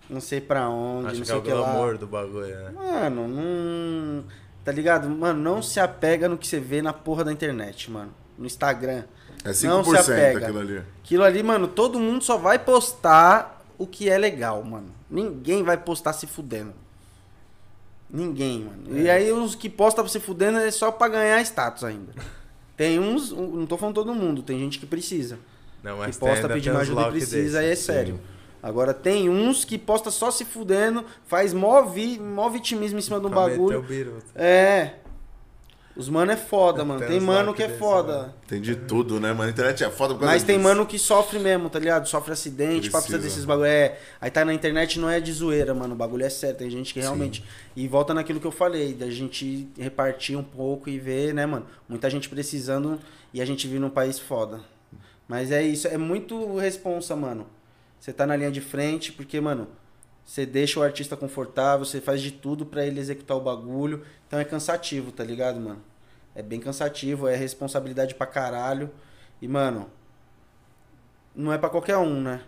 não sei pra onde,
Acho que
não
é
sei
o
o que lá.
glamour do bagulho, né?
Mano, não. Tá ligado? Mano, não se apega no que você vê na porra da internet, mano. No Instagram.
É
Não se
5%
apega.
aquilo ali.
Aquilo ali, mano, todo mundo só vai postar o que é legal, mano. Ninguém vai postar se fudendo. Ninguém, mano. E aí os que postam se fudendo é só pra ganhar status ainda. Tem uns, um- não tô falando todo mundo, tem gente que precisa.
Não,
que
mas tem
posta
ainda
pedindo
tem uns
ajuda e
lauque desse.
precisa, aí é sério. Agora tem uns que posta só se fudendo, faz mó, vi, mó vitimismo em cima do
Pra meter o
bagulho.
biruta.
É. Os mano é foda, mano.
Tem
Tem
uns
mano
lá
que
que
é
desse,
foda.
Tem de tudo, né, mano? A internet é foda por causa
Mas tem
disso.
mano que sofre mesmo, tá ligado? Sofre acidente, pá,
Precisa.
precisa desses bagulho. É, aí tá na internet não é de zoeira, mano. O bagulho é sério. Tem gente que realmente. E volta naquilo que eu falei, da gente repartir um pouco e ver, né, mano? Muita gente precisando e a gente vive num país foda. Mas é isso, é muito responsa, mano. Você tá na linha de frente, porque, mano, você deixa o artista confortável, você faz de tudo pra ele executar o bagulho. Então é cansativo, tá ligado, mano? É bem cansativo, é responsabilidade pra caralho. E, mano, não é pra qualquer um, né?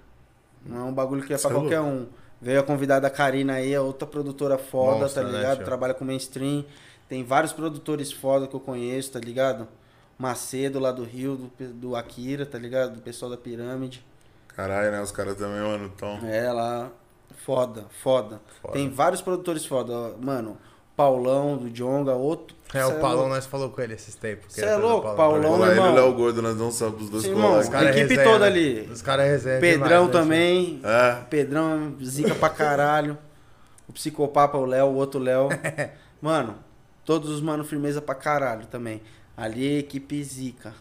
Não é um bagulho que é
Cê
pra
é
qualquer um. Veio a convidada Karina aí, é outra produtora foda,
Monstra,
tá
né,
ligado?
tio?
Trabalha com mainstream. Tem vários produtores foda que eu conheço, tá ligado? Macedo lá do Rio, do, pe- do Akira, tá ligado? Do pessoal da Pirâmide.
Caralho, né? Os caras também, mano, tão.
É, lá. Foda, foda,
Uhum. Foda.
Tem vários produtores foda. ó, Mano, Paulão do Jonga, outro.
É,
Cê
o Paulão,
louco.
nós falou com ele esses tempos.
Cê é louco, Paulão,
Olha,
né?
ele e
irmão.
o Léo Gordo, nós não sabemos os dois
Sim,
colar
irmão,
aqui.
cara- equipe toda ali.
né? Os caras resenham
Pedrão
demais, né,
também.
É.
Pedrão, zica pra caralho. O psicopapa, o Léo, o
[LAUGHS]
outro Léo. Mano, todos os mano firmeza pra caralho também. Ali, é equipe zica.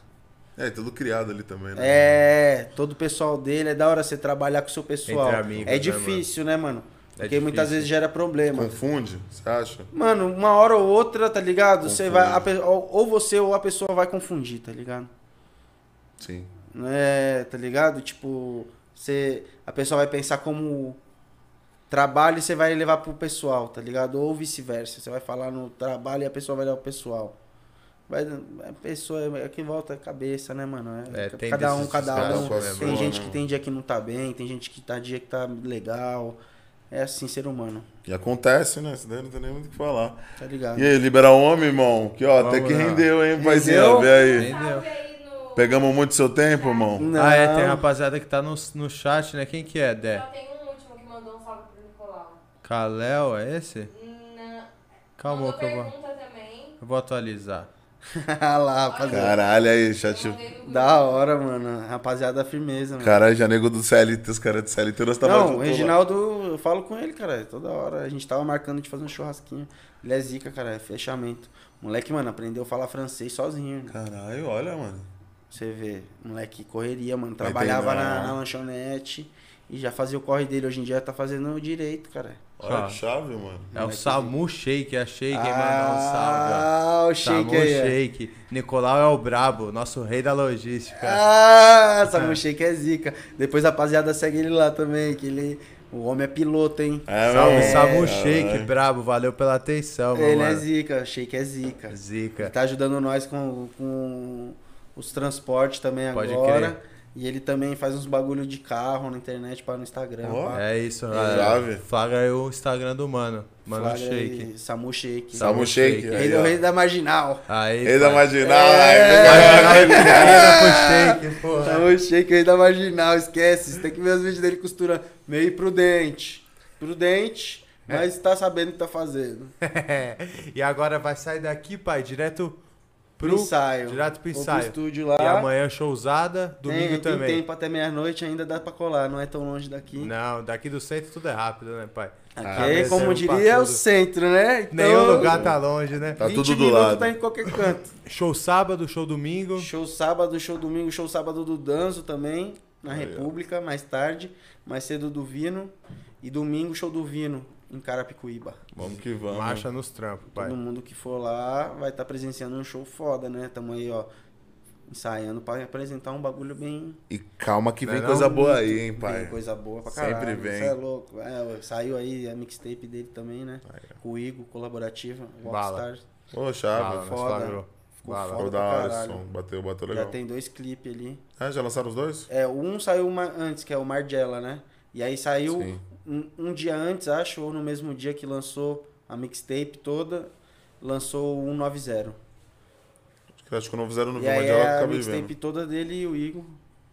É, tudo criado ali também, né?
É, todo o pessoal dele, é da hora você trabalhar com o seu pessoal.
Entre amigos,
é
né, É
difícil, né, mano? Porque
difícil.
muitas vezes gera problema.
Confunde, você acha?
Mano, uma hora ou outra, tá ligado?
Confunde.
Você vai, a pe- ou ou você ou a pessoa vai confundir, tá ligado?
Sim.
É, tá ligado? Tipo, você, a pessoa vai pensar como trabalho e você vai levar pro pessoal, tá ligado? Ou vice-versa. Você vai falar no trabalho e a pessoa vai levar pro pessoal. Vai, a pessoa é que volta a cabeça, né, mano? É,
É, tem
cada um,
desses
cada
caras
um.
com a
Tem
sua,
gente
né?
que tem dia que não tá bem, tem gente que tá dia que tá legal. É assim, ser humano,
E acontece, né? Isso daí não tem nem muito o que falar.
tá ligado?
E aí, liberar homem, irmão? Que ó, até
Vamos
que
lá.
rendeu, hein, paizinho?
Rendeu?
Vê aí.
É.
Entendeu?
Salve aí no
Pegamos muito seu tempo, irmão?
Não.
Ah, é, tem a rapaziada que tá no, no chat, né? Quem que é, Dé?
Só tem um último que mandou um salve pro Nicolau.
Caléo, é esse?
Na...
Calma
mandou
que eu vou,
pergunta também.
eu vou atualizar.
Ah lá, rapaziada.
Caralho, aí, chat.
Mandei no grupo.
Da hora, mano. Rapaziada, firmeza, mano.
Caralho, já nego do CLT, os caras do CLT, nós tava
não,
junto
o
lá.
Reginaldo, eu falo com ele, cara, toda hora. A gente tava marcando de fazer um churrasquinho. Ele é zica, cara, é fechamento. Moleque, mano, aprendeu a falar francês sozinho.
Caralho, olha, mano.
Você vê, moleque correria, mano. Trabalhava
entender,
na,
né?
na lanchonete e já fazia o corre dele. Hoje em dia tá fazendo direito, cara.
Olha
Ah.
que chave, mano.
É o
Moleque.
Samu Shake, é a Shake, hein, mano? Um salve, ó.
Ah,
Samu
o shake aí. ó.
Shake. Nicolau é o brabo, nosso rei da logística.
Ah, Samu Shake é zica. Depois a rapaziada segue ele lá também, que ele. O homem é piloto, hein?
É,
Salve,
meu.
Samu
É,
Shake,
caralho.
brabo. Valeu pela atenção, meu
ele é
mano.
zica, o shake é zica. Ele
Zica.
tá ajudando nós com, com os transportes também
Pode
agora. E ele também faz uns bagulho de carro na internet para no Instagram.
Ó,
pá.
É isso,
Chave.
mano. Flaga aí o Instagram do mano. Mano
Flagra
um Shake.
e Samu Shake.
Samu Shake.
um Shake.
Ele é o rei da marginal.
Aí,
Ele
é
da
pai.
marginal,
Marginal
é.
e pereira com shake, porra.
Samu Shake, rei da marginal, esquece. Você tem que ver os vídeos dele costurando. Meio prudente. Prudente,
É.
mas tá sabendo o que tá fazendo.
[LAUGHS] e agora vai sair daqui, pai, direto
Pro,
pro,
ensaio.
direto pro
Vou
ensaio.
estúdio lá.
E amanhã showzada, domingo
Tá. É, tem,
também.
Tem tempo até meia-noite, ainda dá pra colar, não é tão longe daqui.
Não, daqui do centro tudo é rápido, né, pai?
Aqui,
Ah,
como
reserva
diria, é
pra
o
tudo.
centro, né? Então,
Nenhum lugar tá longe, né?
Tá
20
tudo do
minutos
lado.
tá em qualquer canto.
Show sábado, show domingo.
Show sábado, show domingo, show sábado do Danzo também, na
Aí, ó.
República, mais tarde. Mais cedo do Vino. E domingo, show do Vino, em Carapicuíba.
Vamos que vamos.
Marcha nos trampos, pai.
Todo mundo que for lá vai estar presenciando um show foda, né? Tamo aí, ó, ensaiando pra apresentar um bagulho bem...
E calma que
Não
vem
é não?
coisa boa aí, hein,
bem
pai.
coisa boa pra
Sempre
caralho.
vem.
Cê é louco. É, saiu aí a mixtape dele também, né? Com o Igor, colaborativa,
Bala.
Rockstar.
Ô,
Fala,
chave.
nós
foda.
flagrou.
Ficou
Fala.
Ficou
foda
Tá da
pra
hora esse
caralho.
som. Bateu, bateu
Já
legal.
tem dois clipes ali.
Ah, já lançaram os dois?
É, um saiu uma antes, que é o Margiela, né? E aí saiu
Sim.
um, um dia antes, acho, ou no mesmo dia que lançou a mixtape toda, lançou o 190.
Acho que o novo zero não
E
viu,
aí
mas já
é a
acabei
mixtape
vendo.
toda dele e o Igor.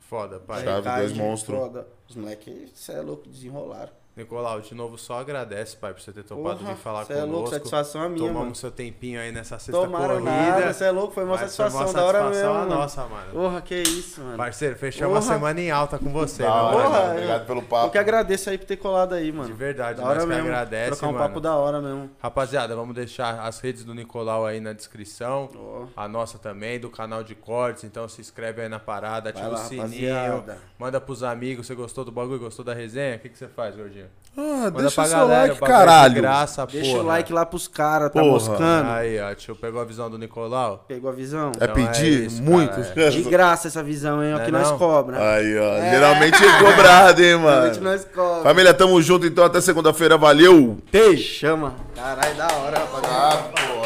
Foda, pai.
Chave,
Recade,
dois monstros.
Foda. Os moleques, cê é louco, desenrolaram.
Nicolau, de novo, só agradece, pai, por você ter topado
Porra,
vir falar
cê
conosco.
é louco, satisfação é minha,
Tomamos
mano.
seu tempinho aí nessa sexta
Tomaram
tá corrida.
nada, você é louco, foi uma
Mas
satisfação,
uma
da hora mesmo.
satisfação a
mano.
nossa, mano.
Porra, que isso, mano.
Parceiro, fechamos a
Porra.
semana em alta com você,
Da
meu
hora,
mano.
Porra,
mano.
é.
Obrigado pelo
Eu
papo.
que agradeço aí por ter colado aí, mano.
De verdade,
da
nós
hora
que
mesmo.
agradece,
Trocar um
mano.
papo da hora mesmo.
Rapaziada, vamos deixar as redes do Nicolau aí na descrição.
Ó.
A nossa também, do canal de cortes. Então se inscreve aí na parada, ativa
Vai lá,
o sininho.
rapaziada.
Manda pros amigos. Você gostou do bagulho? Gostou da resenha? O que, que você faz, gordinho?
Ah,
Manda
deixa
pra
o seu
galera.
like,
o bagulho é de
caralho.
graça,
Deixa
porra.
o like lá pros caras, tá
Porra.
moscando?
Aí, ó. Tio, pegou a visão do Nicolau?
Pegou a visão?
É
Então
pedir
é isso,
muito. [LAUGHS]
cara,
De graça essa visão, hein? Ó,
Não é
que nós
não?
cobra.
Aí, ó. Geralmente é cobrado, hein,
Realmente
mano.
nós cobra.
Família, tamo junto, então. Até segunda-feira. Valeu.
Te chama. Caralho, da hora, rapaziada.
Ah, pô.